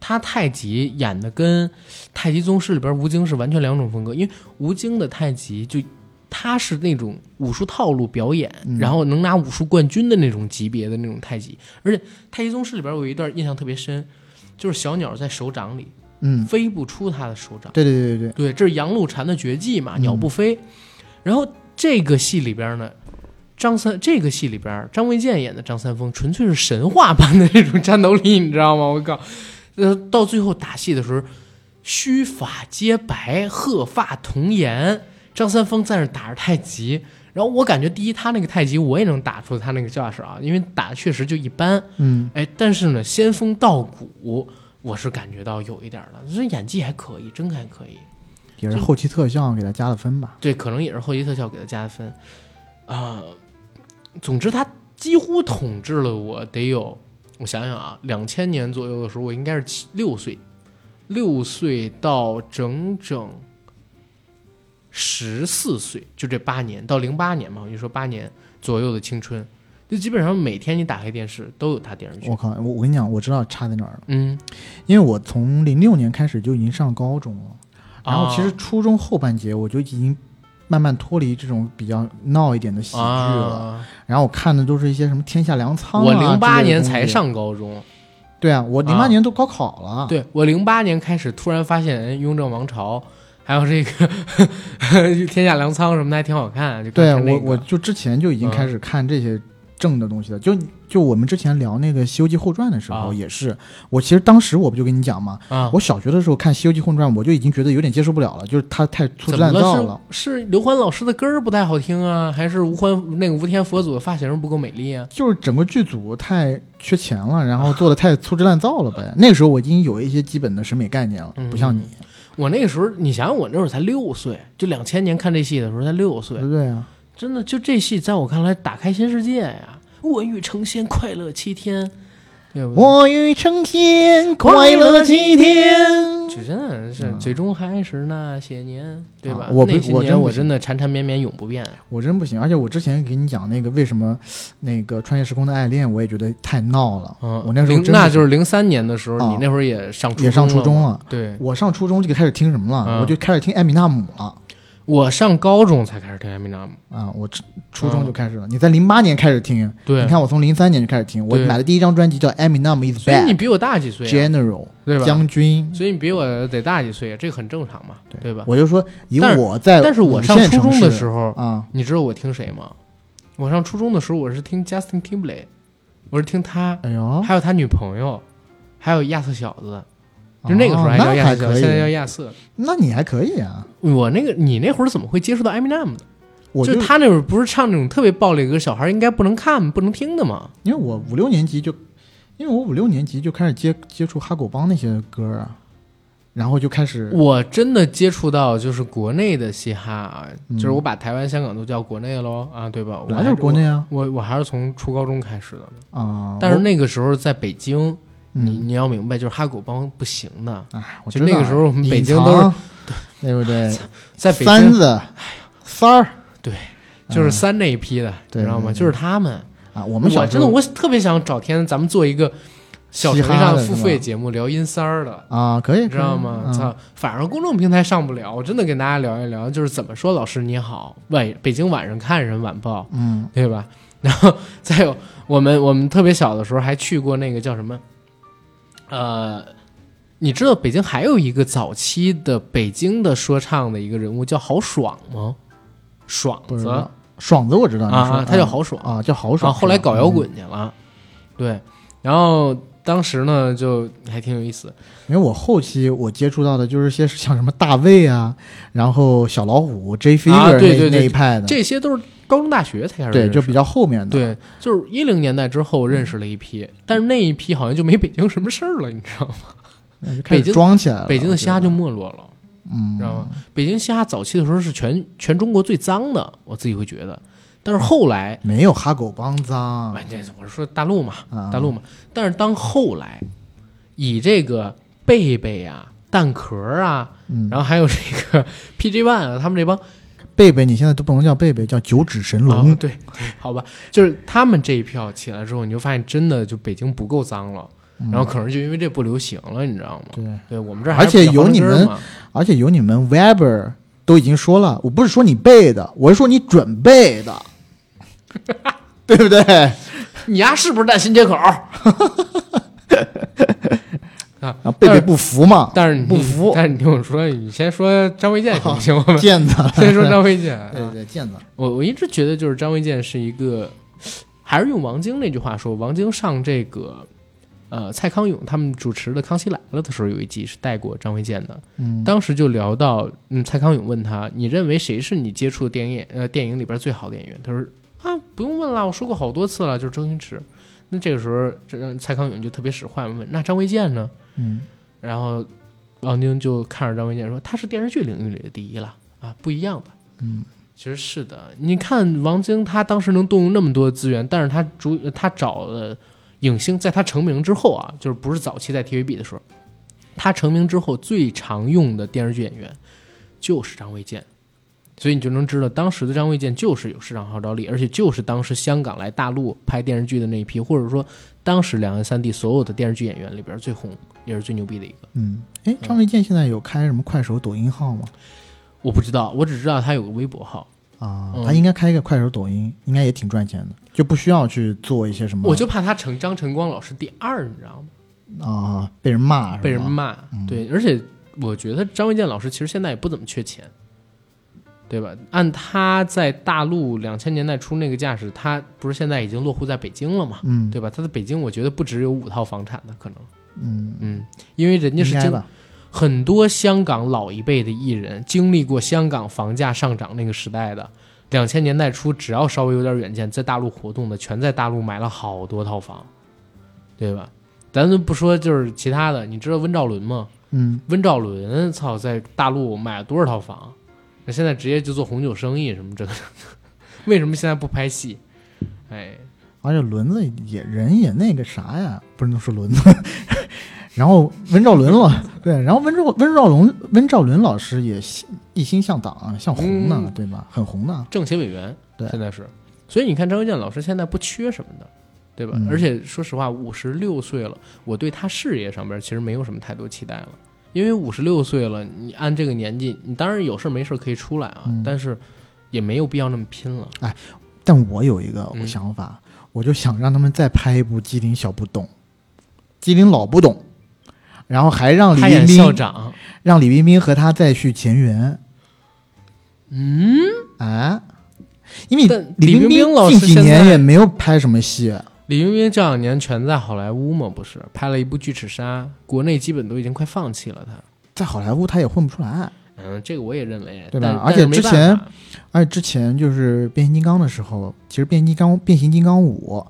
他太极演的跟《太极宗师》里边吴京是完全两种风格，因为吴京的太极就他是那种武术套路表演，嗯然后能拿武术冠军的那种级别的那种太极，而且《太极宗师》里边有一段印象特别深，就是小鸟在手掌里嗯，飞不出它的手掌。对对对对对，对，这是杨露禅的绝技嘛，嗯鸟不飞。然后这个戏里边呢，张三这个戏里边张卫健演的张三丰纯粹是神话般的这种战斗力，你知道吗？我靠，呃，到最后打戏的时候，须发皆白，鹤发童颜，张三丰在那打着太极。然后我感觉，第一，他那个太极我也能打出他那个架势啊，因为打的确实就一般。嗯，哎，但是呢，仙风道骨，我是感觉到有一点儿了。这演技还可以，真还可以。也是后期特效给他加了分吧。对，可能也是后期特效给他加的分。啊、总之他几乎统治了我得有，我想想啊，两千年左右的时候，我应该是七六岁，六岁到整整十四岁，就这八年到零八年嘛，我就说八年左右的青春，就基本上每天你打开电视都有他电视剧我。靠，我我跟你讲，我知道差在哪儿了，嗯，因为我从零六年开始就已经上高中了，然后其啊实初中后半节我就已经慢慢脱离这种比较闹一点的喜剧了，啊然后我看的都是一些什么《天下粮仓、啊》我之类的零八年东西才，上高中，对啊，我零啊八年都高考了，对我零八年开始突然发现，哎，《雍正王朝》还有这个 [LAUGHS] 《天下粮仓》什么的还挺好看，就对看那我个我就之前就已经嗯开始看这些正的东西的。就就我们之前聊那个《西游记后传》的时候啊也是，我其实当时我不就跟你讲嘛，啊，我小学的时候看《西游记后传》，我就已经觉得有点接受不了了，就是它太粗制怎么滥造了了。？是是刘欢老师的歌儿不太好听啊，还是吴欢那个吴天佛祖的发型不够美丽啊？就是整个剧组太缺钱了，然后做的太粗制滥造了呗。那个时候我已经有一些基本的审美概念了嗯，不像你，我那个时候，你想想，我那会儿才六岁，就两千年看这戏的时候才六岁对，不对啊？真的就这戏在我看来打开新世界呀！我欲成仙，快乐七天，对不对？我欲成仙，快乐几天。就真的是嗯最终还是那些年，对吧？啊我不那些我真年不我行真的缠缠绵绵永不变。啊我真不行，而且我之前给你讲那个为什么那个穿越时空的爱恋，我也觉得太闹了。嗯，我那时候零真那不行就是零三年的时候，啊你那会儿也上初也上初中了。了。对，我上初中就开始听什么了？嗯我就开始听艾米纳姆了我上高中才开始听艾米纳姆。啊！我初初中就开始了。你在零八年开始听，嗯对，你看我从零三年就开始听，我对买的第一张专辑叫《艾米纳姆 Is 所以你 Back 比我大几岁、啊， General 对》，吧？将军。所以你比我得大几岁、啊，这个很正常嘛，对吧？我就说以但是我在但是我上初中的时候，候啊，你知道我听谁吗？我上初中的时候，我是听 Justin Timberlake，我是听他，哎呦，还有他女朋友，还有亚瑟小子，就那个时候哦还叫那亚还瑟小可子，现在叫以，亚瑟。那你还可以啊。我那个你那会儿怎么会接触到 Eminem 的？我就是他那会儿不是唱那种特别暴力，歌，小孩应该不能看、不能听的嘛？因为我五六年级就，因为我五六年级就开始接接触哈狗帮那些歌啊，然后就开始我真的接触到就是国内的嘻哈啊，嗯就是我把台湾、香港都叫国内喽啊，对吧？本来就是国我还内啊我我还是从初高中开始的，啊。但是我那个时候在北京，你嗯，你要明白，就是哈狗帮不行的，哎，我就知道那个时候我们北京都是隐藏 [LAUGHS] 对不对？在北三嗯京子、三儿就是三那一批的，你对知道吗？对对就是他们。啊，我们我小时真的候我特别想找天，咱们做一个小程嘻哈上的付是吧费节目，聊阴三儿的。啊，可以，你知道可以吗？嗯操、反正公众平台上不了，我真的跟大家聊一聊，就是怎么说老师你好，晚北京晚上看人晚报，嗯，对吧？ [LAUGHS] 然后再有我们我们特别小的时候还去过那个叫什么，呃，你知道北京还有一个早期的北京的说唱的一个人物叫豪爽吗？爽不知子道，爽子我知道，你说啊，他叫豪嗯爽，啊，叫豪然爽，后后来搞摇嗯滚去了，对，然后当时呢就还挺有意思，因为我后期我接触到的就是些像什么大卫啊，然后小老虎、J Figure 那、啊对对对那一派的，这些都是高中大学才开始对认就识比较后面的。，嗯对，就是一零年代之后认识了一批，但是那一批好像就没北京什么事儿了，你知 [LAUGHS] 道吗？那就开北京始装起来了。北京的虾我觉就得没落了，嗯，知道吗？北京虾早期的时候是全全中国最脏的，我自己会觉得，但是后来，没有哈狗帮脏哎，这我是说大陆嘛，啊，大陆嘛，但是当后来以这个贝贝啊、蛋壳啊，嗯，然后还有这个 [LAUGHS] PG One 啊，他们这帮贝贝你现在都不能叫贝贝，叫九指神龙。啊，对， [LAUGHS] 好吧，就是他们这一票起来之后，你就发现真的就北京不够脏了，嗯然后可能就因为这不流行了，你知道吗？对，对我们这儿而且还是比较有你好吃们嘛而且有你们 Weber 都已经说了，我不是说你背的，我是说你准备的， [LAUGHS] 对不对？你丫是不是在新街口？啊啊，贝但贝是不服嘛，但是你不服 [LAUGHS] 但是你听我说，你先说张卫健行不行？我们见子，。先说张卫健 [LAUGHS] 对对见子，我我一直觉得就是张卫健是一个，还是用王晶那句话说，王晶上这个。呃，蔡康永他们主持的《康熙来了》的时候，有一集是带过张卫健的，嗯，当时就聊到，嗯，蔡康永问他，你认为谁是你接触的电影呃电影里边最好的演员？他说啊，不用问了，我说过好多次了，就是周星驰。那这个时候，这让蔡康永就特别使坏，问那张卫健呢？嗯。然后王晶就看着张卫健说，他是电视剧领域里的第一了啊，不一样的。嗯，其实是的，你看王晶他当时能动用那么多资源，但是他主他找了影星，在他成名之后啊，就是不是早期在 TVB 的时候，他成名之后最常用的电视剧演员就是张卫健，所以你就能知道当时的张卫健就是有市场号召力，而且就是当时香港来大陆拍电视剧的那一批，或者说当时两岸三地所有的电视剧演员里边最红也是最牛逼的一个。嗯，哎，张卫健现在有开什么快手、抖音号吗？我不知道，我只知道他有个微博号，啊，嗯他应该开一个快手、抖音，应该也挺赚钱的，就不需要去做一些什么。我就怕他成张晨光老师第二，你知道吗？啊，被人骂是吧，被人骂。嗯对，而且我觉得张卫健老师其实现在也不怎么缺钱，对吧？按他在大陆两千年代初那个价值，他不是现在已经落户在北京了嘛，嗯，对吧？他在北京，我觉得不只有五套房产的可能，嗯，嗯，因为人家应是该经吧？很多香港老一辈的艺人经历过香港房价上涨那个时代的，两千年代初，只要稍微有点远见，在大陆活动的，全在大陆买了好多套房，对吧？咱们不说就是其他的，你知道温兆伦吗？嗯，温兆伦，操，在大陆买了多少套房？那现在直接就做红酒生意什么这个，为什么现在不拍戏？哎，而且轮子也人也那个啥呀，不能说轮子。 [LAUGHS] 然后温兆伦了，嗯对，然后温兆温兆伦温兆伦老师也心一心向党向红呢，嗯对吧？很红呢，政协委员，对现在是，所以你看张卫健老师现在不缺什么的，对吧？嗯而且说实话，五十六岁了，我对他事业上边其实没有什么太多期待了，因为五十六岁了，你按这个年纪，你当然有事儿没事儿可以出来啊，嗯但是也没有必要那么拼了。但我有一个嗯想法，我就想让他们再拍一部《机灵小不懂》，《机灵老不懂》，然后还哦让李他演冰校冰，长，让李冰冰和他再续前缘嗯，啊。因为但李李冰冰冰老师近几现年在也没有拍什么戏，啊李冰冰这两年全在好莱坞嘛，不是拍了一部《巨齿鲨》，国内基本都已经快放弃了他。在好莱坞他也混不出来。嗯，这个我也认为，对吧但而但且是没之办前法而且之前就是变形金刚的时候，其实变形金刚变形金刚五，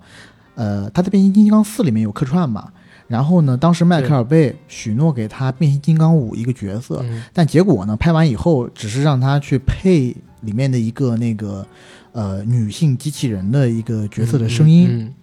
呃，他在变形金刚四里面有客串嘛。然后呢，当时迈克尔贝许诺给他变形金刚五一个角色，嗯但结果呢，拍完以后只是让他去配里面的一个那个呃女性机器人的一个角色的声音。嗯嗯嗯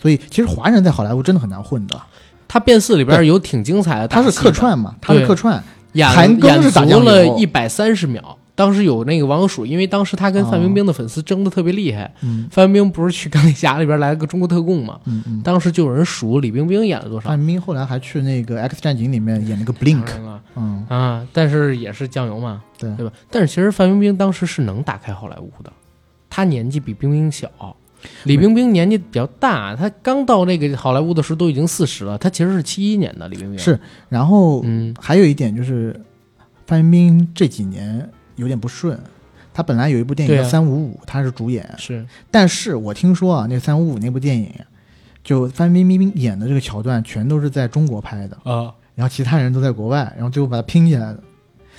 所以其实华人在好莱坞真的很难混的，他变四里边有挺精彩的打他戏是的，客串嘛，他是对客串，演韩庚演是打足酱了油一百三十秒。当时有那个网友数，因为当时他哦跟范冰冰的粉丝争的特别厉害。嗯范冰冰不是去钢铁侠里边来了个中国特工嘛？嗯嗯。当时就有人数李冰冰演了多少。范冰冰后来还去那个《X 战警》里面演了个 Blink，当然了嗯，啊，但是也是酱油嘛，对对吧？但是其实范冰冰当时是能打开好莱坞的，她年纪比冰冰小，李冰冰年纪比较大，她刚到那个好莱坞的时候都已经四十了，她其实是七一年的李冰冰。是然后嗯，还有一点就是，范冰冰这几年有点不顺。她本来有一部电影叫对《啊三五五》，她是主演，是但是我听说啊，那《三五五》那部电影，就范冰冰演的这个桥段全都是在中国拍的，啊，然后其他人都在国外，然后最后把它拼起来的。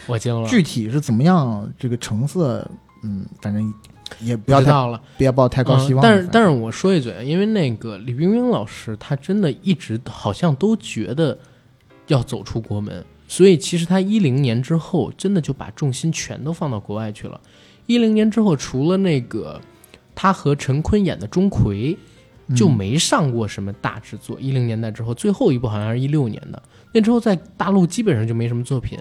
我惊了，具体是怎么样，这个成色，嗯，反正也不不要知太道了，不要抱太高希望。嗯但是但是，是我说一嘴，因为那个李冰冰老师，她真的一直好像都觉得要走出国门，所以其实她一零年之后真的就把重心全都放到国外去了。一零年之后，除了那个她和陈坤演的《钟馗》，嗯就没上过什么大制作。一零年代之后，最后一部好像是一六年的，那之后在大陆基本上就没什么作品。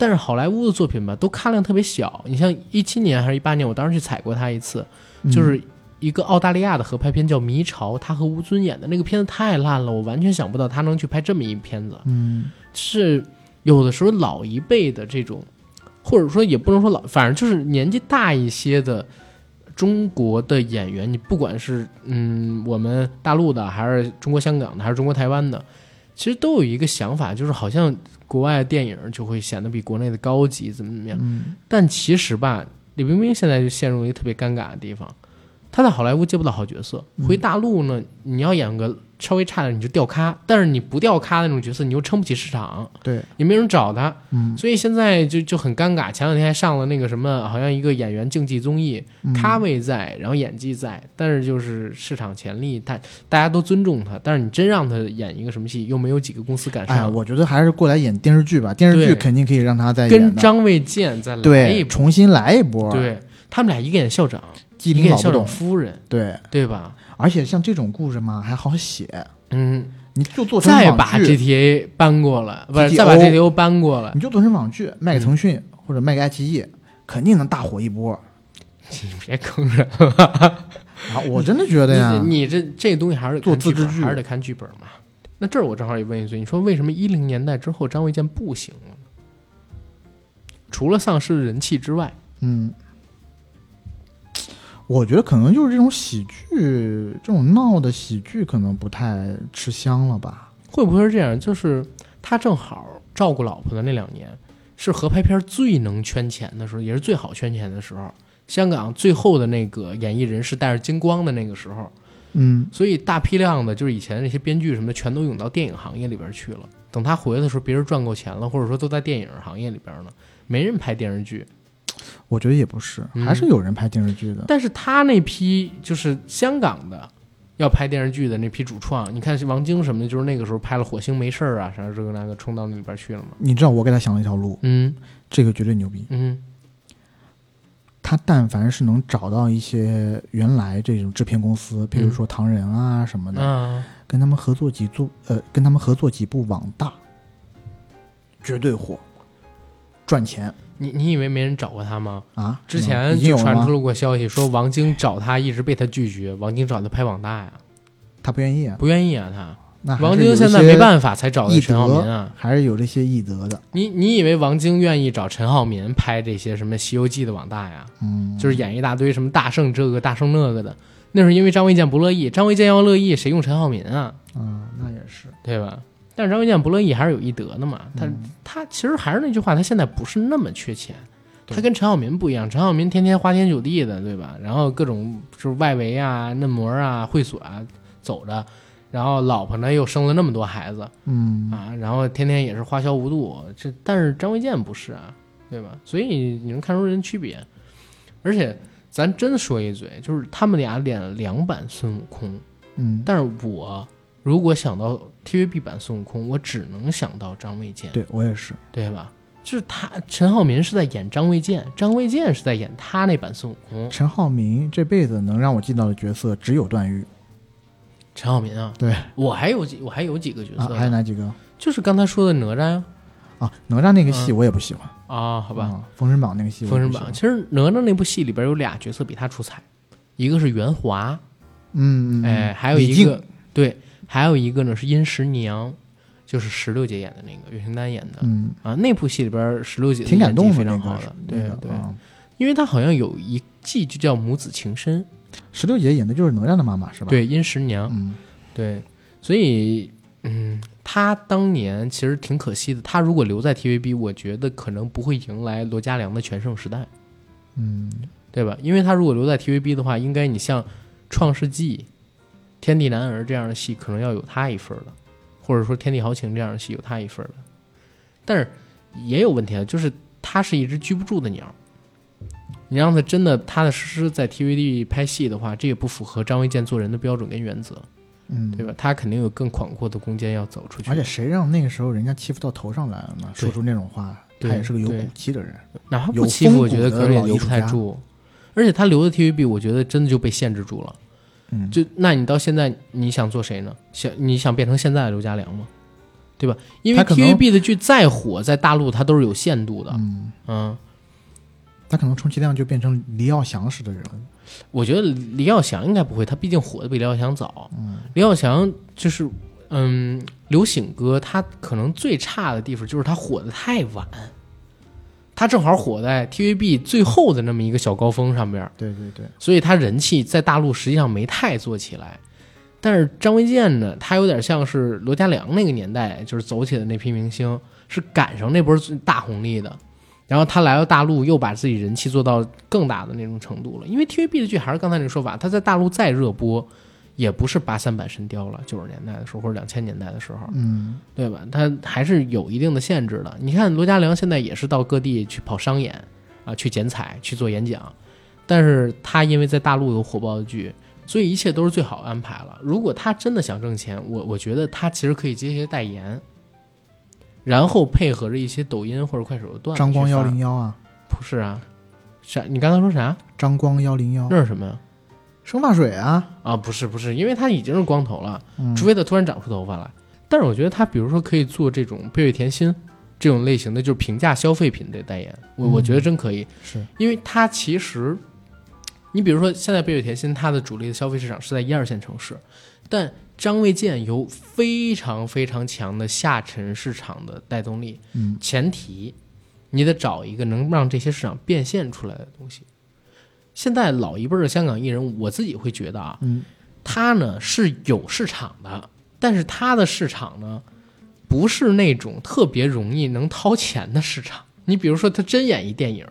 但是好莱坞的作品吧，都咖量特别小。你像一七年还是一八年，我当时去采过她一次，嗯就是一个澳大利亚的合拍片叫《迷巢》，他和吴尊演的那个片子太烂了，我完全想不到他能去拍这么一片子。嗯，是有的时候老一辈的这种，或者说也不能说老，反正就是年纪大一些的中国的演员，你不管是嗯我们大陆的，还是中国香港的，还是中国台湾的，其实都有一个想法，就是好像国外的电影就会显得比国内的高级，怎么怎么样。嗯但其实吧，李冰冰现在就陷入一个特别尴尬的地方，她在好莱坞接不到好角色，嗯回大陆呢，你要演个稍微差点你就掉咖，但是你不掉咖那种角色，你又撑不起市场，嗯对，也没人找她，嗯，所以现在就就很尴尬。前两天还上了那个什么，好像一个演员竞技综艺，嗯咖位在，然后演技在，但是就是市场潜力，他大家都尊重他，但是你真让他演一个什么戏，又没有几个公司敢哎，上。我觉得还是过来演电视剧吧，电视剧对肯定可以让他再演跟的，张卫健再来一对，部，重新来一波，，对他们俩一个演校长，机一个灵演老不校长懂，夫人，对，对吧？而且像这种故事嘛，还好写，嗯，你就做成再网把剧 GTA 搬过来，不是 GTO 再把 GTO 搬过来，你就做成网剧，嗯卖给腾讯、或者卖给爱奇艺，肯定能大火一波。你 [LAUGHS] 别坑人了。嗯啊，我真的觉得呀，你你这这东西还是得做看剧自制本剧还是得看剧本嘛。那这儿我正好也问一句，你说为什么一零年代之后张卫健不行了呢？除了丧失人气之外，嗯，我觉得可能就是这种喜剧，这种闹的喜剧可能不太吃香了吧。会不会是这样？就是他正好照顾老婆的那两年，是合拍片最能圈钱的时候，也是最好圈钱的时候。香港最后的那个演艺人是带着金光的那个时候，嗯，所以大批量的就是以前那些编剧什么的，全都涌到电影行业里边去了。等他回来的时候，别人赚够钱了，或者说都在电影行业里边了，没人拍电视剧。我觉得也不是，嗯还是有人拍电视剧的。但是他那批就是香港的要拍电视剧的那批主创，你看王晶什么的，就是那个时候拍了《火星没事儿》啊，啥这个那个，冲到那里边去了嘛。你知道我给他想了一条路，嗯这个绝对牛逼。嗯他但凡是能找到一些原来这种制片公司，比如说唐人啊什么的，啊，跟他们合作几部，呃，跟他们合作几部网大，绝对火，赚钱你你以为没人找过他吗？啊！之嗯前已经就有了传吗出了过消息，说王晶找他一直被他拒绝，王晶找他拍网大呀，他不愿意啊，不愿意啊他。那还是王有晶一现在些没办法才找的艺陈浩德民啊。还是有这些艺德的，你你以为王晶愿意找陈浩民拍这些什么《西游记》的网大呀？嗯，就是演一大堆什么大圣这个大圣那个的，那是因为张卫健不乐意，张卫健要乐意，谁用陈浩民啊？嗯，那也是，对吧？但是张卫健不乐意还是有艺德的嘛。他、嗯他其实还是那句话，他现在不是那么缺钱。对他跟陈浩民不一样，陈浩民天天花天酒地的，对吧？然后各种就是外围啊、嫩模啊、会所啊走着，然后老婆呢又生了那么多孩子嗯，啊，然后天天也是花销无度。这但是张卫健不是啊，对吧？所以你能看出人区别。而且咱真说一嘴，就是他们俩演两版孙悟空，嗯，但是我如果想到 TVB 版孙悟空，我只能想到张卫健，对我也是，对吧？就是他，陈浩民是在演张卫健，张卫健是在演他那版孙悟空。陈浩民这辈子能让我记到的角色只有段誉陈浩民啊，对我还有几，我还有几个角啊，色，还有哪几个就是刚才说的哪吒呀、啊？哪吒那个戏我也不喜欢，啊，好好吧，封神榜》那个戏， 《封神榜》，其实哪吒那部戏里边有俩角色比他出彩，一个是袁华，嗯，嗯，哎，嗯还有李一靖个对，还有一个呢是殷十娘，就是石榴姐演的那个岳仙丹演的、嗯，啊。那部戏里边石榴姐的挺感演技动的非那常个好是的，对那个对，啊因为他好像有一季就叫母子情深，石榴姐演的就是哪吒的妈妈是吧？，对，殷十娘，嗯，对，所以嗯，他当年其实挺可惜的，他如果留在 TVB，我觉得可能不会迎来罗嘉良的全盛时代，嗯，对吧？因为他如果留在 TVB 的话，应该你像《创世纪》《天地男儿》这样的戏，可能要有他一份儿的，或者说《天地豪情》这样的戏有他一份儿的。但是也有问题啊，就是它是一只居不住的鸟。你让它真的踏踏实实在 TVB 拍戏的话，这也不符合张卫健做人的标准跟原则，嗯，对吧？他肯定有更广阔的空间要走出去而。且谁让那个时候人家欺负到头上来了呢？对说出那种话，他对也是个有对骨气的人。哪怕有不欺负，风我觉得骨可的能也老留艺不术太家住。而且他留的 TVB，我觉得真的就被限制住了。嗯，就那你到现在你想做谁呢？想你想变成现在的刘家良吗？对吧？因为他可能 TVB 的剧再火，在大陆它都是有限度的。嗯，嗯，他可能充其量就变成黎耀祥式的人物。我觉得李耀祥应该不会，他毕竟火的比李耀祥早。嗯，李耀祥就是，嗯，刘醒哥他可能最差的地方就是他火的太晚，他正好火在 TVB 最后的那么一个小高峰上边儿，对对对，所以他人气在大陆实际上没太做起来。但是张卫健呢，他有点像是罗嘉良那个年代就是走起的那批明星，是赶上那波最大红利的。然后他来到大陆，又把自己人气做到更大的那种程度了。因为 TVB 的剧还是刚才那个说法，他在大陆再热播，也不是八三版《神雕》了，九十年代的时候或者两千年代的时候，嗯，对吧？它还是有一定的限制的。你看罗嘉良现在也是到各地去跑商演啊，去剪彩，去做演讲，但是他因为在大陆有火爆的剧，所以一切都是最好安排了。如果他真的想挣钱，我我觉得他其实可以接一些代言，然后配合着一些抖音或者快手的段子张光去发幺零幺啊，不是啊？啥？你刚才说啥？张光幺零幺，那是什么呀？生发水啊，啊，不是不是，因为他已经是光头了，嗯除非他突然长出头发来。但是我觉得他，比如说可以做这种贝瑞甜心这种类型的，就是平价消费品的代言，我、我觉得真可以，是因为他其实，你比如说现在贝瑞甜心它的主力的消费市场是在一二线城市，但张卫健有非常非常强的下沉市场的带动力，嗯前提你得找一个能让这些市场变现出来的东西。现在老一辈儿的香港艺人，我自己会觉得啊，嗯他呢是有市场的，但是他的市场呢，不是那种特别容易能掏钱的市场。你比如说，他真演一电影，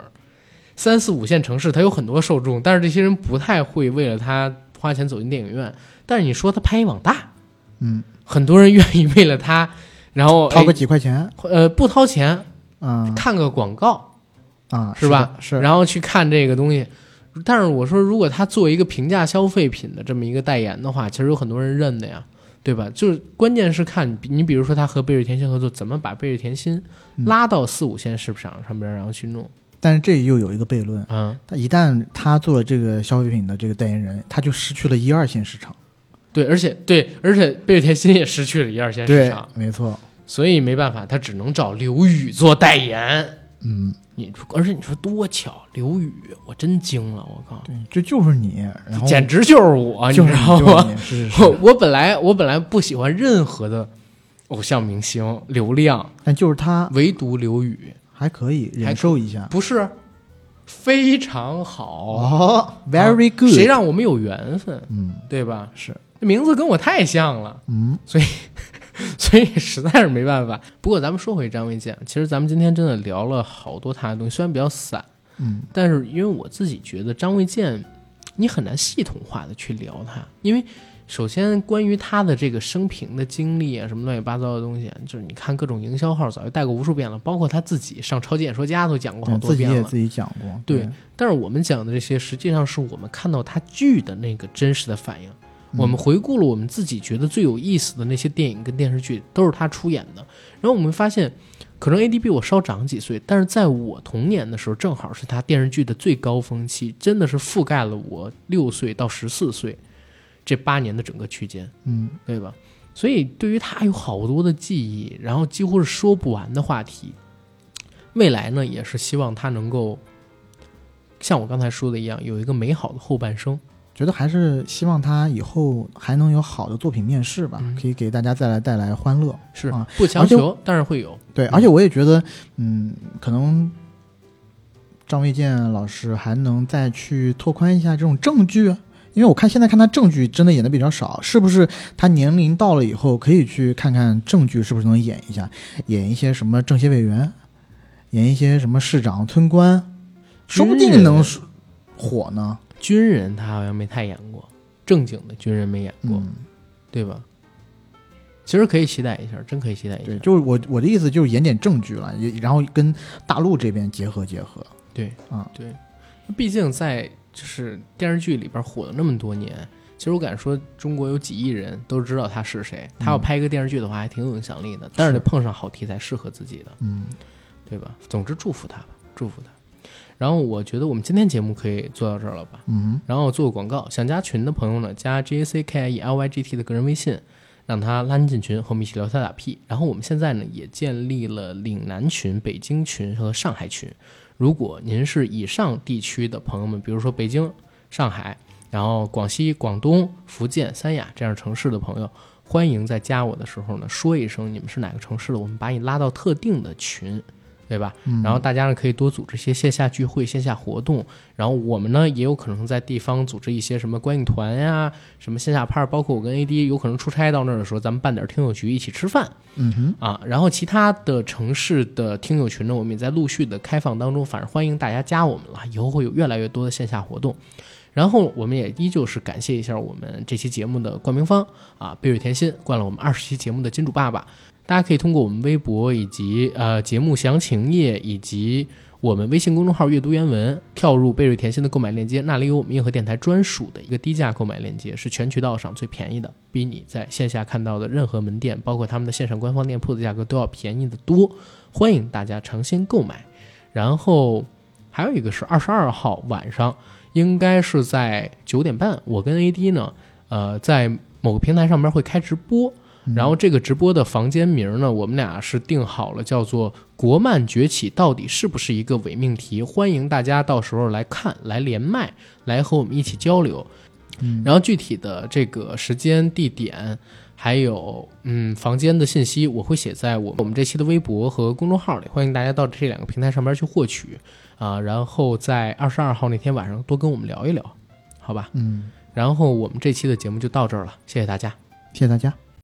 三四五线城市他有很多受众，但是这些人不太会为了他花钱走进电影院。但是你说他拍一网大，嗯，很多人愿意为了他，然后掏个哎几块钱，呃不掏钱嗯看个广告，啊，是吧的是，然后去看这个东西。但是我说，如果他做一个平价消费品的这么一个代言的话，其实有很多人认的呀，对吧？就是关键是看比你，比如说他和贝瑞甜心合作，怎么把贝瑞甜心嗯拉到四五线市场上边，然后去弄，但是这又有一个悖论，嗯，他一旦他做了这个消费品的这个代言人，他就失去了一二线市场。对，而且对，而且贝瑞甜心也失去了一二线市场，没错，所以没办法，他只能找刘宇做代言。嗯，你说而且你说多巧，刘宇，我真惊了，我靠，对，这就是你，然后简直就是我，就是你知道就是吗？你，是是我 [LAUGHS] 是，我本来我本来不喜欢任何的偶像明星流量，但就是他唯独刘宇还可以还忍受一下。不是非常好，哦谁，very good，让我们有缘分，嗯对吧？是，这名字跟我太像了。嗯， [LAUGHS] 所以实在是没办法。不过咱们说回张卫健，其实咱们今天真的聊了好多他的东西，虽然比较散，嗯，但是因为我自己觉得张卫健，你很难系统化的去聊他，因为首先关于他的这个生平的经历啊，什么乱七八糟的东西啊，就是你看各种营销号早就带过无数遍了，包括他自己上超级演说家都讲过好对多自己遍也了。自己讲过，对对，但是我们讲的这些，实际上是我们看到他剧的那个真实的反应。嗯我们回顾了我们自己觉得最有意思的那些电影跟电视剧，都是他出演的。然后我们发现，可能 A D B 我稍长几岁，但是在我童年的时候，正好是他电视剧的最高峰期，真的是覆盖了我六岁到十四岁这八年的整个区间，嗯，对吧？所以对于他有好多的记忆，然后几乎是说不完的话题。未来呢，也是希望他能够像我刚才说的一样，有一个美好的后半生。觉得还是希望他以后还能有好的作品面世吧嗯，可以给大家再来带来欢乐。是啊不强而且求，但是会有。对，而且我也觉得，嗯，可能张卫健老师还能再去拓宽一下这种正剧，因为我看现在看他正剧真的演的比较少，是不是他年龄到了以后可以去看看正剧是不是能演一下，演一些什么政协委员，演一些什么市长、村官，说不定能火呢。军人他好像没太演过，正经的军人没演过，嗯，对吧？其实可以期待一下，真可以期待一下。对，就是我我的意思就是演点正剧了，也然后跟大陆这边结合结合。对，啊对，毕竟在就是电视剧里边火了那么多年，其实我敢说，中国有几亿人都知道他是谁。他要嗯拍一个电视剧的话，还挺有影响力的，但是得碰上好题材，适合自己的，嗯，对吧？总之，祝福他吧，祝福他。然后我觉得我们今天节目可以做到这儿了吧？嗯，然后做个广告，想加群的朋友呢，加 J A C K I E L Y G T 的个人微信，让他拉你进群，和我们一起聊天打屁。然后我们现在呢也建立了岭南群、北京群和上海群。如果您是以上地区的朋友们，比如说北京、上海，然后广西、广东、福建、三亚这样城市的朋友，欢迎在加我的时候呢说一声你们是哪个城市的，我们把你拉到特定的群，对吧？嗯然后大家呢可以多组织一些线下聚会、线下活动，然后我们呢也有可能在地方组织一些什么观影团呀、什么线下派儿，包括我跟 AD 有可能出差到那儿的时候，咱们办点听友局一起吃饭嗯哼，啊。然后其他的城市的听友群呢，我们也在陆续的开放当中，反正欢迎大家加我们了，以后会有越来越多的线下活动。然后我们也依旧是感谢一下我们这期节目的冠名方啊，贝瑞甜心冠了我们二十期节目的金主爸爸。大家可以通过我们微博以及呃节目详情页以及我们微信公众号“阅读原文”跳入贝瑞甜心的购买链接，那里有我们硬核电台专属的一个低价购买链接，是全渠道上最便宜的，比你在线下看到的任何门店，包括他们的线上官方店铺的价格都要便宜的多。欢迎大家尝鲜购买。然后还有一个是二十二号晚上，应该是在九点半，我跟 AD 呢，呃，在某个平台上面会开直播。然后这个直播的房间名呢，我们俩是定好了，叫做“国漫崛起到底是不是一个伪命题”，欢迎大家到时候来看、来连麦、来和我们一起交流。嗯然后具体的这个时间、地点，还有嗯房间的信息，我会写在我我们这期的微博和公众号里，欢迎大家到这两个平台上边去获取啊、然后在二十二号那天晚上多跟我们聊一聊，好吧？嗯，然后我们这期的节目就到这儿了，谢谢大家。谢谢大家。